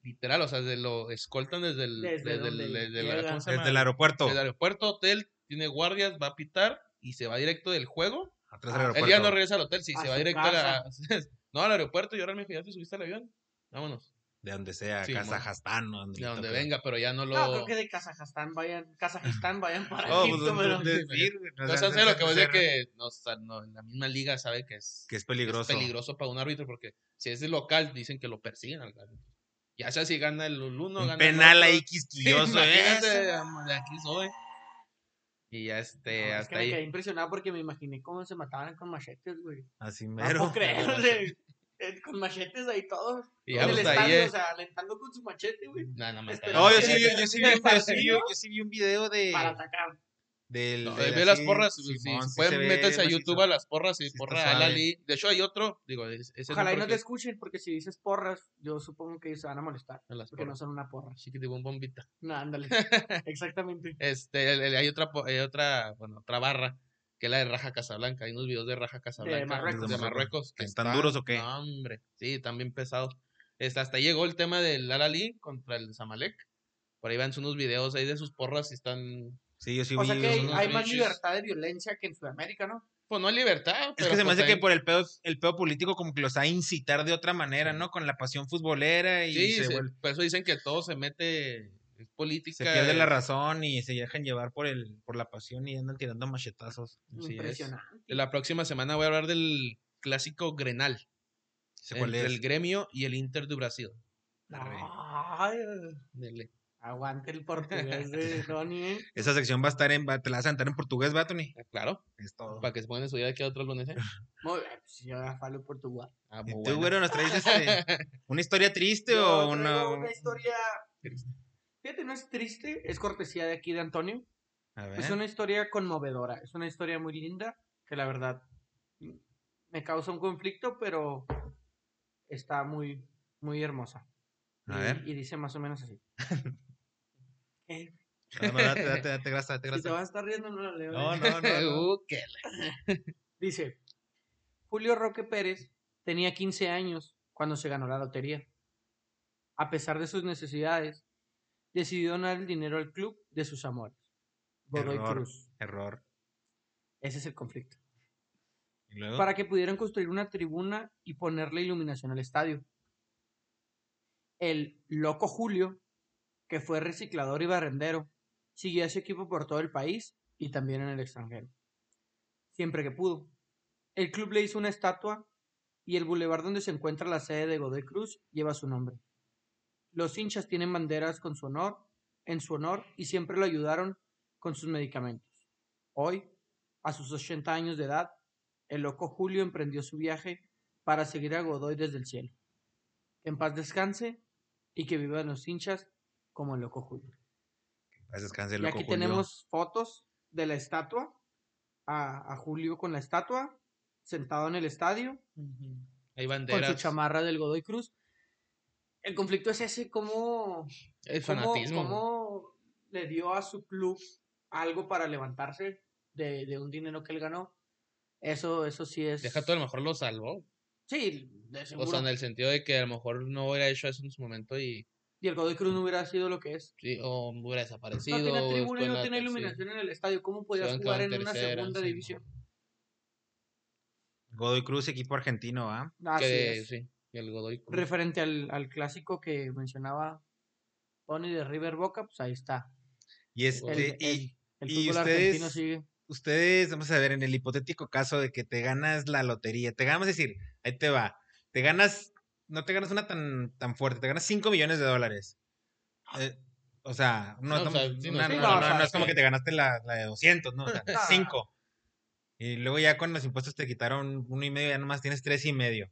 C: literal, o sea, de- lo escoltan desde el,
B: Desde
C: desde el-
B: donde
C: desde la-
B: llega.
C: ¿cómo se llama?
A: Desde el aeropuerto.
C: Desde el aeropuerto, hotel, tiene guardias, va a pitar y se va directo del juego.
A: Atrás del
B: Ah,
C: Él ya no
A: aeropuerto.
C: regresa al hotel, sí,
B: A
C: se va
B: su
C: directo a la- no, al aeropuerto y ahora me ya te subiste al avión. Vámonos.
A: De donde sea,
C: Sí, mon.
A: Kazajstán. o
C: De
A: le
C: donde
A: toque.
C: venga, pero ya no lo.
B: No, creo que de Kazajstán vayan, Kazajistán vayan para
A: Oh, pues,
B: Egipto, pero...
A: de- decir, güey, o
C: No
A: sea,
C: sean
A: se-
C: celos,
A: se-
C: que vos
A: se-
C: decís que no, o sea, no, en la misma liga sabe que
A: que
C: es,
A: es
C: que es
A: peligroso.
C: peligroso para un árbitro porque si es de local dicen que lo persiguen al árbitro. Ya sea si gana el uno, gana
A: Un
C: el
A: penal
C: otro.
A: ahí quisquilloso,
C: Imagínate,
A: ¿eh?
C: de aquí soy. Y ya este,
B: No, es que
C: hasta
B: me
C: ahí.
B: quedé impresionado porque me imaginé cómo se mataban con machetes, güey.
A: Así
B: No puedo
A: mero.
B: creerle. Eh, Con machetes ahí todos.
C: Y
B: En
C: ya
B: el
C: hasta ahí.
B: estadio,
C: eh.
B: o sea, alentando con su machete, güey.
C: No, no me
B: Espera.
A: No, yo
C: cagas.
A: sí, vi- yo sí vi un- yo sí vi- yo sí vi un video de.
B: Para atacar.
A: Del,
C: No,
A: del
C: ve las
A: así,
C: porras,
A: Simón,
C: si
A: sí se
C: pueden
A: ve
C: métanse a
A: macizo.
C: YouTube a las porras y
A: Sí está
C: porra al
A: suave.
C: Ali. De hecho hay otro, digo, es- ese
B: Ojalá y no te
C: porque-
B: escuchen, porque si dices porras, yo supongo que se van a molestar.
C: a las
B: Porque no
C: porras.
B: son una porra.
C: Sí que te un bombita.
B: No, ándale. Exactamente.
C: Este, el- el- hay otra, po- hay otra, bueno, otra barra que es la de Raja Casablanca. Hay unos videos de Raja Casablanca
B: Marruecos.
C: de
A: De
C: Marruecos que
A: ¿Están
C: está-
A: duros o qué?
C: no, hombre, sí, también pesados. Este, hasta ahí llegó el tema del Alali contra el Zamalek. Por ahí van unos videos ahí de sus porras y están,
A: Sí, yo sí
B: O
A: vi.
B: sea que hay,
A: unos-
B: hay más
C: pinches-
B: libertad de violencia que en Sudamérica, ¿no?
C: pues no en libertad.
A: Es
C: pero
A: que se me
C: pues
A: hace que
C: ahí-
A: por el pedo, el pedo político como que los ha incitar de otra manera, ¿no? Con la pasión futbolera y
C: Sí,
A: se,
C: se-
A: vuel-
C: por eso dicen que todo se mete, es política.
A: se pierde la
C: es-
A: razón y se dejan llevar por el por la pasión y andan tirando machetazos.
C: así es.
B: Impresionante.
C: La próxima semana voy a hablar del clásico Grenal.
A: Sé cuál
C: entre
A: es.
C: el Gremio y el Inter de Brasil.
B: Ay,
C: Dele.
B: aguante el portugués de Tony. ¿eh?
A: Esa sección va a estar en, va- te la vas a sentar en portugués, Batoni.
C: Ah, Claro,
A: Es todo.
C: para que se puedan estudiar aquí otros lunes. ¿eh?
B: Muy bien, pues yo falo portugués.
C: Ah,
A: ¿Y
C: muy
A: tú,
C: bueno.
A: güero, nos traes este, una historia triste
B: Yo
A: o una...
B: traigo una historia. Fíjate, no es triste, es cortesía de aquí de Antonio.
A: A ver.
B: Es pues, una historia conmovedora, es una historia muy linda que la verdad mm, me causa un conflicto, pero está muy, muy hermosa.
A: A
B: Y-
A: ver.
B: Y dice más o menos así. Eh,
A: No, no, date, date, date, grasa, date,
B: si te
A: grasa.
B: vas a estar riendo, no la leo.
A: No,
B: eh.
A: no, no. no.
C: Uh, que
B: Dice, Julio Roque Pérez tenía 15 años cuando se ganó la lotería. A pesar de sus necesidades, decidió donar el dinero al club de sus amores. Godoy
A: Error.
B: Cruz.
A: Error.
B: Ese es el conflicto.
A: ¿Y luego?
B: Para que pudieran construir una tribuna y ponerle iluminación al estadio. El loco Julio, que fue reciclador y barrendero, siguió a ese equipo por todo el país y también en el extranjero. Siempre que pudo. El club le hizo una estatua y el bulevar donde se encuentra la sede de Godoy Cruz lleva su nombre. Los hinchas tienen banderas con su honor, en su honor y siempre lo ayudaron con sus medicamentos. Hoy, a sus 80 años de edad, el loco Julio emprendió su viaje para seguir a Godoy desde el cielo. Que en paz descanse y que vivan los hinchas como el loco Julio.
A: Paz descanse,
B: Y
A: loco
B: aquí
A: Julio.
B: tenemos fotos de la estatua, a, a Julio con la estatua, sentado en el estadio,
C: Hay
B: con
C: banderas.
B: su chamarra del Godoy Cruz. El conflicto es ese, cómo,
C: El
B: cómo-
C: fanatismo. güey.
B: cómo le dio a su club algo para levantarse de, de un dinero que él ganó. Eso, eso sí es.
C: Deja todo, a lo mejor lo salvó.
B: Sí, de
C: O
B: seguro.
C: sea, en el sentido de que a lo mejor no hubiera hecho eso en su momento y,
B: Y el Godoy Cruz no hubiera sido lo que es.
C: sí, o hubiera desaparecido.
B: No tiene
C: o
B: tribuna y
C: estuvo en
B: no
C: la
B: tiene
C: tercera.
B: iluminación en el estadio. ¿Cómo
C: Se
B: podías
C: van
B: jugar en
C: quedando en
B: una
C: tercera,
B: segunda
C: sí,
B: división?
A: Godoy Cruz, equipo argentino, ¿ah?
B: Así
C: Que-
B: es.
C: sí, y el Godoy Cruz.
B: Referente al, al clásico que mencionaba Tony de River Boca, pues ahí está.
A: Y este,
B: El,
A: y
B: el- el
A: y
B: fútbol argentino
A: ustedes-
B: sigue.
A: ustedes, vamos a ver, en el hipotético caso de que te ganas la lotería, te ganas, es decir, ahí te va, te ganas, no te ganas una tan, tan fuerte, te ganas 5 millones de dólares. Eh, o sea, no,
C: No,
A: es
C: o
A: como-
C: sea, sí, no,
A: una-
C: sí,
A: no,
B: no,
A: no,
B: o sea,
A: no es como
B: sí.
A: que te ganaste la, la de 200, ¿no? O sea,
B: No, no,
A: 5. Y luego ya con los impuestos te quitaron uno y medio, ya nomás tienes tres y medio.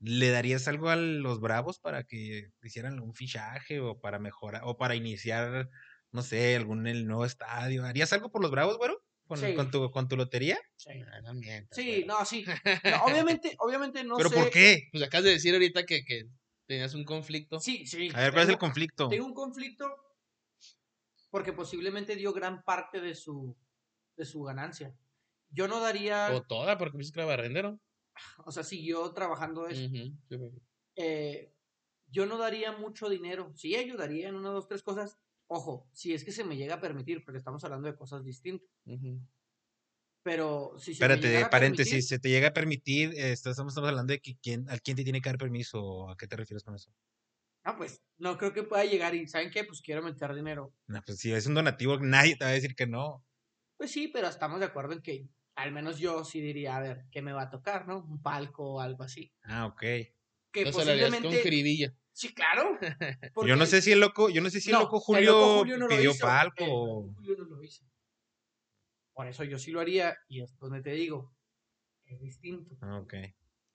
A: ¿Le darías algo a los bravos para que hicieran algún fichaje o para mejorar o para iniciar, no sé, algún el nuevo estadio? ¿Harías algo por los bravos, güero? ¿Con,
B: Sí.
A: con tu, con tu lotería?
B: Sí,
C: Ah, no mientas,
B: Sí,
C: güey.
B: no, sí. No, obviamente, obviamente no
A: ¿Pero
B: sé.
A: por qué?
C: Pues acabas de decir ahorita que, que tenías un conflicto.
B: Sí, sí.
A: A ver, ¿cuál es el
B: tengo-
A: conflicto?
B: Tengo un conflicto porque posiblemente dio gran parte de su, de su ganancia. Yo no daría,
C: O toda, porque me dices que era barrendero.
B: o sea, siguió trabajando eso.
C: Ujú, sí, pues, güey.
B: eh, yo no daría mucho dinero. Sí ayudaría en una, dos, tres cosas. Ojo, si es que se me llega a permitir, porque estamos hablando de cosas distintas.
C: Ujú.
B: Pero si se me
A: Espérate,
B: llegara a
A: paréntesis,
B: permitir,
A: se te llega a permitir, eh, estás- estamos hablando de que quién, a quién te tiene que dar permiso, o ¿a qué te refieres con eso?
B: no, pues no creo que pueda llegar y ¿saben qué? Pues quiero meter dinero.
A: No, pues si es un donativo, nadie te va a decir que no.
B: Pues sí, pero estamos de acuerdo en que al menos yo sí diría, a ver, ¿qué me va a tocar, no? Un palco o algo así.
A: Ah, ok.
B: Que
C: Entonces la harías con
B: posiblemente...
C: jiribilla.
B: Sí, claro.
A: Pues Yo no
B: porque-
A: sé si el loco, yo no sé si
B: No,
A: el loco
B: el
A: Julio,
B: loco Julio no lo
A: pidió
B: hizo, eh.
A: palco.
B: el
A: o-
B: loco Julio no lo hizo. Por eso yo sí lo haría y es donde te digo, es distinto.
A: Ah, ok.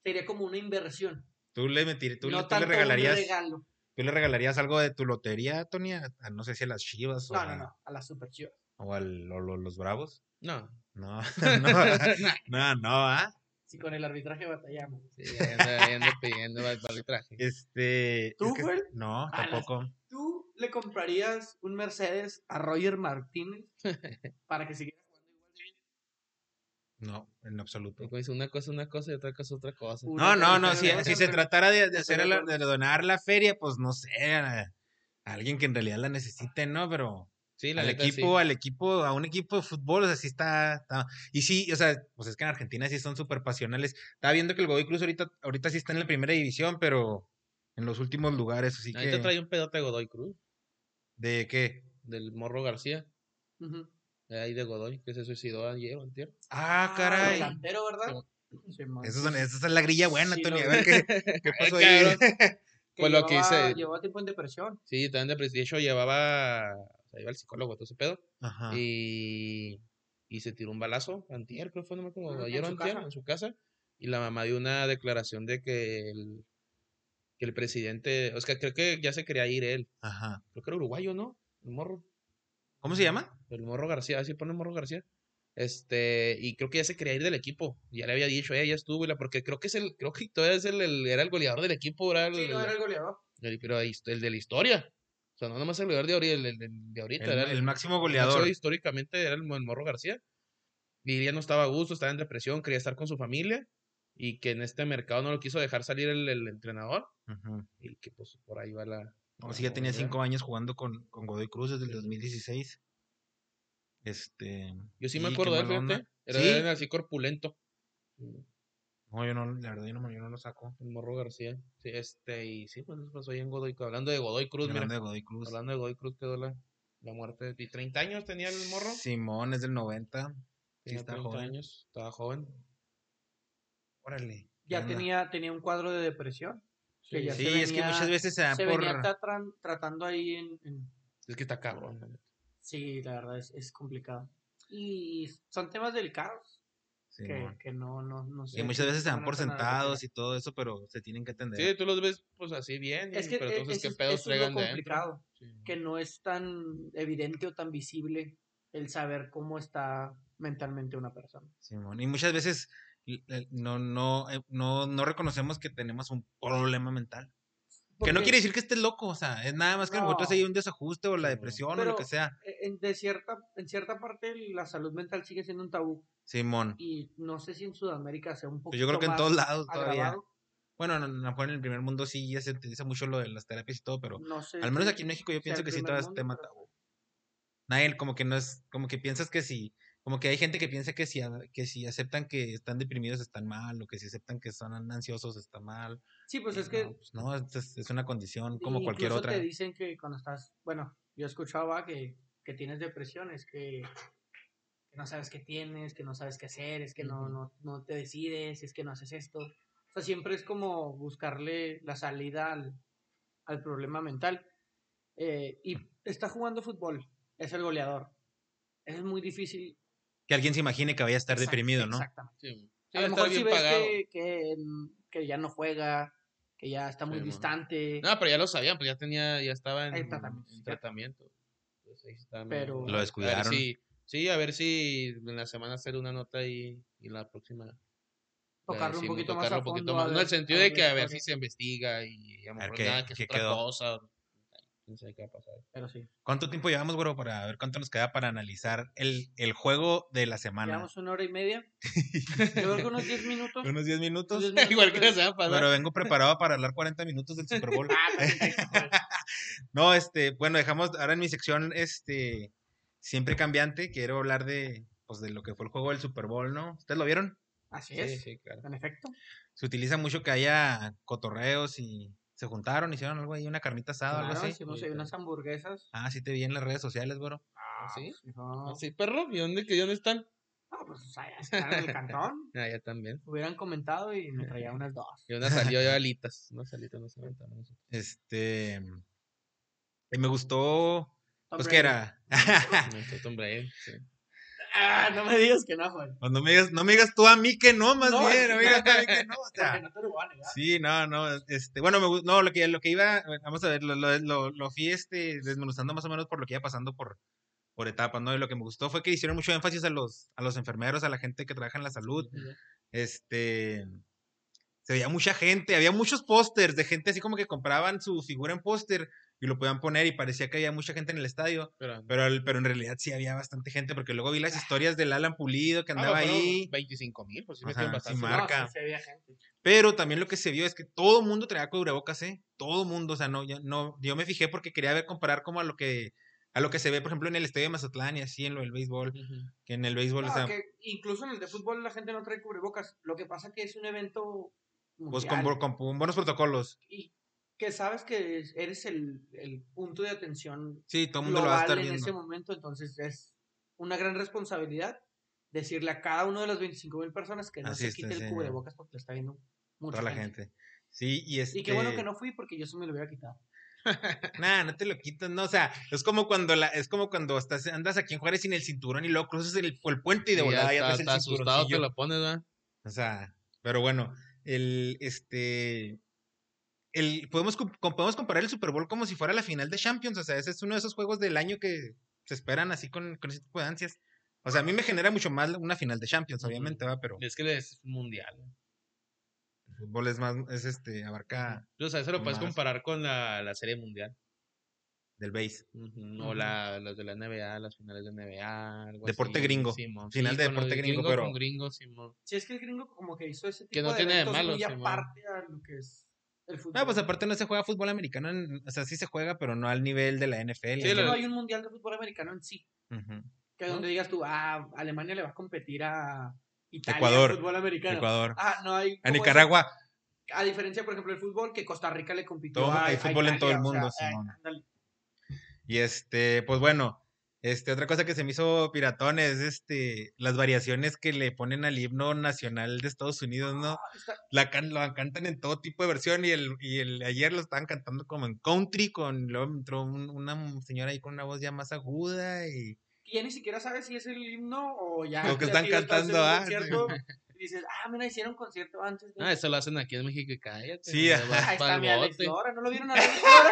B: Sería como una inversión.
A: Tú le metir- tú, le-
B: no
A: tú le
B: tanto
A: regalarías,
B: un regalo.
A: tú le regalarías algo de tu lotería, Tony, a- a no sé si a las Chivas o,
B: No, no,
A: a-
B: no, a la Super Chivas.
A: o al- o lo- los Bravos.
C: No.
A: No, no, no, no, ¿ah?
B: Si con el arbitraje batallamos.
C: Sí, ahí anda, ahí anda pidiendo al arbitraje.
A: Este,
B: ¿Tú,
A: que-
B: Joel?
A: no,
B: A las-
A: tampoco.
B: ¿Tú le comprarías un Mercedes a Roger Martínez para que siguiera jugando igual de bien?
A: No, en absoluto.
C: Y como dice, una cosa es una cosa y otra cosa es otra cosa.
B: Uy,
A: No, no, no,
B: Pues, pero
A: si,
B: luego
A: si
B: se
A: se
B: re-
A: tratara de, de
B: estoy
A: hacer
B: de
A: la-
B: acuerdo.
A: de donar la feria, pues no sé, a, a alguien que en realidad la necesite, ¿no? Pero
C: Sí, la
A: al
C: neta, sí.
A: equipo, al equipo, a un equipo de fútbol, o sea, sí está, está- Y sí, o sea, pues es que en Argentina sí son súper pasionales. Estaba viendo que el Godoy Cruz ahorita, ahorita sí está en la primera división, pero en los últimos lugares, así
C: Ahí te
A: que...
C: trae un pedote de Godoy Cruz,
A: ¿De qué?
C: del Morro García,
B: Ujú.
C: de ahí de Godoy, que se suicidó ayer o antier.
A: Ah,
B: el
A: caray.
B: delantero, ¿verdad? Sí, man.
A: Esa es, esa es la grilla buena,
B: Sí,
A: Tony.
B: lo
A: A ver qué, qué
C: Ay,
A: pasó ahí.
C: cabrón.
B: Que
C: Pues lo que
B: llevaba-
C: hice-
B: Llevaba tiempo en depresión.
C: Sí, también de pres- de hecho llevaba, o sea, iba al psicólogo, todo ese pedo.
A: Ajá.
C: Y, y se tiró un balazo, antier creo fue, no me acuerdo,
B: Ujú,
C: ayer
B: Ah, en
C: o
B: su
C: antier,
B: casa.
C: en su casa. Y la mamá dio una declaración de que el, que el presidente, o sea, creo que ya se quería ir él.
A: Ajá.
C: Creo que era uruguayo, ¿no? El morro.
A: ¿Cómo se llama?
C: El Morro García, así pone Morro García. Este, y creo que ya se quería ir del equipo. Ya le había dicho, eh, ya estuvo, y la- porque creo que es el, creo que todavía es el, el- era el goleador del equipo, era el,
B: Sí, no era el goleador.
C: el- pero ahí está, el de la historia. O sea, no nomás el goleador de ahorita, el, el- el de ahorita,
A: El,
C: era
A: el máximo
C: máximo
A: goleador.
C: históricamente era el, Mo- el Morro García. Y ya no estaba a gusto, estaba en depresión, quería estar con su familia, y que en este mercado no lo quiso dejar salir el, el entrenador,
A: Ujú.
C: y que pues por ahí va la.
A: O sea, ya tenía
C: movida.
A: cinco años jugando con, con Godoy Cruz desde el 2016. Este.
C: Yo sí me
A: y qué
C: acuerdo de él,
A: mala onda.
C: fíjate. Era,
A: ¿Sí?
C: era así corpulento.
A: No, yo no, la verdad, yo no, me- yo no lo saco.
C: El Morro García. Sí, este, y sí, pues eso pasó ahí en Godoy Cruz. Hablando de Godoy Cruz, mira.
A: Hablando de Godoy Cruz.
C: Hablando de Godoy Cruz quedó la, la muerte. ¿Y 30 años tenía el morro?
A: Simón es del 90. Sí,
C: Tenía
A: está joven.
C: años. Estaba joven.
A: Órale.
B: Ya
A: anda.
B: tenía, tenía un cuadro de depresión. que
C: Sí,
B: ya
A: Sí,
B: se
A: es que muchas
B: venía-
A: veces se da
B: se
A: por.
B: venía tratran- tratando ahí en, en-
C: Es que está cabrón. la neta.
B: Sí, la verdad es, es complicado. Y son temas delicados que,
A: Simón.
B: que no, no, no sé.
A: Y muchas
B: si
A: veces se dan
B: van a
A: por
B: tan a la
A: sentados
B: ligera.
A: y todo eso, pero se tienen que atender.
C: Sí, tú los ves pues así bien.
B: Es
C: y-
B: que
C: pero
B: e-
C: entonces,
B: eso
C: ¿qué
B: es-
C: pedos
B: eso es lo
C: traigan de
B: complicado,
C: adentro? Sí.
B: Que no es tan evidente o tan visible el saber cómo está mentalmente una persona.
A: Simón, Y muchas veces l- l- no, no, eh, no, no reconocemos que tenemos un problema mental. Que no
B: porque-
A: quiere decir que estés loco, o sea, es nada más que
B: No.
A: encuentras ahí un desajuste o la
D: Sí.
A: depresión o
B: Pero-
A: lo que sea.
B: e, en, de cierta, en cierta parte la salud mental sigue siendo un tabú
A: Simón.
B: y no sé si en Sudamérica sea un poco
A: Pues yo creo que en todos lados todavía. Bueno, no- no, a lo mejor en el primer mundo sí ya se utiliza mucho lo de las terapias y todo, pero
B: no sé
A: al menos
B: si-
A: aquí en México yo
B: sea
A: pienso
B: el
A: que sí
B: primer
A: todo es
B: mundo,
A: tema
B: pero-
A: tabú. Nael, como que no es, como que piensas que sí, como que hay gente que piensa que si, a- que si aceptan que están deprimidos están mal, o que si aceptan que son ansiosos está mal.
B: sí pues
A: y
B: es que
A: no, pues no, es, es una condición como cualquier
B: incluso
A: otra.
B: te dicen que cuando estás bueno yo escuchaba que, que tienes depresiones que, que no sabes qué tienes que no sabes qué hacer es que no,
C: Ujú.
B: no no te decides es que no haces esto o sea siempre es como buscarle la salida al, al problema mental Eh, y está jugando fútbol es el goleador es muy difícil
A: Que alguien se imagine que vaya a estar
B: Exact-
A: deprimido, ¿no?
B: exactamente
C: Sí, sí,
B: a
C: va
B: lo
C: a
B: mejor
C: estar
B: si
C: bien
B: ves
C: pagado.
B: que, que, mm, que ya no juega, que ya está muy
C: Sí, bueno.
B: distante.
C: No, pero ya lo sabían, pues ya tenía, ya estaba en,
B: Hay tratamiento,
C: en
B: sí, cierto.
C: tratamiento. Entonces, ahí está,
B: Pero- Lo
C: mira, a- a ver
A: descuidaron.
C: si- sí, a ver si en la semana hacer una nota y, y la próxima. la
B: Tocarlo un
C: decimos,
B: poquito más
C: tocarlo
B: a
C: un poquito
B: fondo, a
C: más. No,
B: ver-
C: en el sentido
B: a
C: de
B: ver la
C: que a ver si
B: historia.
C: se investiga y a lo
A: ver
C: mejor
A: qué-
C: nada, que es
A: qué
C: otra
A: quedó.
C: cosa. Quién sabe qué va a pasar.
B: Pero sí,
A: ¿Cuánto tiempo llevamos, güero, para ver cuánto nos queda para analizar el, el juego de la semana?
B: llevamos una hora y media. Yo creo que unos 10 minutos.
A: Unos 10 minutos.
B: unos 10
C: Igual que
B: minutos
C: la
B: de-
C: semana pasada.
A: Pero vengo preparado para hablar 40 minutos del Super Bowl.
B: Ah, perfecto, pues.
A: No, este, bueno, dejamos ahora en mi sección, este, siempre cambiante, quiero hablar de, pues, de lo que fue el juego del Super Bowl, ¿no? ¿Ustedes lo vieron?
B: Así
C: Sí,
B: es,
C: sí, claro.
B: en efecto.
A: Se utiliza mucho que haya cotorreos y se juntaron, hicieron algo ahí, una carnita
C: Ah,
A: asada o
B: Claro,
A: algo así.
B: hicimos ahí
C: ahorita.
B: unas hamburguesas.
A: Ah, sí te vi en las redes sociales, güero.
B: Ah,
C: ¿sí?
B: pues, No,
C: Ah, Sí, perro, ¿y dónde, que dónde están?
B: Ah, pues o sea, ya están en el cantón.
C: Ah, ya también.
B: Hubieran comentado y me traía unas dos.
C: Y una salió de alitas. Una salita no se
A: Este, y me gustó,
B: Tom
A: pues que
B: Brady.
A: era,
C: Hombre, sí.
B: Ah, no me digas que no, Juan.
A: Pues no me digas, no me digas tú a mí que no, más
B: No,
A: bien, no me digas tú a mí
B: no.
A: que no, o sea.
B: Porque no te lo voy a negar.
A: Sí, no, no, este, bueno, me, gu- no, lo que, lo que iba, eh, vamos a ver, lo, lo, lo, lo fui este, desmenuzando más o menos por lo que iba pasando por, por etapas, ¿no? Y lo que me gustó fue que hicieron mucho énfasis a los, a los enfermeros, a la gente que trabaja en la salud, este, se veía mucha gente, había muchos pósters de gente así como que compraban su figura en póster y lo podían poner y parecía que había mucha gente en el estadio,
C: Pero, andaba
A: pero, el- pero en realidad sí había bastante gente, porque luego vi las historias del Alan Pulido
C: Ah,
A: que andaba ahí.
C: 25 mil, pues sí
A: Ajá,
C: metieron
A: sí,
C: bastante.
A: mar- marca.
B: No, sí, sí había gente.
A: Pero también lo que se vio es que todo el mundo traía cubrebocas, ¿eh? Todo el mundo, o sea, no, yo, no, yo me fijé porque quería ver comparar como a lo que a lo que se ve, por ejemplo, en el estadio de Mazatlán y así en lo del béisbol,
C: Ujú.
A: que en el béisbol, o
B: No,
A: sea,
B: que incluso en el de fútbol la gente no trae cubrebocas. Lo que pasa que es un evento
A: pues
B: mundial
A: con, bo- con- con buenos protocolos.
B: y que sabes que es- eres el, el punto de atención
A: Sí, todo el mundo lo va a
B: global
A: estar
B: en ese
A: viendo.
B: momento. Entonces es una gran responsabilidad decirle a cada uno de las 25 mil personas que no
A: Así
B: se
A: está,
B: quite el
A: sí.
B: cubrebocas porque lo está viendo mucha
A: Toda la
B: gente.
A: gente. Sí, y este...
B: Y qué bueno que no fui porque yo se me lo hubiera quitado.
A: Nah, no te lo quitas, no, o sea, es como cuando la, es como cuando estás, andas aquí en Juárez sin el cinturón y luego cruzas el, el puente y de
C: Sí,
A: volada ya,
C: hasta-
A: traes el
C: hasta asustado te
A: cinturoncillo.
C: lo pones, ¿verdad?
A: O sea, pero bueno, el este el podemos com- com- podemos comparar el Super Bowl como si fuera la final de Champions, o sea, ese es uno de esos juegos del año que se esperan así con, con ese tipo de ansias. O sea, a mí me genera mucho más una final de Champions,
C: Ujú.
A: obviamente, va, pero
C: Es que es mundial.
A: el fútbol es más es este abarca
C: O sea, eso lo puedes
A: Más.
C: comparar con la, la serie mundial.
A: del base.
C: Ujú,
B: Ujú.
C: O la, las de la NBA, las finales de NBA. algo
A: Deporte
C: así,
A: gringo,
C: Simón.
A: final de
C: con lo
A: deporte gringo,
C: con
A: pero-
C: gringo, Simón.
B: Si es que el gringo como que hizo ese tipo
C: Que no
B: de
C: tiene de
B: eventos
C: malo,
B: muy
C: Simón.
B: aparte a lo que es el fútbol.
A: No, pues aparte no se juega fútbol americano, en- o sea, sí se juega, pero no al nivel de la NFL.
C: Sí,
A: ¿no?
B: no
C: lo-
B: hay un mundial de fútbol americano en sí.
A: Ujú.
B: Que
C: ¿No?
B: donde digas tú, ah, Alemania le va a competir a Italia
A: Ecuador,
B: en fútbol americano.
A: Ecuador.
B: Ah, no hay.
A: A
B: como eso.
A: Nicaragua,
B: a diferencia, por ejemplo, del fútbol, que Costa Rica le compitió.
A: Todo-
B: a,
A: hay
B: a
A: fútbol en todo el
B: Italia, o sea,
A: mundo,
B: eh,
A: Simón.
B: ándale.
A: Y este, pues bueno, este, otra cosa que se me hizo piratón es este, las variaciones que le ponen al himno nacional de Estados Unidos, ¿no?
B: Ah, está-
A: La can- lo cantan en todo tipo de versión y el, y el ayer lo estaban cantando como en country, con luego entró un- una señora ahí con una voz ya más aguda y
B: que ya ni siquiera sabes si es el himno o ya.
A: Lo que
B: ya
A: están
B: si ya estás en
A: cantando,
B: un
A: ah,
B: concierto, y dices, ah, mira, hicieron concierto antes. De...
C: Ah, eso lo hacen aquí en México. y Cállate.
A: Sí,
C: ya
A: ajá.
C: vas
B: Ahí
C: pa'l
B: está mi Alex
C: bote.
B: Lora, ¿no lo vieron a Alex Lora?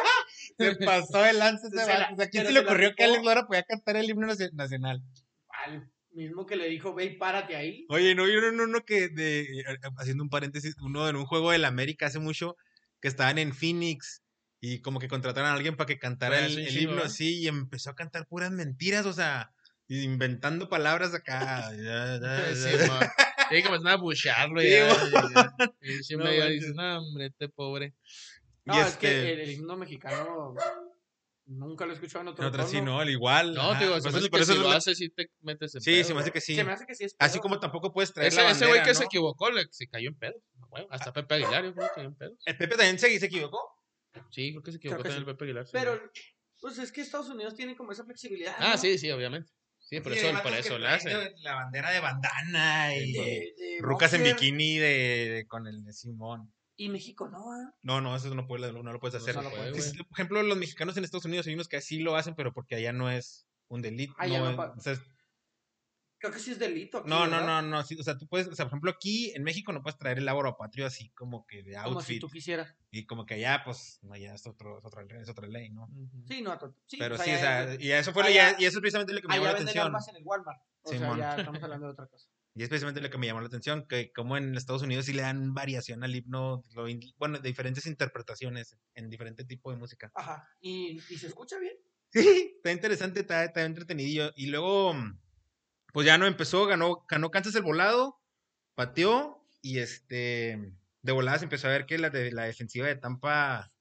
A: se pasó el lance ese
B: Se la-
A: vato, o sea, ¿quién se
B: pero
A: le
B: se la
A: ocurrió que Alex
B: rifó.
A: Lora podía cantar el himno nacio- nacional?
B: Al mismo que le dijo, ve y párate ahí.
A: Oye, no vieron uno que de eh, haciendo un paréntesis, uno en un juego del América hace mucho que estaban en Phoenix Y como que contrataron a alguien para que cantara
C: Para
A: el,
C: hacer un
A: el
C: chingo,
A: himno
C: ¿eh?
A: así y empezó a cantar puras mentiras, o sea, inventando palabras acá. Ya, ya,
C: Sí,
A: Ah, ya.
C: ma. Tiene que comenzar a bucharlo.
A: Sí,
C: ya, ya, ya. Y
A: No
C: siempre ya
A: manches.
C: dices, no, hombre, este pobre.
A: Y
B: No, es que
A: este-
B: el, el himno mexicano nunca lo he escuchado en otro
A: En otras sí,
B: tono.
A: no, al igual.
C: No,
A: ajá.
C: te digo, se
A: Por eso-
C: me hace
A: por
C: que
A: eso
C: si
A: es
C: lo
A: la-
C: haces, sí te metes en
A: Sí,
C: pedo,
A: se me hace que sí.
B: Se me hace que sí es
A: Así
B: pedo,
A: como
B: ¿no?
A: tampoco puedes
C: güey.
A: traer
C: Ese
A: la
C: ese güey
A: bandera,
C: que se
A: ¿no? Ah.
C: equivocó le- se cayó en pedo. Bueno, hasta Pepe Aguilar, yo creo que cayó en pedo.
A: ¿El Pepe también se, se equivocó?
C: Sí, creo que se equivocó
B: que
C: también
B: sí.
C: el Pepe Aguilar. sí.
B: Pero, pues es que Estados Unidos tiene como esa flexibilidad.
C: Ah,
B: ¿no?
C: sí, sí, obviamente. Sí, por
A: Sí, hay
C: eso, por
A: vatos que
C: eso la
A: traen
C: hacen.
A: de- La bandera de bandana y
B: De- de
A: rucas en
B: boxer,
A: bikini de, de- con el de Simón.
B: Y México no, ¿ah?
A: No, no, eso no, puede, no lo puedes
C: No
A: hacer.
C: se
B: lo
C: puede,
A: Es-
C: güey.
A: por ejemplo, los mexicanos en Estados Unidos hay unos que así lo hacen, pero porque allá no es un delito.
B: Allá
A: no,
B: Ah, no
A: es-
B: pa-
A: o sea, es-
B: Creo que sí es delito. aquí,
A: no, no,
B: ¿verdad?
A: no, no, sí, o sea, tú puedes, o sea, por ejemplo, aquí en México no puedes traer el ábaro patrio así como que de
B: Como si
A: outfit.
B: tú quisieras.
A: Y como que allá, pues, no, ya es, otro, es, otra, es otra ley, ¿no?
C: Ujú.
B: Sí, no, to- sí,
A: pero
B: pues
A: sí, o
B: allá-
A: sea, y eso, fue lo-
B: allá-
A: y eso es precisamente lo que me
B: allá
A: llamó la
B: venden
A: atención.
B: armas en el Walmart. O
A: Simón.
B: sea, ya estamos hablando de otra cosa.
A: Y es precisamente lo que me llamó la atención, que como en Estados Unidos sí le dan variación al himno, lo in- bueno, de diferentes interpretaciones en diferente tipo de música.
B: Ajá. ¿Y, y se escucha bien?
A: Sí, está interesante, está, está entretenido. Y luego, mm, pues ya no empezó, ganó, ganó Kansas el volado, pateó y este, de voladas empezó a ver que la, de, la defensiva de Tampa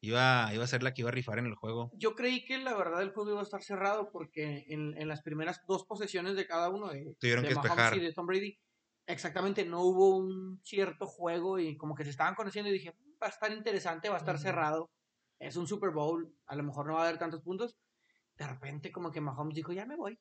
A: iba, iba a ser la que iba a rifar en el juego.
B: Yo creí que la verdad el juego iba a estar cerrado porque en, en las primeras dos posesiones de cada uno de,
A: Tuvieron
B: de
A: que
B: Mahomes
A: despejar.
B: y de Tom Brady, exactamente no hubo un cierto juego y como que se estaban conociendo y dije, "Mm, va a estar interesante, va a estar
C: Ujú.
B: cerrado, es un Super Bowl, a lo mejor no va a haber tantos puntos. De repente como que Mahomes dijo, ya me voy.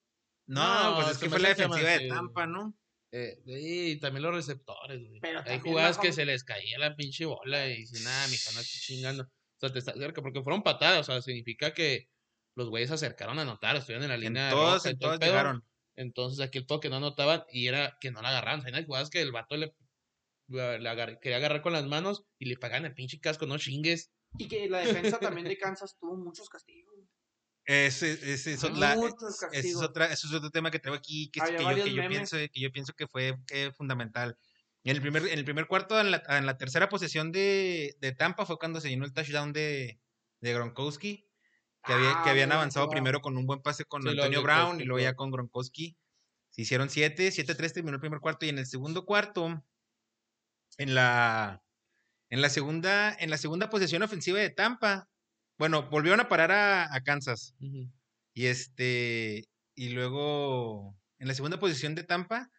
A: No,
C: No,
A: pues es
C: se
A: que
C: me
A: fue la
C: hace que
A: defensiva de
C: más, eh,
A: Tampa, ¿no?
C: Eh, y también los receptores, güey.
B: Pero
C: Hay
B: también
C: jugadas que
B: Mahomes-
C: se les caía la pinche bola y dicen, nada, mijo, no estoy chingando. O sea, te está cerca, porque fueron patadas, o sea, significa que los güeyes se acercaron a anotar, estuvieron en la
A: En
C: línea
A: todas,
C: roja y
A: en
C: todo
A: todas
C: el pedo.
A: llegaron.
C: Entonces aquí el toque no anotaban y era que no la agarraban. O sea, hay jugadas que el vato le, le agar- quería agarrar con las manos y le pagan el pinche casco, no chingues.
B: Y que la defensa también de Kansas tuvo muchos castigos.
A: Ese, ese es,
B: Hay
A: la-
B: muchos
A: ese es
B: castigos.
A: otra, ese es otro tema que traigo aquí que, es-
B: Había
A: que yo,
B: varios
A: que, yo
B: memes.
A: pienso, que yo pienso que fue eh, fundamental. En el primer, en el primer cuarto, en la, en la tercera posesión de, de Tampa fue cuando se llenó el touchdown de, de Gronkowski, que, había- que
B: Ah,
A: habían
B: muy buena
A: avanzado
B: jugada.
A: primero con un buen pase con
C: Sí, luego
A: Antonio
C: Gronkowski,
A: Brown y luego ya con Gronkowski. Se hicieron 7, 7-3 terminó el primer cuarto y en el segundo cuarto, en la, en la segunda, en la segunda posesión ofensiva de Tampa, bueno, volvieron a parar a- a Kansas. Y este, y luego en la segunda posición de Tampa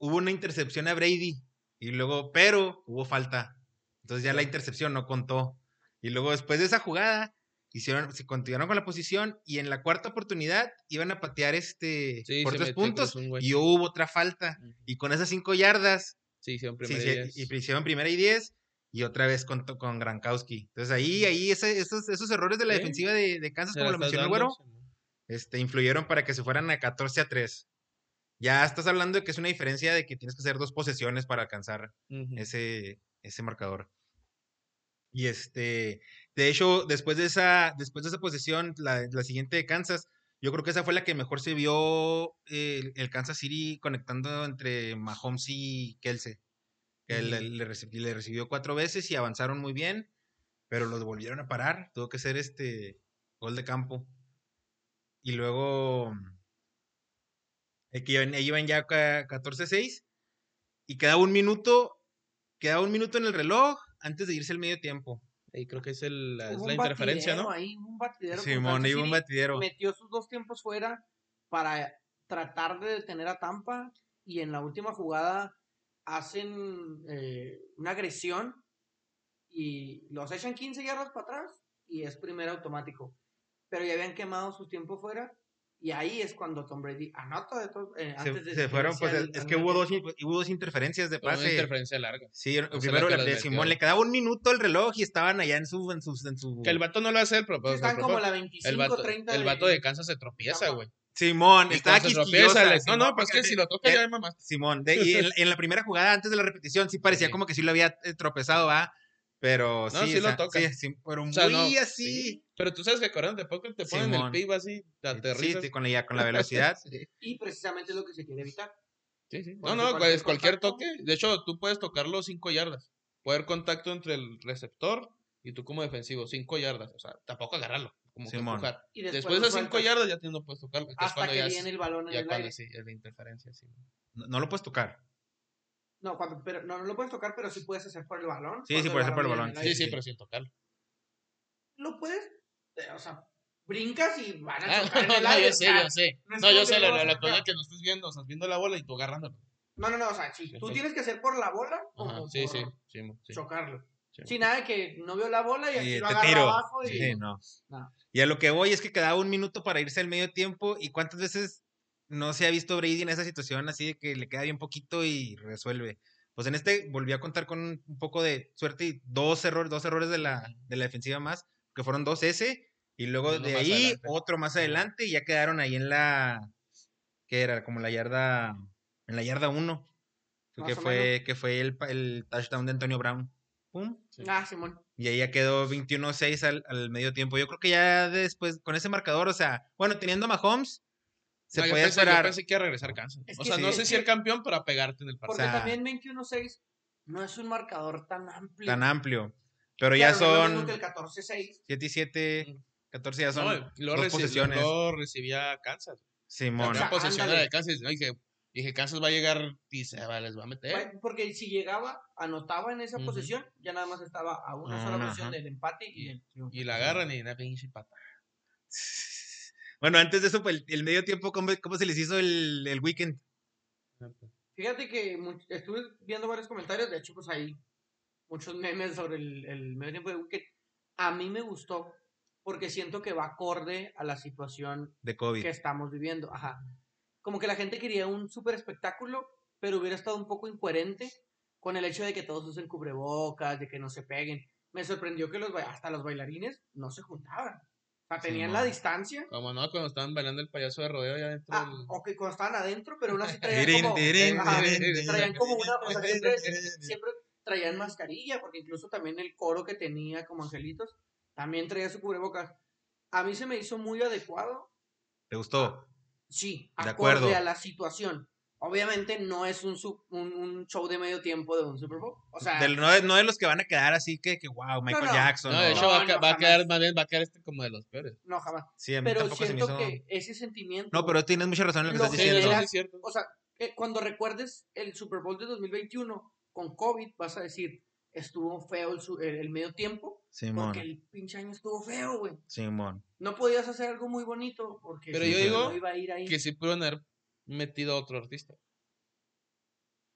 A: hubo una intercepción a Brady y luego, pero hubo falta. Entonces ya la intercepción no contó. Y luego después de esa jugada hicieron se continuaron con la posición y en la cuarta oportunidad iban a patear este
C: Sí, se
A: por tres
C: metió,
A: puntos
C: cruzó un güey.
A: y hubo otra falta. Y con esas cinco yardas
C: Sí, hicieron
A: se
C: primero.
A: hici- y hicieron primera y diez y otra vez con, con Gronkowski. Entonces ahí, ahí ese- esos, esos errores de la
C: Sí.
A: defensiva de, de Kansas, como lo mencionó el güero, este, influyeron para que se fueran a 14 a 3. Ya estás hablando de que es una diferencia de que tienes que hacer dos posesiones para alcanzar ese, ese marcador. Y este, de hecho, después de esa, después de esa posesión, la, la siguiente de Kansas, yo creo que esa fue la que mejor se vio el, el Kansas City conectando entre Mahomes y Kelsey. Que le,
C: Ujú.
A: le reci- le recibió cuatro veces y avanzaron muy bien, pero los volvieron a parar. Tuvo que ser este gol de campo. Y luego eh, que iban, iban ya ca- 14-6 y quedaba un minuto, quedaba un minuto en el reloj antes de irse el medio tiempo.
C: Ahí creo que es, el, la- es
B: Hubo
C: la
B: un
C: interferencia,
B: batidero
C: ¿no?
B: Ahí, hubo un batidero con
A: Simón,
B: Kansas
A: iba un
B: City.
A: batidero.
B: metió sus dos tiempos fuera para tratar de detener a Tampa y en la última jugada hacen eh, una agresión y los echan 15 yardas para atrás y es primero automático. Pero ya habían quemado su tiempo fuera y ahí es cuando Tom Brady anota de todo, eh,
A: Se,
B: antes de
A: se fueron,
B: irse
A: pues
B: al-
A: es- es
B: al
A: que hubo
B: medio
A: dos,
B: tiempo.
A: in- hubo dos interferencias de
C: Una
A: pase.
C: interferencia larga.
A: Sí, el-
C: sea, la
A: primero
C: que
A: la
C: las
A: de
C: metió.
A: Simón le quedaba un minuto el reloj y estaban allá en su, en sus, en su...
C: Que el vato no lo hace el propio.
A: pues,
B: Sí, están como la
C: pues, el
B: 25,
C: vato,
B: 30
C: el vato de Kansas se tropieza,
B: Tampa.
C: güey.
A: Simón,
C: Y
A: estaba
C: cuando se tropieza,
A: quisquillosa.
C: le- No,
A: Simón,
C: no, pues
A: porque
C: que si lo toca
A: eh,
C: ya de mamá.
A: Simón, de- y en, en la primera jugada antes de la repetición sí parecía
C: Sí.
A: como que sí lo había eh, tropezado, va, pero sí,
C: No, sí
A: o
C: lo
A: sea,
C: toca.
A: sí, sí, pero muy
C: O sea, no,
A: así.
C: Pero tú sabes que corriendo de poco te ponen
A: Simón.
C: el piba así, te
A: Sí,
C: aterrizas.
A: sí, con la, ya con la velocidad.
C: Sí,
B: Y precisamente es lo que se quiere evitar.
C: sí, sí. No,
B: Porque
C: no,
B: cualquier
C: pues, cualquier
B: contacto-
C: toque. De hecho, tú puedes tocarlo 5 yardas. Puede haber contacto entre el receptor Y tú como defensivo, cinco yardas. O sea, tampoco agarrarlo. Como que
A: Simón.
C: empujar.
B: Y
C: Después,
B: lo
C: de esas cinco
B: sueltas
C: yardas ya no puedes tocarlo. que es
B: Hasta
C: cuando
B: que
C: ya es-
B: viene el balón en
C: ya
B: el
C: cuando
B: aire.
C: sí, es la interferencia. Sí.
A: No, no lo puedes tocar.
B: No, cuando, pero, no, no lo puedes tocar, pero sí puedes hacer por el balón.
A: Sí, sí,
B: cuando
A: puedes hacer por el
B: viene
A: balón,
B: en
A: Ahí
C: sí,
B: aire.
C: sí,
A: sí.
C: pero sin tocarlo.
B: Lo puedes, eh, o sea, brincas y van a
C: Ah,
B: chocar en
C: no,
B: el
C: no,
B: aire,
C: yo
B: o
C: sé,
B: sea,
C: yo sé.
B: no es
C: No,
B: como
C: yo
B: que
C: sé,
B: lo
C: la,
B: vas a
C: la, la
B: sacar.
C: cosa que no estás viendo, o sea, estás viendo la bola y tú agarrándolo.
B: No, no, no, o sea, si
C: Sí,
B: tú
C: sí.
B: tienes que hacer por la bola o
C: Ajá,
B: por
C: sí, sí, sí, sí,
B: chocarlo.
C: sí.
B: Sin nada de que no vio la bola y aquí
A: Y
B: lo
A: te
B: agarra
A: tiro.
B: abajo y
A: Sí, no.
B: No.
A: Y a lo que voy es que quedaba un minuto para irse al medio tiempo. ¿Y cuántas veces no se ha visto Brady en esa situación así de que le queda bien poquito y resuelve? Pues en este volvió a contar con un un poco de suerte y dos errores, dos errores de la, de la defensiva más, que fueron dos ese, y luego
C: Uno
A: de
C: más
A: ahí
C: adelante.
A: otro más adelante, y ya quedaron ahí en la, que era como la yarda, en la yarda uno,
B: Más
A: que
B: o
A: fue, que fue el, pa- el touchdown de Antonio Brown. Pum,
C: Sí.
B: Ah, Simón.
A: y ahí ya quedó 21-6 al, al medio tiempo. Yo creo que ya después, con ese marcador, o sea, bueno, teniendo a Mahomes, se
C: No, yo
A: puede
C: pensé- yo
A: esperar.
C: pensé que iba a regresar Kansas.
B: Es
C: O
B: que
C: sea,
A: sí,
C: no
A: es
C: sé si
B: que-
C: el campeón para pegarte en el
B: Porque
C: partido.
A: sea,
B: también 21-6 no es un marcador tan amplio.
A: Tan amplio. Pero ya
B: Claro, no es lo mismo
A: son
B: que el 14-6.
A: 7 y 7, 14 ya son
C: No, y luego
A: dos
C: recibió-
A: posesiones.
C: luego recibía a Kansas. La
A: Simón.
C: primera
B: O sea,
C: posesión era
B: ándale.
C: de Kansas. ¿no? Y dije, dije, Kansas va a llegar y se va, les va a meter.
B: Bueno, Porque si llegaba, anotaba en esa
C: ¿Eh? Ujú.
B: posición, ya nada más estaba a una
A: Ah,
B: sola
A: ajá.
B: posición del empate y del triunfo.
C: Y la agarran y una pinche pata.
A: Bueno, antes de eso, pues, el, el medio tiempo, ¿cómo, cómo se les hizo el, el weekend?
B: Fíjate que mu- estuve viendo varios comentarios, de hecho, pues hay muchos memes sobre el, el medio tiempo de Wicked. A mí me gustó porque siento que va acorde a la situación
A: de COVID?
B: que estamos viviendo. Ajá. Como que la gente quería un super espectáculo, pero hubiera estado un poco incoherente con el hecho de que todos usen cubrebocas, de que no se peguen. Me sorprendió que los, ba- hasta los bailarines no se juntaban. O sea, tenían la
A: Simón.
B: distancia.
C: Como no, cuando estaban bailando el payaso de rodeo allá adentro.
B: Ah,
C: del-
B: o que cuando estaban adentro, pero aún así traían
A: Tirín,
B: como... ah,
A: tirín,
B: ajá,
A: tirín, tirín.
B: traían como una, o sea, siempre, siempre traían mascarilla, porque incluso también el coro que tenía como angelitos, también traía su cubrebocas. A mí se me hizo muy adecuado,
A: ¿Te gustó?
B: sí,
A: De
B: acorde
A: acuerdo.
B: a la situación. Obviamente no es un, su- un, un show de medio tiempo de un Super Bowl. O sea,
A: Del- no, de, no de los que van a quedar así que, que wow, Michael
B: no.
A: Jackson.
C: no,
A: o-
C: de hecho va, a
B: No,
C: ca-
B: no,
C: va a
B: jamás.
C: quedar más bien, va a quedar este como de los peores.
B: no, jamás.
A: sí, a mí
B: Pero
A: tampoco se me
B: siento
A: hizo-
B: que ese sentimiento...
A: No, pero tienes mucha razón en lo que
B: Lo
A: estás
B: que
A: diciendo.
B: era-
C: es cierto.
B: O sea, que cuando recuerdes el Super Bowl de 2021 con COVID, vas a decir, estuvo feo el, su- el- el medio tiempo, porque
A: Simón,
B: el pinche año estuvo feo, güey.
A: Simón.
B: No podías hacer algo muy bonito porque
C: Pero
A: yo
B: no
C: digo
B: iba a ir ahí.
C: Que sí pudieron haber metido a otro artista.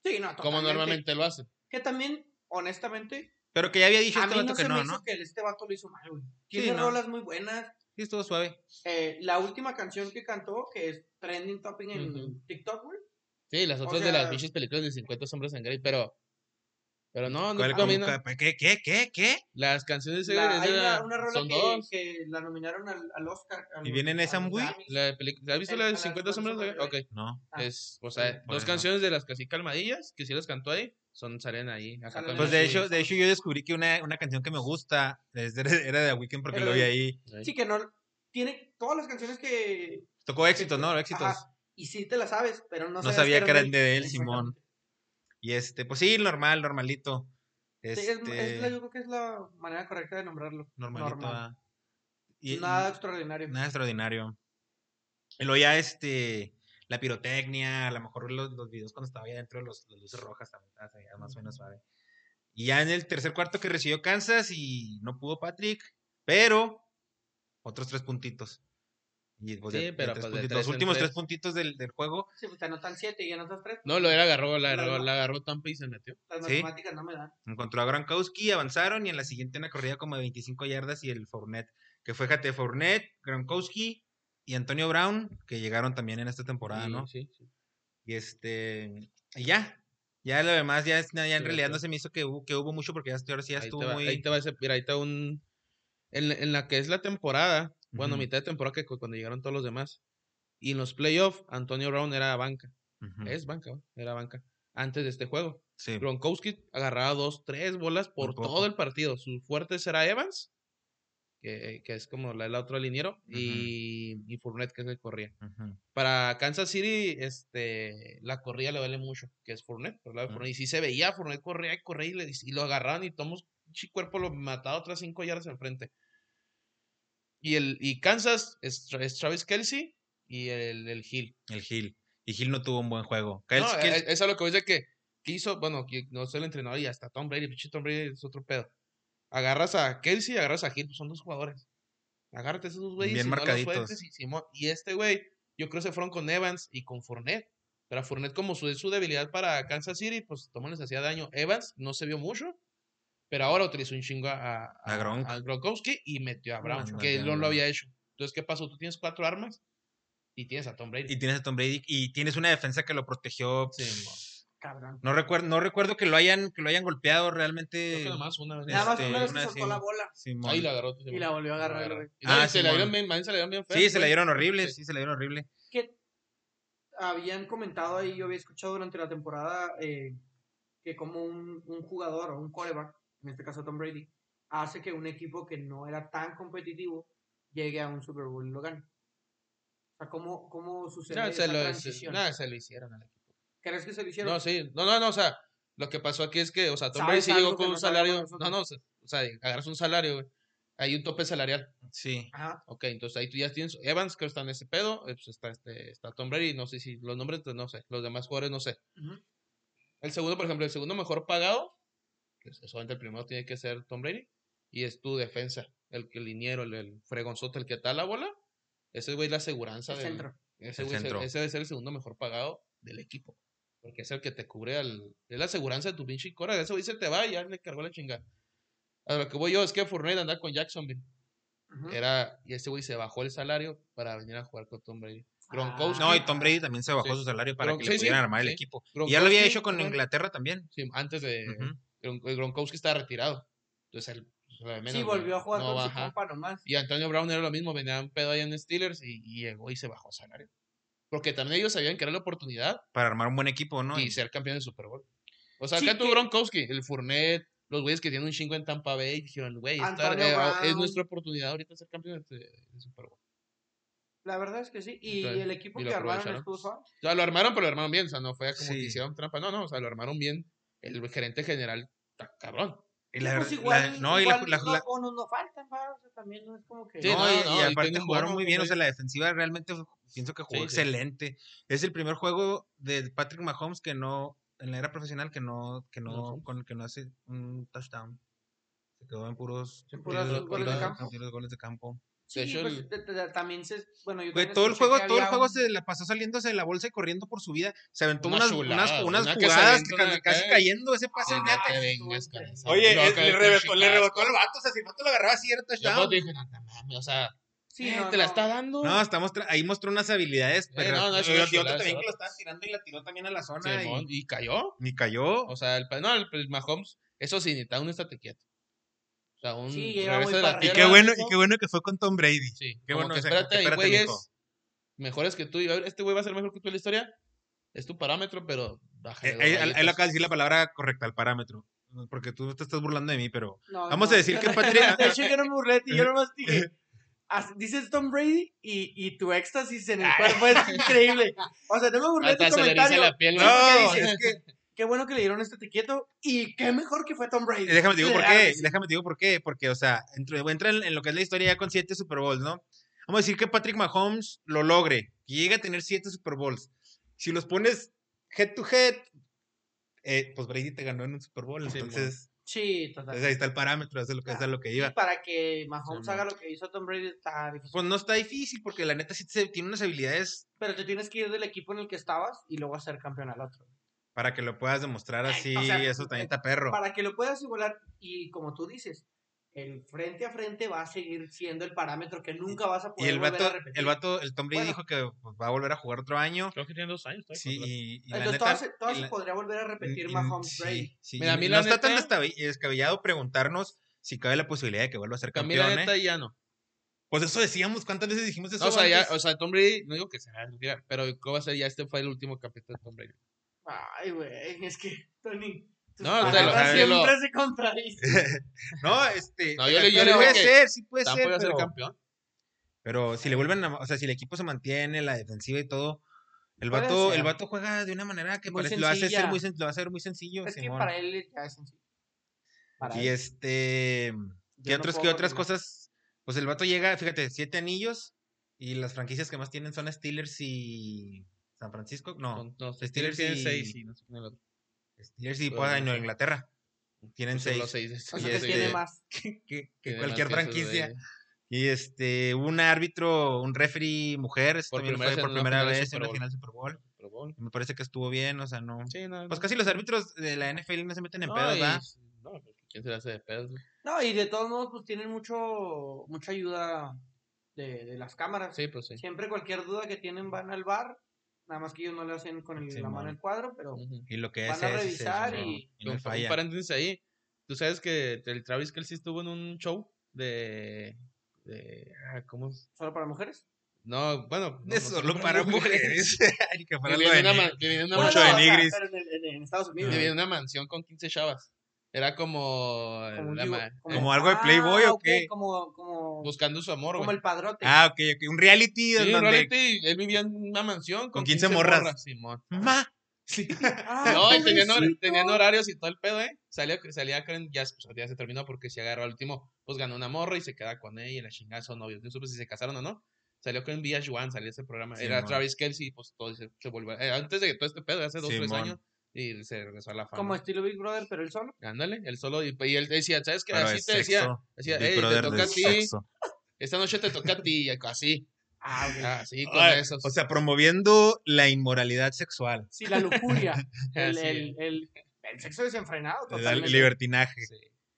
B: sí, no,
C: Como
B: totalmente.
C: normalmente lo hacen.
B: Que también, honestamente,
A: Pero que ya había dicho
B: a
A: este
B: mí
A: vato
B: no
A: que
B: se me
A: no,
B: hizo
A: ¿no?
B: que el- este vato lo hizo mal, güey. Tiene
A: no.
B: rolas muy buenas.
A: Sí, estuvo suave.
B: Eh, la última canción que cantó, que es Trending Topping en
C: Ujú.
B: TikTok, güey.
C: Sí, las
B: O
C: otras de las
B: sea-
C: bichas películas de 50 sombras en Grey, pero. Pero no, no
A: ¿Cuál- cómo-
C: dominan.
A: cua- ¿Qué, qué, qué, qué?
C: Las canciones de
B: La- hay
C: de la-
B: una, una rola
C: son
B: que,
C: dos.
B: que la nominaron al, al Oscar. al-
A: ¿Y viene en
B: a
A: esa
B: los
A: movie?
B: Grammys.
C: La de peli- ¿Has visto
B: El-
C: la
B: a
C: de
B: las
C: 50 sombras de Grey?
B: sombras de
C: Ok.
A: No.
B: Ah,
C: Es, o sea,
A: por
C: dos
A: eso.
C: canciones de las casi calmadillas, que sí las cantó ahí, son salen ahí. acá
B: Salen
C: con
B: ahí.
A: Pues
C: el-
A: de
B: sí,
A: hecho, de
B: sí.
A: hecho yo descubrí que una, una canción que me gusta es de- era de The Weeknd porque
B: Era
A: lo
B: de-
A: vi ahí.
C: ahí.
B: Sí, que no. Tiene todas las canciones que.
A: Tocó éxitos, ¿no? Éxitos.
B: Ajá, y sí te las sabes, pero
A: No
B: no, sabías
A: sabía que eran de él,
B: Exactamente.
A: Simón. Y este, pues sí, normal, normalito.
B: Sí,
A: Este,
B: es- es la- yo creo que es la manera correcta de nombrarlo.
A: normalito.
B: normal.
A: ah. Y- y-
B: Nada extraordinario.
A: Nada extraordinario. Y luego ya este, la pirotecnia, a lo mejor los, los videos cuando estaba ahí adentro, los, las luces rojas también, estaban así, ya más o menos suave. Y ya en el tercer cuarto que recibió Kansas y no pudo Patrick, pero otros tres puntitos. Y pues ya-
C: Sí,
A: ya
C: pero,
A: tres
C: pues, de
A: puntitos,
C: tres
A: los
C: en
A: últimos tres
C: tres.
A: puntitos del, del juego.
B: Sí, pues te anotan 7 y anotas 3.
C: No, lo era, agarró, la agarró,
B: La-
C: la agarró Tampa y se metió.
B: Las
A: Sí.
B: matemáticas no me dan.
A: Encontró a Gronkowski, avanzaron y en la siguiente una corrida como de 25 yardas y el Fournette, que fue Jate Fournette, Gronkowski y Antonio Brown, que llegaron también en esta temporada,
C: Y-
A: ¿no?
C: Sí, sí.
A: Y este, y ya. Ya lo demás, ya, es- ya en
C: Sí,
A: realidad no
C: está.
A: se me hizo que hubo, que hubo mucho porque ya, estoy- ahora sí ya
C: ahí
A: estuvo
C: te va,
A: muy.
C: ahí te va ese, mira, ahí te va un... En, la- en la que es la temporada, bueno,
A: Ujú.
C: mitad de temporada que cu- cuando llegaron todos los demás. Y en los playoffs, Antonio Brown era banca.
A: Ujú,
C: Es banca, ¿va? era banca. Antes de este juego.
A: Sí.
C: Gronkowski agarraba dos, tres bolas
A: Por
C: por
A: poco.
C: todo el partido. Su fuerte será Evans, que, que es como la, la otra liniero, y, y Fournette, que es el corría.
A: ujú,
C: Para Kansas City, este, la corrida le vale mucho, que es Fournette. por el lado de
A: Ujú.
C: Fournette. Y sí se veía, Fournette corría y corría y, le- y lo agarraban y tomos pinche cuerpo lo mataba otras cinco yardas enfrente. Y, el, y Kansas es, Tra- es Travis Kelsey y el, el Hill.
A: El Gil. Y Gil no tuvo un buen juego.
C: No,
A: Kels- Kels-
C: e- eso es lo que voy a decir que, que hizo, bueno, que no soy el entrenador y hasta Tom Brady, pinche Tom Brady es otro pedo. Agarras a Kelsey y agarras a Hill, pues son dos jugadores. Agárrate a esos dos güeyes
A: Bien
C: y no los
A: marcaditos.
C: sueltes, y, Simón- y este güey, yo creo que se fueron con Evans y con Fournette. Pero a Fournette, como su, es su debilidad para Kansas City, pues Tomás les hacía daño. Evans no se vio mucho, pero ahora utilizó un chingo a, a,
A: A Gronk.
C: a Gronkowski y metió a Brown,
A: Metió
C: que
A: a
C: no
A: Brown.
C: lo había hecho. Entonces, ¿qué pasó? Tú tienes cuatro armas y tienes a Tom Brady.
A: y tienes a Tom Brady y tienes una defensa que lo protegió.
C: Simón.
B: Cabrón.
A: No recuerdo, no recuerdo que lo hayan, que lo hayan golpeado
C: Creo
A: realmente.
C: que nada más una vez.
B: Nada más
A: Este,
B: una vez
A: una
B: que
A: vez
B: soltó
A: sí.
B: la bola
A: Simón.
C: Ahí la agarró. Simón.
B: y la volvió a agarrar. el güey.
C: Y no,
A: Ah,
C: y se la dieron
A: Simón.
C: bien, man, se la dieron bien feo,
A: Sí, se la
C: güey.
A: dieron horrible,
C: Sí.
A: sí, se la dieron horrible.
B: que habían comentado ahí, yo había escuchado durante la temporada eh, que como un, un jugador o un coreback, en este caso Tom Brady, hace que un equipo que no era tan competitivo llegue a un Super Bowl y lo gane. O sea, ¿cómo, cómo sucede
C: No,
B: esa
C: se lo, se,
B: transición?
C: no, se lo hicieron al equipo.
B: ¿Crees que se lo hicieron?
C: No, sí. No, no, no, o sea, lo que pasó aquí es que, o sea, Tom Brady
B: ¿Sabes
C: sí llegó
B: algo que
C: con un
B: no sabemos
C: salario. No,
B: nosotros?
C: no, o sea, o sea, agarras un salario, güey. Hay un tope salarial.
A: Sí.
B: Ajá.
C: Ok, entonces ahí tú ya tienes Evans, que está en ese pedo. eh, pues está, este, está Tom Brady, no sé si los nombres, pues, no sé. Los demás jugadores, no sé.
B: Ujú.
C: El segundo, por ejemplo, el segundo mejor pagado, que es- solamente el primero tiene que ser Tom Brady, y es tu defensa, el que liniero, el, el fregonzote, el que está la bola. Ese güey es la aseguranza
B: El
C: del-
B: centro.
C: Ese,
A: El
C: güey es el-
A: centro.
C: ese debe ser el segundo mejor pagado del equipo. Porque es el que te cubre al. Es la aseguranza de tu pinche cora. Ese güey se te va y ya le cargó la chingada. A lo que voy yo es que Fournette andaba con Jacksonville.
B: Ujú.
C: Era, y ese güey se bajó el salario para venir a jugar con Tom Brady.
B: Ah.
C: Gronkowski.
A: No, y Tom Brady también se bajó
C: Sí.
A: su salario para
C: Gronk-
A: que
C: sí,
A: le
C: sí,
A: pudieran armar el
C: sí. Eh,
A: equipo. Y ya lo había
C: Gronkowski,
A: hecho con
C: ajá.
A: Inglaterra también.
C: Sí, antes de.
A: Ujú.
C: Gron- el Gronkowski estaba retirado. Entonces el. lo de menos,
B: sí,
C: güey,
B: volvió a jugar
C: no
B: con su
C: baja.
B: compa nomás.
C: Y Antonio Brown era lo mismo, venía un pedo ahí en Steelers y, y llegó y se bajó el salario. Porque también ellos sabían que era la oportunidad
A: Para armar un buen equipo, ¿no?
C: y
A: Y-
C: ser campeón del Super Bowl. O sea,
B: Sí,
C: acá tu
B: que-
C: Gronkowski, el Fournette, los güeyes que tienen un chingo en Tampa Bay, dijeron, güey, esta-
B: Antonio
C: eh, ah, es
B: Brown.
C: nuestra oportunidad ahorita de ser campeón del del Super Bowl.
B: La verdad es que sí. Y
C: Entonces,
B: el equipo
C: y lo
B: que armaron
C: aprovecharon.
B: estuvo suave.
C: O sea, lo armaron, pero lo armaron bien. O sea, no fue como que
A: Sí.
C: hicieron trampa. No, no, o sea, lo armaron bien. El gerente general, ta- cabrón.
A: y
B: Sí,
A: la
B: pues
A: verdad-
B: igual,
A: la- no, y la-
B: igual
A: la-
B: los
A: la-
B: bonos no faltan, va, o sea, también no es como que...
C: Sí,
A: no,
C: no,
A: y-
C: no,
A: y
C: y
A: aparte
C: tiene un
A: jugaron
C: bono,
A: muy bien. O sea,
C: güey.
A: la defensiva realmente fu- pienso que jugó
C: Sí, sí.
A: excelente. Es el primer juego de Patrick Mahomes que no, en la era profesional, que no, que
C: No,
A: no,
C: sí.
A: con el que no hace un touchdown. Se quedó en puros,
B: En puros
A: tiros-
B: goles de
A: tiros-
B: campo.
A: tiros- goles de campo.
B: Sí,
C: De hecho,
B: pues,
C: el-
B: te- te- también se... Bueno, yo
A: Güey,
B: también
A: todo
C: este
A: el
B: escuché
A: juego,
B: que
A: todo el
B: había
A: juego
B: un-
A: se la pasó saliéndose de la bolsa y corriendo por su vida. Se aventó
C: Una
A: unas,
C: chulada,
A: unas,
C: güey,
A: unas
C: una que se
A: jugadas
C: aventó
A: que
C: una
A: ca-
C: acá
A: casi
C: y-
A: cayendo ese pase. neta.
C: Sí, no te
B: estuvo
C: vengas con
B: increíble.
C: esa.
A: Oye,
C: Y luego
A: eh,
C: acá
A: le,
C: el
A: rebotó, le
C: pinche
A: rebotó
C: casco.
A: el vato, o sea, si no te lo agarraba así era
C: Yo
A: touchdown.
C: cuando dije, no, no mames, o sea,
B: Sí,
C: eh,
B: no,
C: te la
B: no.
C: está dando.
A: No, estamos tra- ahí mostró unas habilidades, pero
C: Eh, no, no, es
A: pero
C: una
A: el tío
C: chulada,
A: también
C: ese
A: que lo estaban tirando y la tiró también a la zona
C: Simón,
A: y,
C: y cayó.
A: y cayó.
C: O sea, el, pa- no, el, el Mahomes, eso sí, necesita un estate quieto. O sea, un
B: Sí, iba
C: regreso
B: muy
C: de la
B: para arriba.
C: tierra.
B: Y qué
C: mijo.
A: bueno que fue con Tom Brady.
C: Sí,
A: qué
C: como
A: bueno,
C: que
A: o sea, como que
C: espérate, hay
A: espérate,
C: güeyes
A: mijo.
C: mejores que tú. Y a ver, este güey va a ser mejor que tú en la historia. Es tu parámetro, pero bájale.
A: Eh,
C: dos
A: ahí- ahí
C: rayitas.
A: le acaba de decir la palabra correcta, el parámetro. Porque tú te estás burlando de mí, pero.
B: No,
A: Vamos
B: no,
A: a decir
B: yo
A: que ah,
B: no-
A: Patrick-
B: De hecho, yo no me burlé de ti, yo nomás dije... "As- Dices Tom Brady y, y tu éxtasis en el
A: Ah.
B: cuerpo es increíble. O sea, no me burlé de
C: Hasta
B: tu
C: se le eriza
B: comentario.
C: la piel.
B: Sí,
A: No,
B: porque
C: güey.
B: dices,
A: es que.
B: Qué bueno que le dieron este etiqueto y qué mejor que fue Tom Brady.
A: Déjame te digo por
B: Claro que
A: qué.
B: sí.
A: Déjame te digo por qué. Porque, o sea, entro- entra en, en lo que es la historia ya con siete Super Bowls, ¿no? Vamos a decir que Patrick Mahomes lo logre, que llegue a tener siete Super Bowls. Si los pones head to head, eh, pues Brady te ganó en un Super Bowl.
C: Sí, mon.
A: Entonces.
B: Sí, total.
A: Entonces ahí está el parámetro, eso es lo que, eso es lo que
B: Y
A: iba.
B: para que Mahomes
C: Sí,
B: haga lo que hizo Tom Brady está difícil.
A: Pues no está difícil, porque la neta sí se- tiene unas habilidades
B: Pero te tienes que ir del equipo en el que estabas y luego hacer campeón al otro.
A: para que lo puedas demostrar
C: Eh,
A: así,
B: o sea,
A: eso también está perro.
B: Para que lo puedas igualar y como tú dices, el frente a frente va a seguir siendo el parámetro que nunca vas a
A: Y
B: poder
A: el
B: volver
A: vato,
B: a repetir.
A: el vato, el Tom Brady
B: Bueno.
A: dijo que pues, va a volver a jugar otro año.
C: Creo que tiene dos años. todavía,
A: Sí,
C: cuatro años.
A: y, y la
B: Entonces
A: neta...
B: todo, se, todo
A: y
B: se
A: la-
B: podría volver a repetir
A: y- y-
B: Mahomes
A: sí,
B: Brady.
A: sí,
C: Mira,
A: y
C: a mí
A: no
C: la
A: está tan
C: neta-
A: descabe- descabellado preguntarnos si cabe la posibilidad de que vuelva a ser
C: También la
A: campeón.
C: neta
A: ¿eh?
C: ya no.
A: Pues eso decíamos, ¿cuántas veces dijimos eso?
C: No, o, sea, ya,
A: antes?
C: o sea, Tom Brady, no digo que se va a retirar, pero ¿cómo va a ser? Ya este fue el último capítulo de Tom Brady.
B: Ay, güey, es que, Tony, tus
C: No,
A: te lo-
B: palabras
C: te lo-
B: siempre se contradicen.
A: no, este...
C: No, yo le- yo
A: pero
C: le digo
A: puede
C: que
A: ser, sí puede
C: Tampoco
A: ser,
C: va a ser
A: pero...
C: campeón.
A: Pero si le vuelven a, o sea, si el equipo se mantiene, la defensiva y todo, el
B: Puede
A: vato, el
B: ser.
A: vato juega de una manera que
B: Muy
A: parece, lo hace ser
B: sencilla.
A: muy sen- lo hace ser muy sencillo,
B: Es que
A: Simón.
B: para él ya es sencillo. para
A: Y
B: él.
A: este. ¿Qué,
B: Yo no
A: otros,
B: puedo
A: qué otras
B: opinar.
A: cosas? Pues el vato llega, fíjate, siete anillos. Y las franquicias que más tienen son Steelers y. San Francisco. No,
C: Son- no,
A: Steelers
C: Steelers tiene
A: y-
C: seis y no sé quién el otro.
A: Steelers y
C: Pero-
A: Nueva Inglaterra. Tienen
C: Pues son
A: seis.
C: los seis. de
A: y
B: O sea, que
C: Steelers,
A: este-
B: tiene
C: güey.
B: más.
A: Que, que
C: Tiene más
A: cualquier
C: que esos,
A: franquicia.
C: güey.
A: Y este, un árbitro, un referee mujer, eso
C: Por
A: también
C: primera
A: fue
C: vez
A: por
C: en una
A: primera
C: final de
A: vez
C: Super
A: en la
C: Bowl.
A: final de Super Bowl.
C: Pro Bowl.
A: Me parece que estuvo bien, o sea, no.
C: Sí, no,
A: Pues
C: no.
A: casi los árbitros de la NFL no se meten en
C: No,
A: pedos,
C: y-
A: ¿va?
C: No, pues, ¿quién se le hace de pedos? güey?
B: No, y de todos modos, pues tienen mucho, mucha ayuda de, de las cámaras.
C: Sí, pues sí.
B: Siempre cualquier duda que tienen van al bar. Nada más que ellos no le hacen con el- la mano
A: Simón.
B: el cuadro, pero
C: Ujú.
A: Y lo que
B: Van
A: es
B: a
A: es, es,
B: revisar
A: no,
B: y-
A: no
C: Un- Un
A: falla.
C: paréntesis ahí. Tú sabes que el Travis Kelsey estuvo en un show de. de ah, ¿Cómo? es?
B: solo para mujeres.
C: No, bueno. no, no
A: Es
C: sé,
A: solo para mujeres. Ay, que
C: Que
A: para lo
C: viene
A: de
C: una,
A: negro.
C: ma- que viene una
A: Mucho
C: mansión-
A: de
B: o sea,
A: nigris.
B: pero en, el- en- en Estados Unidos.
C: que viene una mansión con 15 chavas. Era como.
B: Como un
C: la
B: divo-
C: ma- eh,
A: ¿Como algo de Playboy o
B: ok,
A: qué? Pues,
B: Como, como,
C: buscando su amor,
B: como
C: güey.
B: el padrote.
A: Ah, ok, ok. Un reality
C: Sí,
A: en donde.
C: realmente, él vivía en una mansión con,
A: Con 15 morras.
C: Simón.
A: Ma,
B: Ah,
C: No, y tenían, hor-
B: pobrecito.
C: tenían horarios y todo el pedo, ¿eh? Salía, salía Karen, ya, pues, ya se terminó porque se agarró al último, pues ganó una morra y se queda con ella y la chingada son novios. No supe si se casaron o no. Salió Karen Juan, salió ese programa.
A: Sí,
C: Era
A: mon.
C: Travis Kelsey, pues todo se, se volvió. eh, antes de que todo este pedo, hace dos,
A: Sí,
C: tres
A: mon.
C: años, y se regresó a la fama.
B: Como estilo Big Brother, pero él solo.
C: Ándale, él solo, y, y él decía, ¿sabes qué?
A: pero
C: Así
A: de
C: te decía,
A: sexo.
C: decía,
A: Big
C: "Ey, te
A: Brother
C: toca
A: de
C: a ti".
A: sexo.
C: esta noche te toca a ti, y así,
B: Ah, ok.
C: así, con
A: Ay,
C: esos.
A: O sea, promoviendo la inmoralidad sexual,
B: Sí, la lujuria. el,
C: Así,
B: el, el, el sexo desenfrenado.
A: el
B: Totalmente.
A: libertinaje,
C: sí.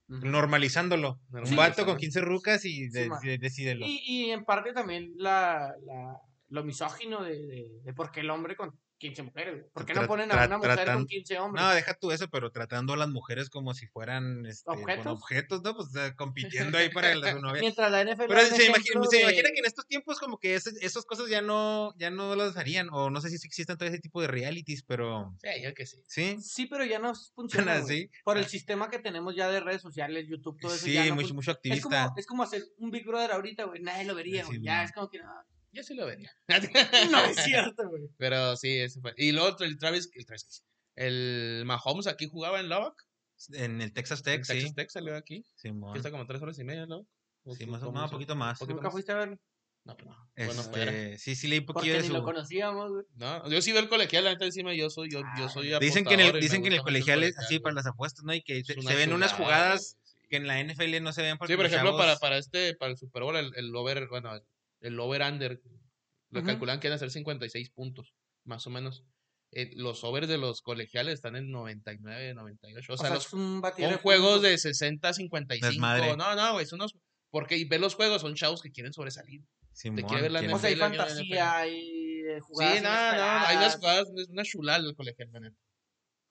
B: Ujú.
A: normalizándolo. Un
C: Normalizando.
A: vato con 15 rucas y de-
B: ma.
A: de- decídelo.
B: Y, y en parte también la, la- lo misógino de, de, de por qué el hombre con 15 mujeres. güey. ¿Por qué no
A: Pues Tra-
B: ponen a
A: tra-
B: una mujer con
A: tratan-
B: 15 hombres?
A: No, deja tú eso, pero tratando a las mujeres como si fueran este, bueno,
B: ¿Objetos?
A: objetos, ¿no? Pues o sea, compitiendo ahí para la su
C: Pues,
A: novia.
B: Mientras la NFL.
A: Pero
B: da un
A: se imagina,
B: ejemplo
A: se
B: de-
A: imagina que en estos tiempos como que ese- esas cosas ya no, ya no las harían, o no sé si existen todo ese tipo de realities, pero
C: Sí, yo que Ah. sí.
A: sí,
B: Sí, pero ya no funciona.
A: suena
B: güey.
A: así.
B: Por el sistema que tenemos ya de redes sociales, YouTube, todo eso.
A: Sí,
B: ya no
A: mucho,
B: fun-
A: mucho
B: es como,
A: activista.
B: es como hacer un Big Brother ahorita, güey. Nadie lo vería,
A: Sí,
B: güey.
A: no.
B: Ya es como que no,
C: Yo sí lo vería.
B: no es cierto, güey.
C: Pero sí, ese fue. Y luego el Travis, el Travis, el Mahomes aquí jugaba en Lubbock.
A: En el Texas
C: en
A: Tech, sí.
C: Texas Tech salió aquí.
A: Simón.
C: Que está como tres horas y media, ¿no? ¿O
A: Sí,
C: tú
A: más o-
C: cómo
A: no,
C: se-
A: poquito más.
C: poquito
B: Nunca
C: más?
B: fuiste a verlo.
C: No, pues no. Bueno,
A: Este,
C: fuera.
A: sí, sí leí un poquillo
B: Porque
A: de
B: ni lo
A: su...
B: conocíamos, güey.
C: No, yo sí veo el colegial, la neta encima yo soy, yo, yo soy
A: Dicen que en el,
C: apostador y me
A: dicen que en el
C: gusta mucho
A: colegial es así
C: colegial,
A: para
C: güey.
A: las apuestas, ¿no? Y que
C: Es
A: se,
C: una
A: se ven unas
C: chulada, güey,
A: jugadas
C: sí.
A: que en la NFL no se ven porque
C: Sí, por
A: los
C: ejemplo, para,
A: chavos-
C: para este, para el Super Bowl, el, el over, bueno, el over under, lo
B: Ujú.
C: calculan que van a ser 56 puntos, más o menos. Eh, los overs de los colegiales están en 99, 98. O sea, los
B: es un batidero
C: Son
B: de
C: juegos
B: puntos.
C: de 60, 55.
A: Desmadre.
C: No, no, güey, son unos. Porque y ve los juegos, son chavos que quieren sobresalir.
A: Simón,
C: quiere ver la
A: ¿quién-
B: O sea, hay
C: NFL, yo en
B: fantasía, hay eh, jugadas.
C: sí, no, no, hay unas
B: inesperadas.
C: jugadas, es una chulada el colegial, la neta.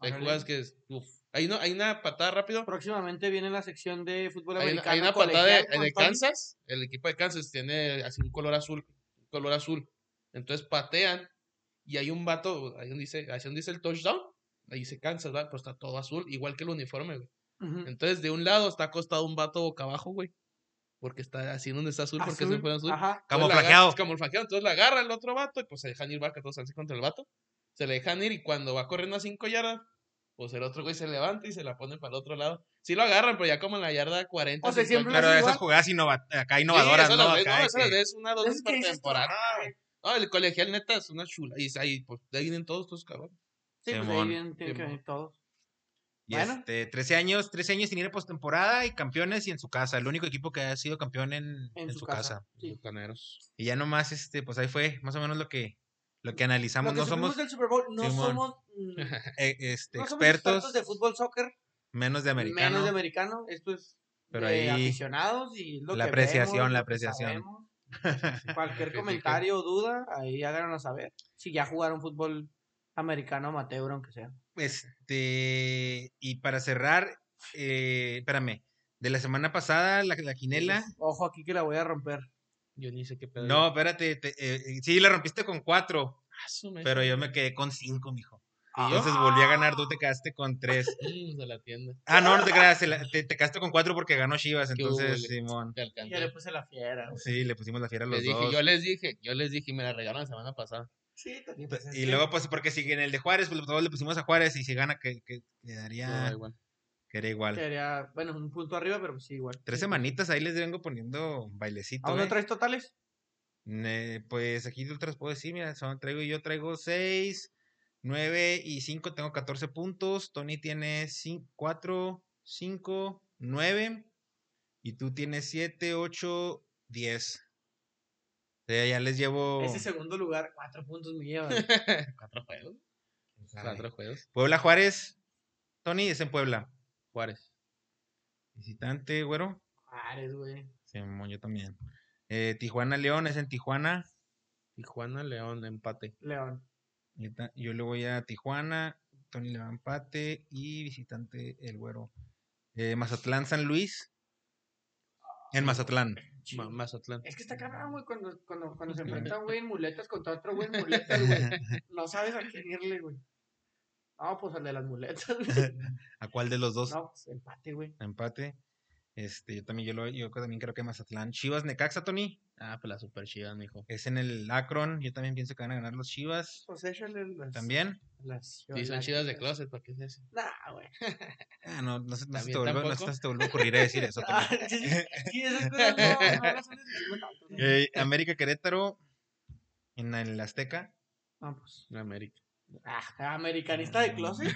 C: Hay
B: Órale.
C: jugadas que es. Uf. Hay, una, hay una patada rápido.
B: Próximamente viene la sección de fútbol
C: Hay una,
B: americano.
C: hay una patada
B: colegial,
C: de,
B: Juan
C: de
B: Pablo.
C: Kansas. El equipo de Kansas tiene así un color azul. un color azul. Entonces patean. Y hay un vato, ahí donde dice, ahí donde dice el touchdown. Ahí dice Kansas, ¿verdad? Pero está todo azul, igual que el uniforme, güey.
B: Ujú.
C: Entonces, de un lado está acostado un vato boca abajo, güey. Porque está así donde está azul, porque es el
B: Azul,
C: color azul.
B: Ajá.
C: Entonces la agarra-
A: Camuflajeado.
C: es Camuflajeado. Entonces la agarra el otro vato y pues se dejan ir barca todos así contra el vato. Se le dejan ir y cuando va corriendo a cinco yardas, pues el otro güey se levanta y se la pone para el otro lado. Sí lo agarran, pero ya como en la yarda 40.
B: O sea,
C: 50.
B: siempre lo
C: Sí,
A: Pero
B: es
A: esas
B: igual.
A: jugadas innova- acá innovadoras,
C: esas
A: ¿no?
C: las ves,
A: Acá de
C: esas las
A: que-
C: ves una, dos
B: Es
C: veces
B: que
C: por
B: dices tú,
C: temporada.
B: "Ah, güey".
C: No, el colegial neta es una chula. Y ahí, pues, de ahí vienen todos estos cabrones.
B: Sí, pues ahí
A: Simón.
B: vienen- tienen que
C: Simón.
B: venir todos.
A: Y
B: Bueno.
A: este, 13 años, 13 años sin ir a postemporada y campeones y en su casa. El único equipo que ha sido campeón en, en su, casa.
B: Sí.
C: Los caneros.
A: Y ya nomás, este, pues ahí fue más o menos lo que, lo que analizamos.
B: Lo que
A: no somos,
B: supimos del Super Bowl, no
A: Simón.
B: somos, mm, no somos
A: eh, este,
B: expertos,
A: expertos,
B: de fútbol soccer,
A: menos de americano.
B: menos de americano. Esto es
A: Pero
B: de
A: ahí
B: aficionados y lo
A: la
B: que
A: apreciación,
B: vemos,
A: la
B: lo que
A: apreciación.
B: sabemos. Cualquier
C: Critiquen.
B: comentario o duda, ahí háganos saber. Si ya jugaron fútbol americano amateur, aunque sea.
A: Este, y para cerrar, eh, espérame, de la semana pasada, la, la quinela.
B: Ojo aquí que la voy a romper.
C: Yo ni sé qué pedo.
A: No, espérate, te- eh, eh, sí, la rompiste con cuatro,
C: Ah, su mecha.
A: pero yo me quedé con cinco, mijo.
B: Ah.
C: ¿Y yo?
A: Entonces volví a ganar, tú te quedaste con tres.
C: Mm, de la tienda.
A: Ah, no, no te creas, se la- te, te quedaste con cuatro porque ganó Chivas,
C: Qué hubo,
A: entonces,
C: le-
A: Simón.
C: Te
B: Yo
C: alcanzó.
B: le puse la fiera. güey.
A: Sí, le pusimos la fiera a los
C: Les dije,
A: dos.
C: yo les dije, yo les dije y me la regalaron la semana pasada.
B: Sí, también. pues,
A: Pe-
B: es
A: Y
B: que-
A: luego, pues, porque si en el de Juárez, pues todos le pusimos a Juárez y si gana, que, que- quedaría,
C: Pero igual.
A: Era igual.
B: Sería, bueno, un punto arriba, pero pues sí, igual.
A: Tres semanitas ahí les vengo poniendo bailecito.
B: ¿Aún
A: ¿eh?
B: no traes totales?
A: Ne- pues aquí yo te los puedo decir, mira, son- traigo yo traigo 6, 9 y 5, tengo 14 puntos. Tony tiene 4, 5, 9 y tú tienes 7, 8, 10. O sea, ya les llevo
B: Ese segundo lugar, cuatro puntos me lleva.
C: Cuatro juegos.
A: quién sabe.
C: Cuatro juegos.
A: Puebla Juárez. Tony es en Puebla.
C: Juárez.
A: Visitante, güero.
B: Juárez, güey.
A: Simón, yo también. Eh, Tijuana León es en Tijuana.
C: Tijuana, León, empate.
B: León.
A: Yo ta- Yo le voy a Tijuana, Tony le va a empate y visitante el güero. Eh, Mazatlán, San Luis. En Mazatlán.
C: Ma- Mazatlán.
B: Es que está cabrón, güey, cuando, cuando, cuando se enfrenta un güey en muletas contra otro güey en muletas, güey. No sabes a quién irle, güey. No, pues al de las muletas, güey.
A: ¿A cuál de los dos?
B: No, pues empate, güey.
A: Empate. Este, yo también, yo, lo- yo también creo que Mazatlán. Chivas, Necaxa, Tony.
C: Ah, pues la super chida, mijo.
A: Es en el Akron. Yo también pienso que van a ganar los Chivas.
B: Pues échale las...
A: También.
B: Las...
C: Sí, son
B: las-
C: chidas de closet, ¿para qué es eso?
B: Nah, güey.
A: Ah, no, no se, no se te
C: También
A: vuelva- no se
C: tampoco.
A: te vuelva a ocurrir a decir eso, Tony.
B: Ah, sí, sí, esas cosas no, no las han decidido tanto, güey.
A: Eh, América, Querétaro. En el Azteca.
B: No, pues...
C: La América.
B: Ah, americanista de closet.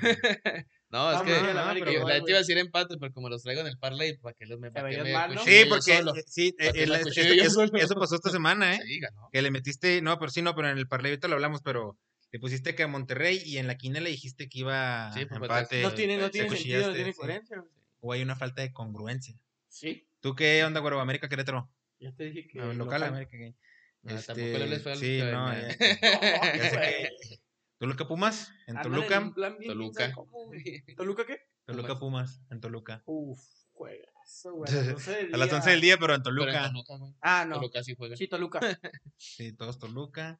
C: No, es
B: Ah,
C: que
B: madre,
A: la
C: no,
A: América
C: pero yo-
B: igual,
C: la neta
B: güey.
C: iba a decir empate, pero como los traigo en el parlay, ¿para que los me, para que
B: veías
C: me
B: mal, ¿no?
C: acuchille
A: Sí,
C: yo
A: porque
C: solo?
A: eh, sí, eh,
C: Para que
A: el-
C: la
A: es-
C: cuchille yo
A: es-
C: solo.
A: eso pasó esta semana, ¿eh?
C: Sí, ganó.
A: Que le metiste, no, pero sí, no, pero en el parlay ahorita lo hablamos, pero le pusiste que a Monterrey y en la quinela dijiste que iba
C: Sí, pues,
A: empate.
C: Eh,
B: No tiene, no
C: se
B: tiene sentido, no
A: cuchillaste,
B: tiene
A: sí.
B: coherencia, güey.
A: O hay una falta de congruencia.
B: Sí.
A: ¿Tú qué onda, güero? América Querétaro.
B: Ya te dije que...
A: Ah, local,
B: local.
A: América. ¿qué? Este,
C: Ah, tampoco le hables feo al
A: sí,
C: Toluca,
A: no,
C: eh.
A: ya-
B: No,
A: ya sé
B: güey.
A: que- Toluca Pumas, en
B: Andan
A: Toluca.
B: un plan bien, quién sabe
C: Toluca.
B: cómo, güey. ¿Toluca qué?
A: Toluca Pumas, en Toluca.
B: Uf, juegazo, güey. A las 11 del
A: A las 11 del día, pero en
C: Pero en
A: Toluca.
C: Toluca, güey.
B: Ah, no.
C: Toluca sí juega.
B: Sí, Toluca. Este
A: Sí, todos Toluca.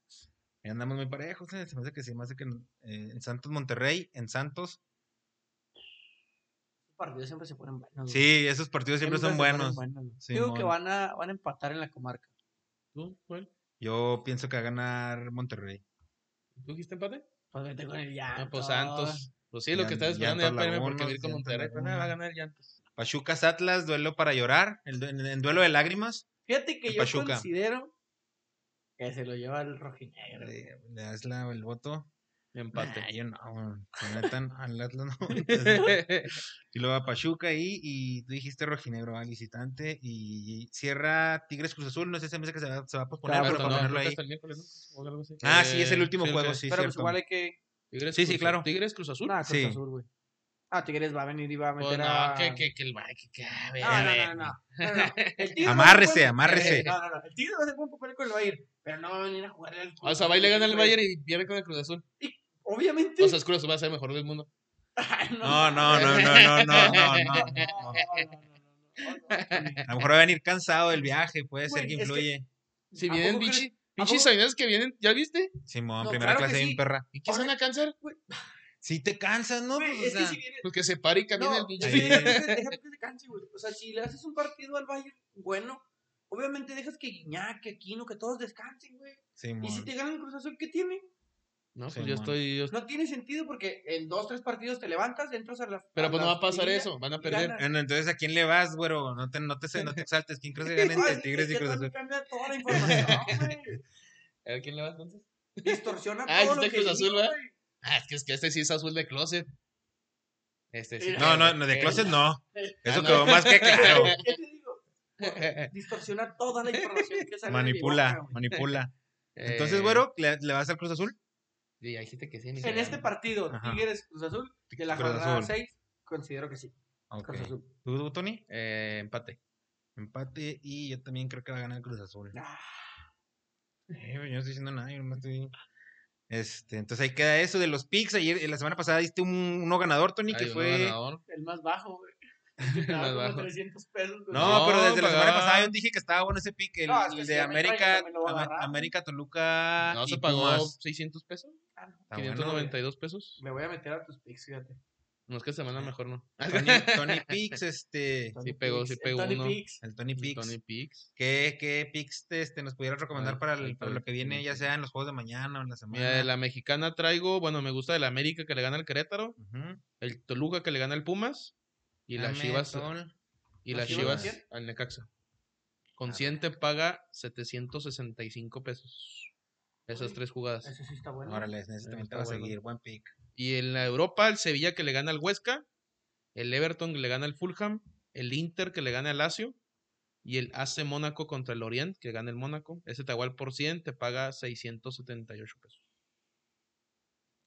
A: Ahí andamos muy parejos, eh, se me hace que sí, me hace que en- eh, en Santos Monterrey, en Santos.
B: Los partidos siempre se ponen buenos.
C: Pues,
B: güey.
A: Sí, esos partidos siempre son
B: se ponen
A: buenos.
B: güey.
A: Sí,
B: Digo
A: mon.
B: que van a, van a empatar en la comarca.
C: ¿Tú, Joel?
A: Yo pienso que va a ganar Monterrey.
C: ¿Tú dijiste empate?
B: Pues vete con el llanto.
C: Ah, pues Santos. Pues sí, lo que
A: Llan-
C: estaba esperando ya
A: Llantos
C: para irme porque
A: Laguna,
C: vi
A: Llantos
C: con Monterrey. Pues nada, va a
A: Laguna.
C: ganar el Llantos.
A: Pachucas Atlas, duelo para llorar, el du- en, en duelo de lágrimas.
B: Fíjate que
A: El
B: yo
A: Pachuca.
B: considero que se lo lleva el rojinegro. güey.
A: Eh, Le, le das la- el voto. Nah,
C: Empate.
A: yo no, güey. La neta, no, al Atlas no. y luego a Pachuca ahí, y tú dijiste rojinegro al visitante. Y cierra Tigres Cruz Azul, no sé si me hace que se va, se va a posponer,
B: Claro,
A: pero
B: pero
A: para
B: no,
A: ponerlo ahí.
C: hasta el miércoles, ¿no? O algo así.
A: Ah, sí, es el
C: Eh,
A: último
C: sí,
A: juego,
C: ok.
A: sí,
B: Pero pues
A: cierto.
B: igual hay que.
C: Tigres
A: Sí, sí,
C: Cruz-
A: claro.
C: Tigres Cruz Azul.
B: Nah, Cruz
A: Sí.
B: Azul, güey. Ah, Tigres va a venir y va a meter
C: Pues no,
B: a.
C: que, que, que el va- que, que, a ver,
B: No,
C: a
B: no,
C: ver.
B: no, no, no, no. El Tigres va a
A: Amárrese,
B: hacer buen-
A: amárrese.
B: Eh, No, no, no. El Tigres va a hacer buen papel con el Bayern, pero no va a venir a jugar al
C: O sea, va y le gana el Bayern y pierde con el Cruz Azul.
B: Obviamente.
C: O sea, es Cruz Azul va a ser el mejor del mundo.
A: No, no, no, no, no, no, no, no. no. A lo mejor va a venir cansado del viaje, puede ser
B: Güey,
A: que
B: es que-
A: influye.
C: Si
B: ¿A
C: vienen
B: poco crees-
C: pinche-
B: a
C: pinches
B: poco-
C: aviones que vienen, ¿ya viste?
A: Simón,
B: No,
A: primera
B: claro que
A: clase de
B: sí.
A: un perra.
C: ¿Y qué se van a cansar?
A: Si te cansas, ¿no? Pues, o
B: es que
A: sea,
B: si viene.
C: Pues que se pare y camina
B: No,
C: el pinche.
A: ahí-
B: deja- deja- deja que se canse, güey. O sea, si le haces un partido al Bayern, bueno, obviamente dejas que Guiñac, que Aquino, que todos descansen, güey.
A: Simón.
B: Y si te ganan el Cruz Azul, ¿qué tiene?
C: No, pues
A: Sí,
C: yo
A: man.
C: estoy. yo-
B: No tiene sentido porque en dos, tres partidos te levantas, entras a la.
C: Pero pues no va
B: la
C: a pasar
B: liguilla.
C: eso, van a
B: y
C: perder.
B: gana.
A: Bueno, entonces, ¿a quién le vas, güero? No te, no te, se- no te exaltes. ¿Quién crees que gana
B: Ay,
A: entre
B: es
A: Tigres
B: que
A: y Cruz
B: también
A: Azul?
B: Cambia toda la información, güey.
C: A ver quién le va entonces.
B: Distorsiona
C: Ah,
B: todo
C: este
B: lo que
C: Cruz
B: digo,
C: Azul, ¿verdad?
B: güey.
C: Ah, es que, es que este sí es azul de closet. Este sí.
A: No, no, no, de
C: Eh,
A: closet no. Eso
B: Ah,
C: no.
A: quedó más que claro.
B: ¿Qué te digo? Distorsiona toda la información que sale de mi
A: Manipula,
B: boca, güey.
A: manipula.
C: Eh,
A: Entonces, güero, ¿le, le vas al Cruz Azul?
C: Sí, ya dijiste que sí. ni
B: En
C: cagando.
B: este partido,
A: Ajá.
B: Tigres Cruz Azul, de la
A: Cruz
B: jornada
A: Azul.
B: 6, considero que sí.
A: Ok.
B: Cruz Azul.
A: ¿Tú, Tony?
C: Eh, empate.
A: Empate y yo también creo que va a ganar el Cruz Azul.
B: Ah,
A: Eh, güey, yo no estoy diciendo nada, yo nomás estoy... Este, entonces ahí queda eso de los picks. Ayer, eh, la semana pasada diste un, uno ganador, Tony,
C: Ay,
A: que
C: uno
A: fue...
C: ganador.
B: el más bajo, güey.
C: más
B: Estaba como
C: bajo.
B: 300 pesos. güey.
A: No,
C: No, pues,
A: pero desde la semana
C: pagaba.
A: pasada yo dije que estaba bueno ese pick, el,
B: No, es que
A: el
B: sí,
A: de
B: a mí tráigalo,
A: América,
B: me lo voy a
A: Ama-
B: agarrar.
A: América, Toluca
C: No
A: y
C: se pagó
A: Pumas.
C: 600 pesos.
B: Ah, no.
A: Está bueno, güey.
C: 592 pesos.
B: Me voy a meter a tus picks, fíjate.
C: No es que semana mejor no.
A: Tony, Tony Pix, este,
B: Tony
C: pegó,
B: Picks,
C: sí
B: el
C: pegó
B: Tony
C: uno.
B: Picks.
A: el Tony Pix.
C: Tony Pix.
A: ¿Qué, qué Pix te, este, nos pudieras recomendar
C: ver,
A: para,
C: ahí
A: el- para
C: está
A: lo
C: el
A: que viene,
C: Tony
A: ya
C: Pix.
A: sea en los juegos de mañana o en la semana?
C: Mira, de la mexicana traigo, bueno, me gusta del América que le gana al Querétaro,
A: Ujú.
C: el Toluca que le gana al Pumas Y las
A: Dame
C: Chivas,
A: sol.
C: y
B: ¿las
C: las
A: Chivas
C: Chivas
B: con quién?
C: al Necaxa.
A: Ah,
C: Consciente paga 765 pesos. Esas
B: Uy,
C: tres jugadas.
B: Eso sí está bueno.
A: Órale, en ese también te
C: está
A: va a
C: bueno.
A: seguir. Buen pick.
C: Y en la Europa, el Sevilla que le gana al Huesca, el Everton que le gana al Fulham, el Inter que le gana al Lazio y el AC Mónaco contra el Orient que gana el Mónaco. Ese Tahual por 100 te paga 678 pesos.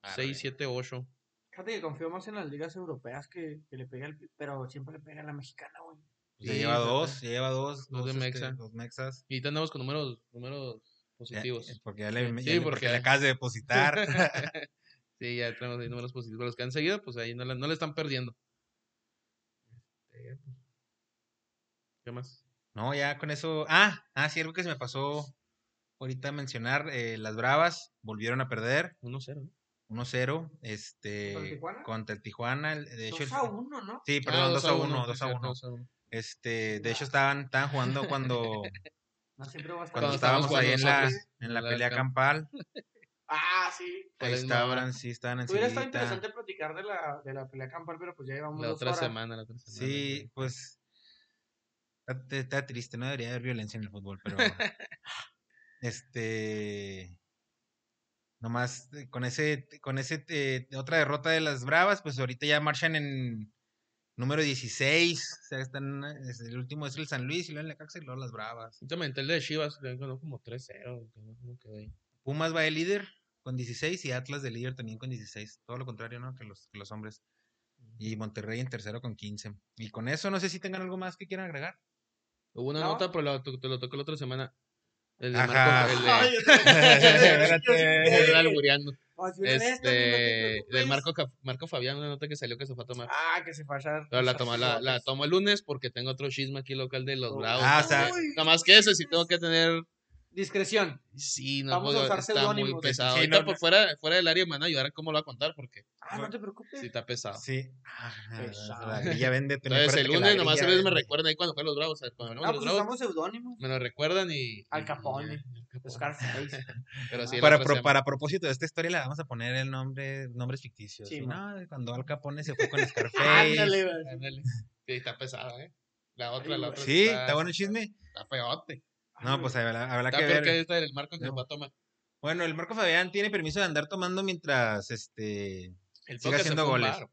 A: Arre.
C: 6, 7, 8.
B: Fíjate que confío más en las ligas europeas que, que le pega el. Pero siempre le pega a la mexicana, güey.
A: Pues Ya
C: Sí,
A: lleva
C: fíjate.
A: dos, ya lleva dos.
C: Dos de
A: este,
C: mexa.
A: dos mexas.
C: Y ahorita andamos con números, números
A: Ya-
C: positivos.
A: porque ya le,
C: Sí,
A: ya le- porque
C: porque-
A: le acabas de depositar.
C: sí, ya tenemos ahí números positivos. Los que han seguido, pues ahí no, la- no le están perdiendo. Este, pues, ¿Qué más?
A: No, ya con eso. Ah, ah, sí, algo que se me pasó ahorita mencionar. eh, las Bravas volvieron a perder
C: 1-0. ¿no?
A: 1-0. Este,
C: Eh,
B: ¿Contra Tijuana?
A: Contra el Tijuana. el- De hecho,
B: 2
A: el-
B: a 1, ¿no?
A: Sí,
C: Ah,
A: perdón, 2 a 1.
C: sí,
A: 2 a
C: cierto,
A: 1.
C: dos a uno.
A: Este, de hecho,
B: Nah.
A: estaban, estaban jugando cuando,
B: No siempre va a
A: cuando
B: estar.
C: Cuando estábamos
A: estábamos ahí en
C: jugando
A: la,
C: nosotros.
A: en la
C: En la
A: pelea
C: camp-
A: campal.
B: Ah, sí.
C: Por
A: Ahí
C: la misma hora.
A: estaban, sí, estaban en
B: Hubiera estado interesante platicar de la, de la pelea campal, pero pues ya llevamos
C: La
B: dos
C: otra
B: horas.
C: semana, la otra semana.
A: Sí, pues. Está, está triste, no debería haber violencia en el fútbol, pero. este. Nomás eh, con ese, con ese eh, otra derrota de las Bravas, pues ahorita ya marchan en número 16. O sea, están, es el último es el San Luis y luego en la y luego las Bravas.
C: Justamente el de Chivas, que ganó como 3-0. que no- ¿Cómo quedó ahí?
A: Pumas va de líder con 16 y Atlas de líder también con 16. Todo lo contrario, ¿no? Que los, que los hombres. Y Monterrey en tercero con 15. Y con eso, no sé si tengan algo más que quieran agregar.
C: Hubo una
B: ¿No?
C: nota, pero la to- te lo tocó la otra semana. El de
A: Ajá.
C: Marco, el de-
B: Ay, yo te- yo
A: Espérate.
B: te-
C: el de albureando.
B: Ah, si hubiera esto, ni no te
C: Este, de
B: preocupes.
C: Marco, Ca- Marco Fabián, una nota que salió que se fue a tomar.
B: Ah, que se falla.
C: Pero la, toma, la, la tomo el lunes porque tengo otro chisme aquí local de los
B: Oh.
C: Bravos.
A: Ah, o sea,
C: también. Nada más que ese, si tengo que tener.
B: Discreción.
C: Sí, no
B: Vamos a
C: puedo,
B: usar
C: está muy
B: seudónimos.
C: pesado.
A: Sí,
C: Ahorita
A: no, pues.
C: por
A: no.
C: fuera, fuera del área me van a ayudar a cómo lo va a contar porque
B: Ah, no te preocupes.
C: sí está pesado.
A: Sí. Ah,
B: Pesado.
A: la grilla vende. ten-
C: Entonces
A: acuérdate
C: el
A: que la eh.
C: lunes, nomás el
A: grilla
C: lunes me
A: vende.
C: recuerdan ahí cuando fue los Bravos. eh, Cuando hablamos
B: Ah,
C: de
B: pues
C: los Bravos,
B: usamos seudónimos.
C: me lo recuerdan y.
B: Al
C: y-
B: Capone.
C: Capone.
B: Scarface.
C: Pero sí, la
A: Para,
C: otra
A: pro-
C: semana.
A: para propósito de esta historia le vamos a poner el nombre, nombres ficticios.
B: Sí,
A: Y
B: ma.
A: no, cuando Al Capone se fue con Scarface.
B: Ah, Ándale, güey.
C: Ándale. Sí, está pesada, ¿eh? La otra,
B: Ay,
C: la
B: güey.
C: otra.
A: sí, está bueno el chisme.
C: Está feote.
A: No, pues habrá, habrá
C: Está
A: que ver.
C: peor que esta del marco que
A: No.
C: va a tomar.
A: Bueno, el Marco Fabián tiene permiso de andar tomando mientras este.
C: El
A: Sigue
C: toque se
A: haciendo
C: fue a un
A: goles.
C: bar.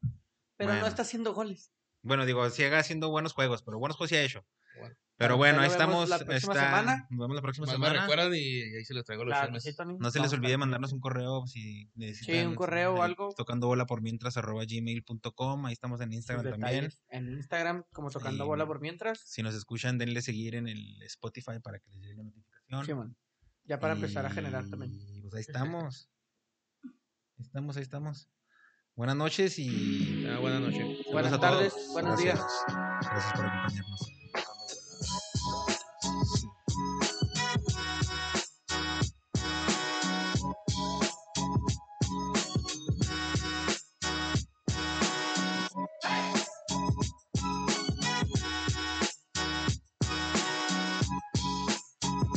B: Pero no
A: Bueno.
B: está haciendo goles.
A: Bueno, digo, siga haciendo buenos juegos, pero buenos juegos sí ha hecho.
C: Bueno.
A: Pero
B: Bueno,
A: bueno, ahí
B: ahí nos vemos
A: estamos.
B: la próxima
A: está-
B: semana.
A: Nos vemos la próxima
C: Nomás me
A: semana.
C: recuerdan y y ahí se les traigo los
B: Claro,
C: chismes.
B: sí, Tony.
A: No se les
B: Vamos a
A: olvide
B: estar-
A: mandarnos un correo si necesitan.
B: correo o
A: ahí,
B: algo.
A: Tocando bola por mientras arroba gmail.com. Ahí estamos en
B: sus
A: Instagram también.
B: detalles En Instagram, como tocando
A: Y-
B: bola por mientras.
A: Si nos escuchan, denle seguir en el Spotify para que les llegue la notificación.
B: Simón. Ya para empezar a generar también.
A: Y, Pues ahí estamos. Ahí estamos, ahí estamos. Buenas noches y
C: Ah, buenas noches.
A: saludos
B: Buenas
A: a todos.
B: tardes, buenos
A: Gracias. Gracias por acompañarnos.